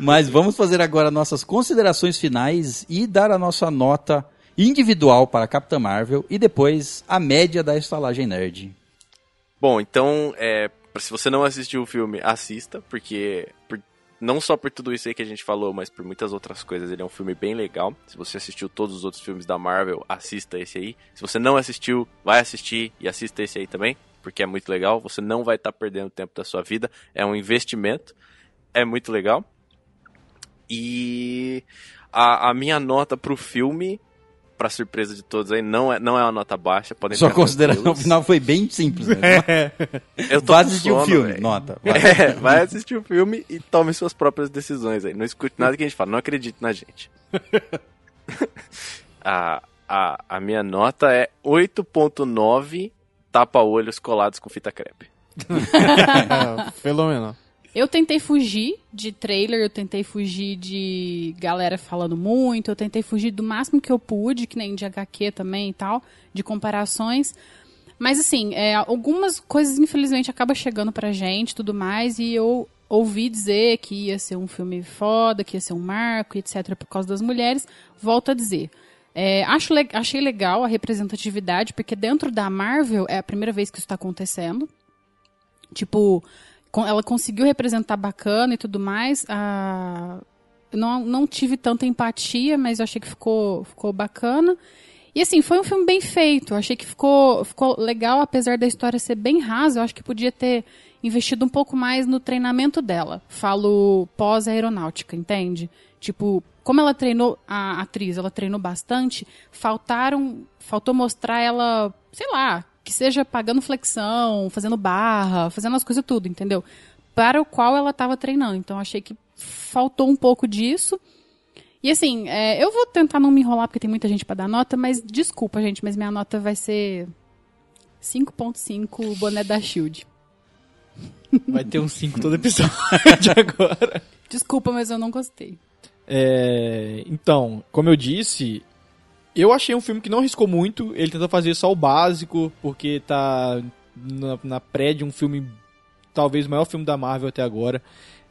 S1: Mas vamos fazer agora nossas considerações finais e dar a nossa nota individual para Capitã Marvel e depois a média da estalagem nerd.
S4: Bom, então, é, se você não assistiu o filme, assista, porque por- não só por tudo isso aí que a gente falou, mas por muitas outras coisas, ele é um filme bem legal. Se você assistiu todos os outros filmes da Marvel, assista esse aí. Se você não assistiu, vai assistir e assista esse aí também, porque é muito legal. Você não vai estar perdendo tempo da sua vida, é um investimento, é muito legal. E a, a minha nota pro filme, pra surpresa de todos aí, não é, não é uma nota baixa. Podem
S1: Só
S4: ficar
S1: considerando o
S4: tranquilos.
S1: final foi bem simples. Né?
S4: Eu tô
S1: Quase
S4: com
S1: assistir o
S4: sono,
S1: filme.
S4: velho.
S1: Nota. vai.
S4: É, vai assistir o filme e tome suas próprias decisões aí. Não escute nada que a gente fala, não acredite na gente. a, a, a minha nota é 8.9 tapa-olhos colados com fita crepe.
S3: É, fenomenal.
S2: Eu tentei fugir de trailer, eu tentei fugir de galera falando muito, eu tentei fugir do máximo que eu pude, que nem de HQ também e tal, de comparações. Mas assim, é, algumas coisas infelizmente acabam chegando pra gente e tudo mais, e eu ouvi dizer que ia ser um filme foda, que ia ser um marco, etc, por causa das mulheres. Volto a dizer. é, acho le- achei legal a representatividade, porque dentro da Marvel é a primeira vez que isso tá acontecendo. Tipo, con- ela conseguiu representar bacana e tudo mais. Ah, eu não, não tive tanta empatia, mas eu achei que ficou, ficou bacana. E assim, foi um filme bem feito. Eu achei que ficou, ficou legal, apesar da história ser bem rasa. Eu acho que podia ter investido um pouco mais no treinamento dela. Falo pós-aeronáutica, entende? Tipo, como ela treinou a atriz, ela treinou bastante, faltaram. Faltou mostrar ela, sei lá, que seja pagando flexão, fazendo barra, fazendo as coisas tudo, entendeu? Para o qual ela estava treinando. Então achei que faltou um pouco disso. E assim, é, eu vou tentar não me enrolar porque tem muita gente pra dar nota, mas desculpa, gente, mas minha nota vai ser 5.5 boné da Shield.
S5: Vai ter um 5 todo episódio agora.
S2: Desculpa, mas eu não gostei.
S5: É, então, como eu disse, eu achei um filme que não arriscou muito. Ele tentou fazer só o básico, porque tá na, na pré de um filme, talvez o maior filme da Marvel até agora.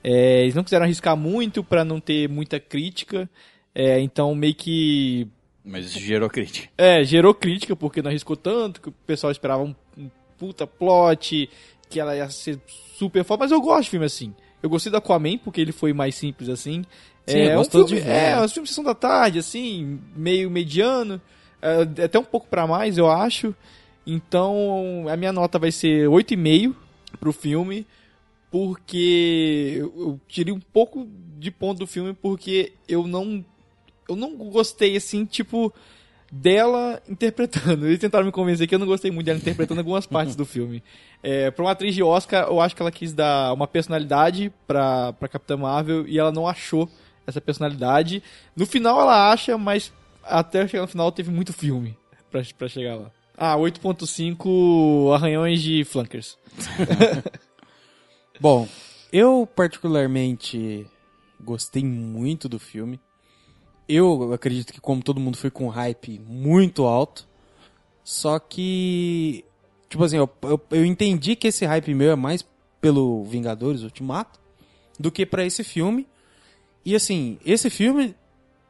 S5: É, eles não quiseram arriscar muito pra não ter muita crítica. É, então meio que
S1: Mas isso gerou crítica.
S5: é, gerou crítica porque não arriscou tanto, que o pessoal esperava um, um puta plot, que ela ia ser super foda, mas eu gosto de filme assim. Eu gostei do Aquaman porque ele foi mais simples assim.
S3: Sim,
S5: é,
S3: eu
S5: um
S3: gosto
S5: filme,
S3: de ver.
S5: é, um filme de sessão da tarde, assim, meio mediano, é, até um pouco pra mais, eu acho. Então, a minha nota vai ser 8,5 pro filme, porque eu, eu tirei um pouco de ponto do filme porque eu não eu não gostei assim, tipo, dela interpretando. Eles tentaram me convencer que eu não gostei muito dela interpretando algumas partes do filme. É, pra uma atriz de Oscar, eu acho que ela quis dar uma personalidade pra, pra Capitã Marvel e ela não achou essa personalidade. No final ela acha, mas até chegar no final teve muito filme pra, pra chegar lá. Ah, 8.5 arranhões de flankers.
S3: Bom, eu particularmente gostei muito do filme. Eu acredito que, como todo mundo, foi com um hype muito alto. Só que, tipo assim, eu, eu, eu entendi que esse hype meu é mais pelo Vingadores Ultimato do que pra esse filme. E assim, esse filme,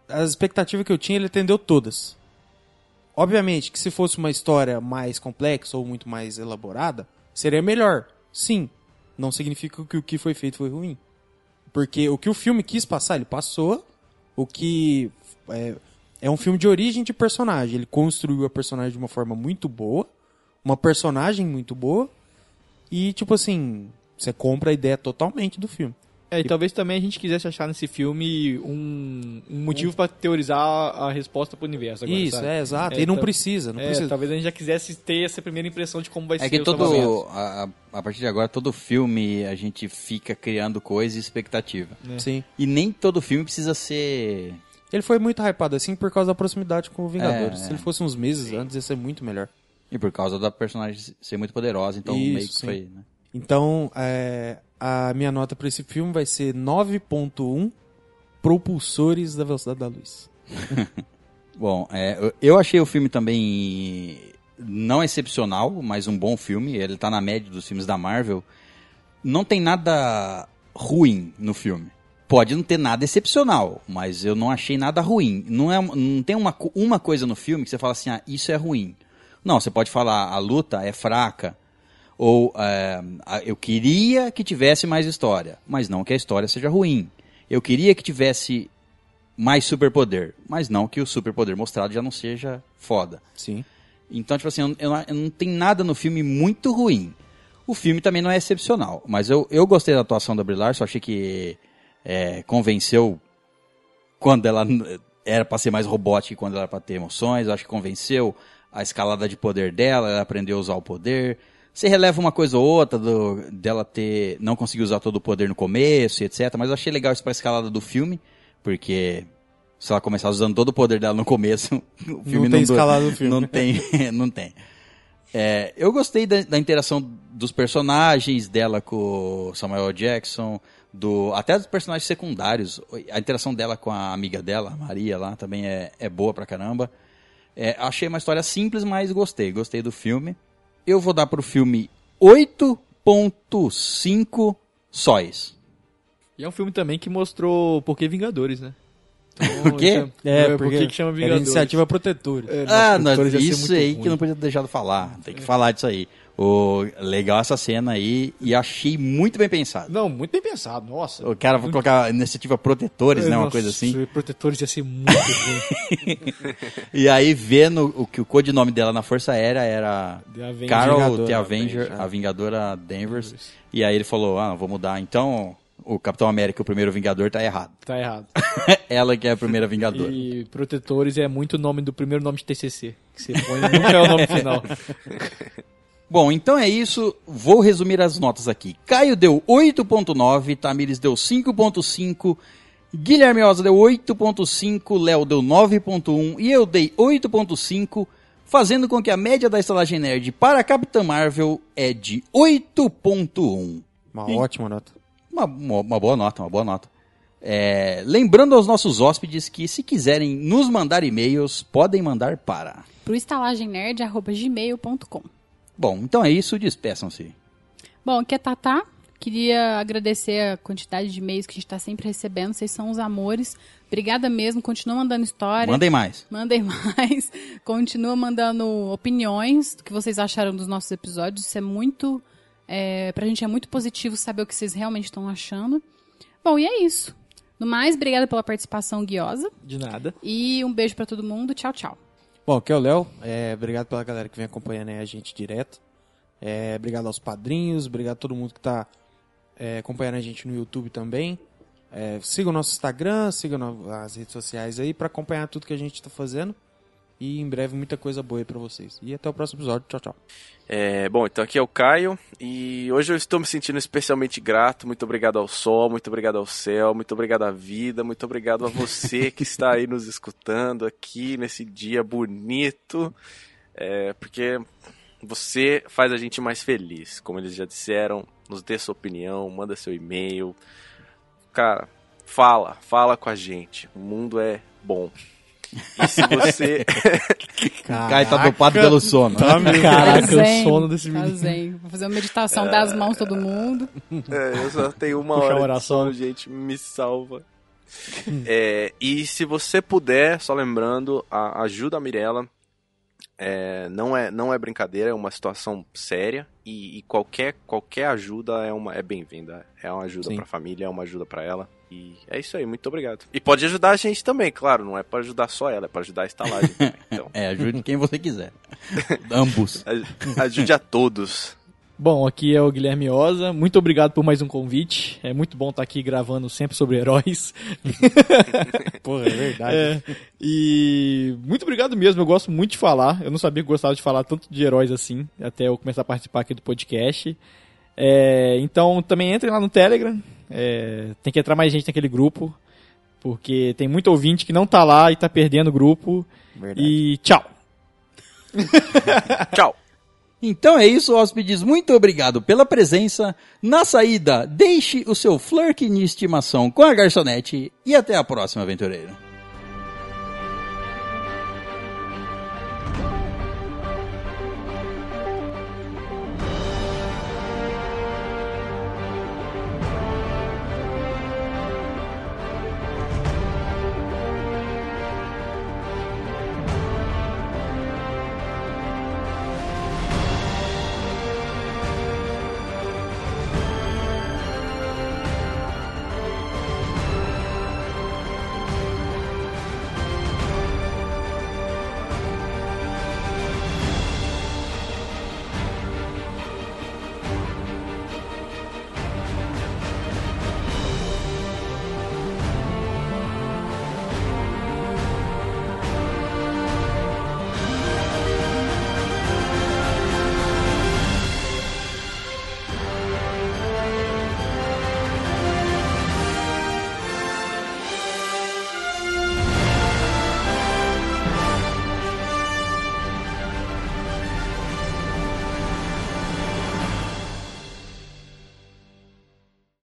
S3: as expectativas que eu tinha, ele atendeu todas. Obviamente que se fosse uma história mais complexa ou muito mais elaborada, seria melhor. Sim, não significa que o que foi feito foi ruim. Porque o que o filme quis passar, ele passou. O que. É, é um filme de origem de personagem. Ele construiu a personagem de uma forma muito boa. Uma personagem muito boa. E, tipo assim, você compra a ideia totalmente do filme.
S5: É, e talvez também a gente quisesse achar nesse filme um, um motivo pra teorizar a resposta pro universo agora,
S3: Isso,
S5: sabe?
S3: é exato.
S5: É,
S3: e não
S5: tá-
S3: precisa, não
S5: É,
S3: precisa.
S5: talvez a gente já quisesse ter essa primeira impressão de como vai ser
S1: É que
S5: o
S1: todo.
S5: salvamento.
S1: A, a- a partir de agora, todo filme a gente fica criando coisa e expectativa.
S5: tá, né?
S3: Sim.
S1: E nem todo filme precisa ser.
S3: Ele foi muito hypado assim por causa da proximidade com o Vingadores.
S1: É.
S3: Se ele fosse uns meses antes, ia ser muito melhor.
S1: E por causa da personagem ser muito poderosa, então
S3: Isso,
S1: meio que
S3: sim.
S1: foi. Né?
S3: Então, é, a minha nota pra esse filme vai ser 9.1 propulsores da velocidade da luz.
S1: Bom, é, eu- eu achei o filme também não excepcional, mas um bom filme. Ele tá na média dos filmes da Marvel. Não tem nada ruim no filme. Pode não ter nada excepcional, mas eu não achei nada ruim. Não, é, não tem uma, co- uma coisa no filme que você fala assim, ah, isso é ruim. Não, você pode falar, a luta é fraca. Ou é, a- eu queria que tivesse mais história, mas não que a história seja ruim. Eu queria que tivesse mais superpoder, mas não que o superpoder mostrado já não seja foda.
S3: Sim.
S1: Então, tipo assim, eu, eu não- eu não tem nada no filme muito ruim. O filme também não é excepcional, mas eu, eu gostei da atuação da Brie Larson, achei que é, convenceu quando ela n- era pra ser mais robótica e quando ela era pra ter emoções, acho que convenceu a escalada de poder dela, ela aprendeu a usar o poder. Você releva uma coisa ou outra do- dela ter não conseguir usar todo o poder no começo e etc, mas eu achei legal isso pra escalada do filme, porque se ela começar usando todo o poder dela no começo, o filme não,
S3: não
S1: dura.
S3: tem escalado no filme.
S1: Não tem, não tem. É, eu gostei da, da interação dos personagens dela com o Samuel Jackson, do até dos personagens secundários. A interação dela com a amiga dela, a Maria, lá também é, é boa pra caramba. É, achei uma história simples, mas gostei. Gostei do filme. Eu vou dar pro filme 8.5 sóis.
S5: E é um filme também que mostrou por que Vingadores, né? Então,
S1: O quê?
S5: isso por que que chama
S3: É, era
S5: Vingadores?
S3: iniciativa protetora.
S5: É, nossa,
S1: Ah,
S5: Vingadores
S1: nós,
S5: ia ser
S1: isso
S5: muito
S1: aí
S5: ruim.
S1: que eu não podia ter deixado falar. Tem que falar disso aí. O, legal essa cena aí e achei muito bem pensado.
S5: Não, muito bem pensado, nossa.
S1: O cara vai colocar iniciativa protetores, né? Uma coisa assim.
S5: Protetores ia ser muito ruim.
S1: E aí vendo o que o codinome dela na Força Aérea era
S5: The Avenger.
S1: Carol The
S3: Vingadora,
S1: Avenger,
S3: Avenger. é.
S1: a Vingadora Danvers. E aí ele falou: Ah, vou mudar. Então o Capitão América, o primeiro Vingador, tá errado.
S5: Tá errado.
S1: Ela que é a primeira Vingadora.
S5: E Protetores é muito o nome do primeiro nome de TCC. Que você põe, nunca é o nome final.
S1: Bom, então é isso. Vou resumir as notas aqui. Caio deu 8.9, Tamires deu 5.5, Guilherme Osa deu 8.5, Léo deu 9.1 e eu dei 8.5, fazendo com que a média da estalagem nerd para a Capitã Marvel é de 8.1.
S3: Uma ótima nota.
S1: Uma, uma- uma boa nota, uma boa nota. É, lembrando aos nossos hóspedes que se quiserem nos mandar e-mails, podem mandar para.
S2: Pro estalagemnerd.gmail.com.
S1: Bom, então é isso, despeçam-se.
S2: Bom, aqui é Tatá, Queria agradecer a quantidade de e-mails que a gente tá sempre recebendo. Vocês são os amores. Obrigada mesmo. Continua mandando história.
S1: Mandem mais.
S2: Mandem mais. Continua mandando opiniões do que vocês acharam dos nossos episódios. Isso é muito. É, pra gente é muito positivo saber o que vocês realmente estão achando. Bom, e é isso. No mais, obrigada pela participação, Guiosa.
S5: De nada.
S2: E um beijo pra todo mundo. Tchau, tchau.
S3: Bom, aqui é o Léo. É, obrigado pela galera que vem acompanhando aí a gente direto. É, obrigado aos padrinhos, obrigado a todo mundo que tá é, acompanhando a gente no YouTube também. É, siga o nosso Instagram, siga no- as redes sociais aí pra acompanhar tudo que a gente tá fazendo. E em breve muita coisa boa aí pra vocês. E até o próximo episódio. Tchau, tchau.
S4: É, bom, então aqui é o Caio e hoje eu estou me sentindo especialmente grato. Muito obrigado ao sol, muito obrigado ao céu, muito obrigado à vida, muito obrigado a você que está aí nos escutando aqui nesse dia bonito, É, porque você faz a gente mais feliz, como eles já disseram. Nos dê sua opinião, manda seu e-mail, cara, fala, fala com a gente. O mundo é bom. E se você
S1: Caio tá dopado pelo sono.
S5: Caraca,
S2: Tá zen,
S5: o sono desse
S2: tá
S5: menino.
S2: zen. Vou fazer uma meditação das mãos todo mundo.
S4: É, eu só tenho uma
S5: Puxar
S4: hora
S5: uma
S4: de
S5: oração.
S4: sono, gente, me salva. É, e se você puder, só lembrando, a- ajuda a Mirella. É, não, é, não é brincadeira, é uma situação séria e, e qualquer, qualquer ajuda é, uma- é bem-vinda. É uma ajuda
S3: Sim.
S4: pra família, é uma ajuda pra ela. E é isso aí, muito obrigado. E pode ajudar a gente também, claro, não é pra ajudar só ela, é pra ajudar a estalagem também. Então,
S1: É, ajude quem você quiser. Ambos.
S4: a- ajude a todos.
S5: Bom, aqui é o Guilherme Oza. Muito obrigado por mais um convite. É muito bom estar aqui gravando sempre sobre heróis.
S3: Porra, é verdade.
S5: É, e muito obrigado mesmo, eu gosto muito de falar. Eu não sabia que gostava de falar tanto de heróis assim, até eu começar a participar aqui do podcast. É, então também entrem lá no Telegram. é, tem que entrar mais gente naquele grupo, porque tem muito ouvinte que não tá lá e tá perdendo o grupo.
S3: verdade.
S5: E tchau!
S4: Tchau!
S1: Então é isso, hóspedes. Muito obrigado pela presença. Na saída, deixe o seu flirk de estimação com a garçonete. E até a próxima, aventureiro.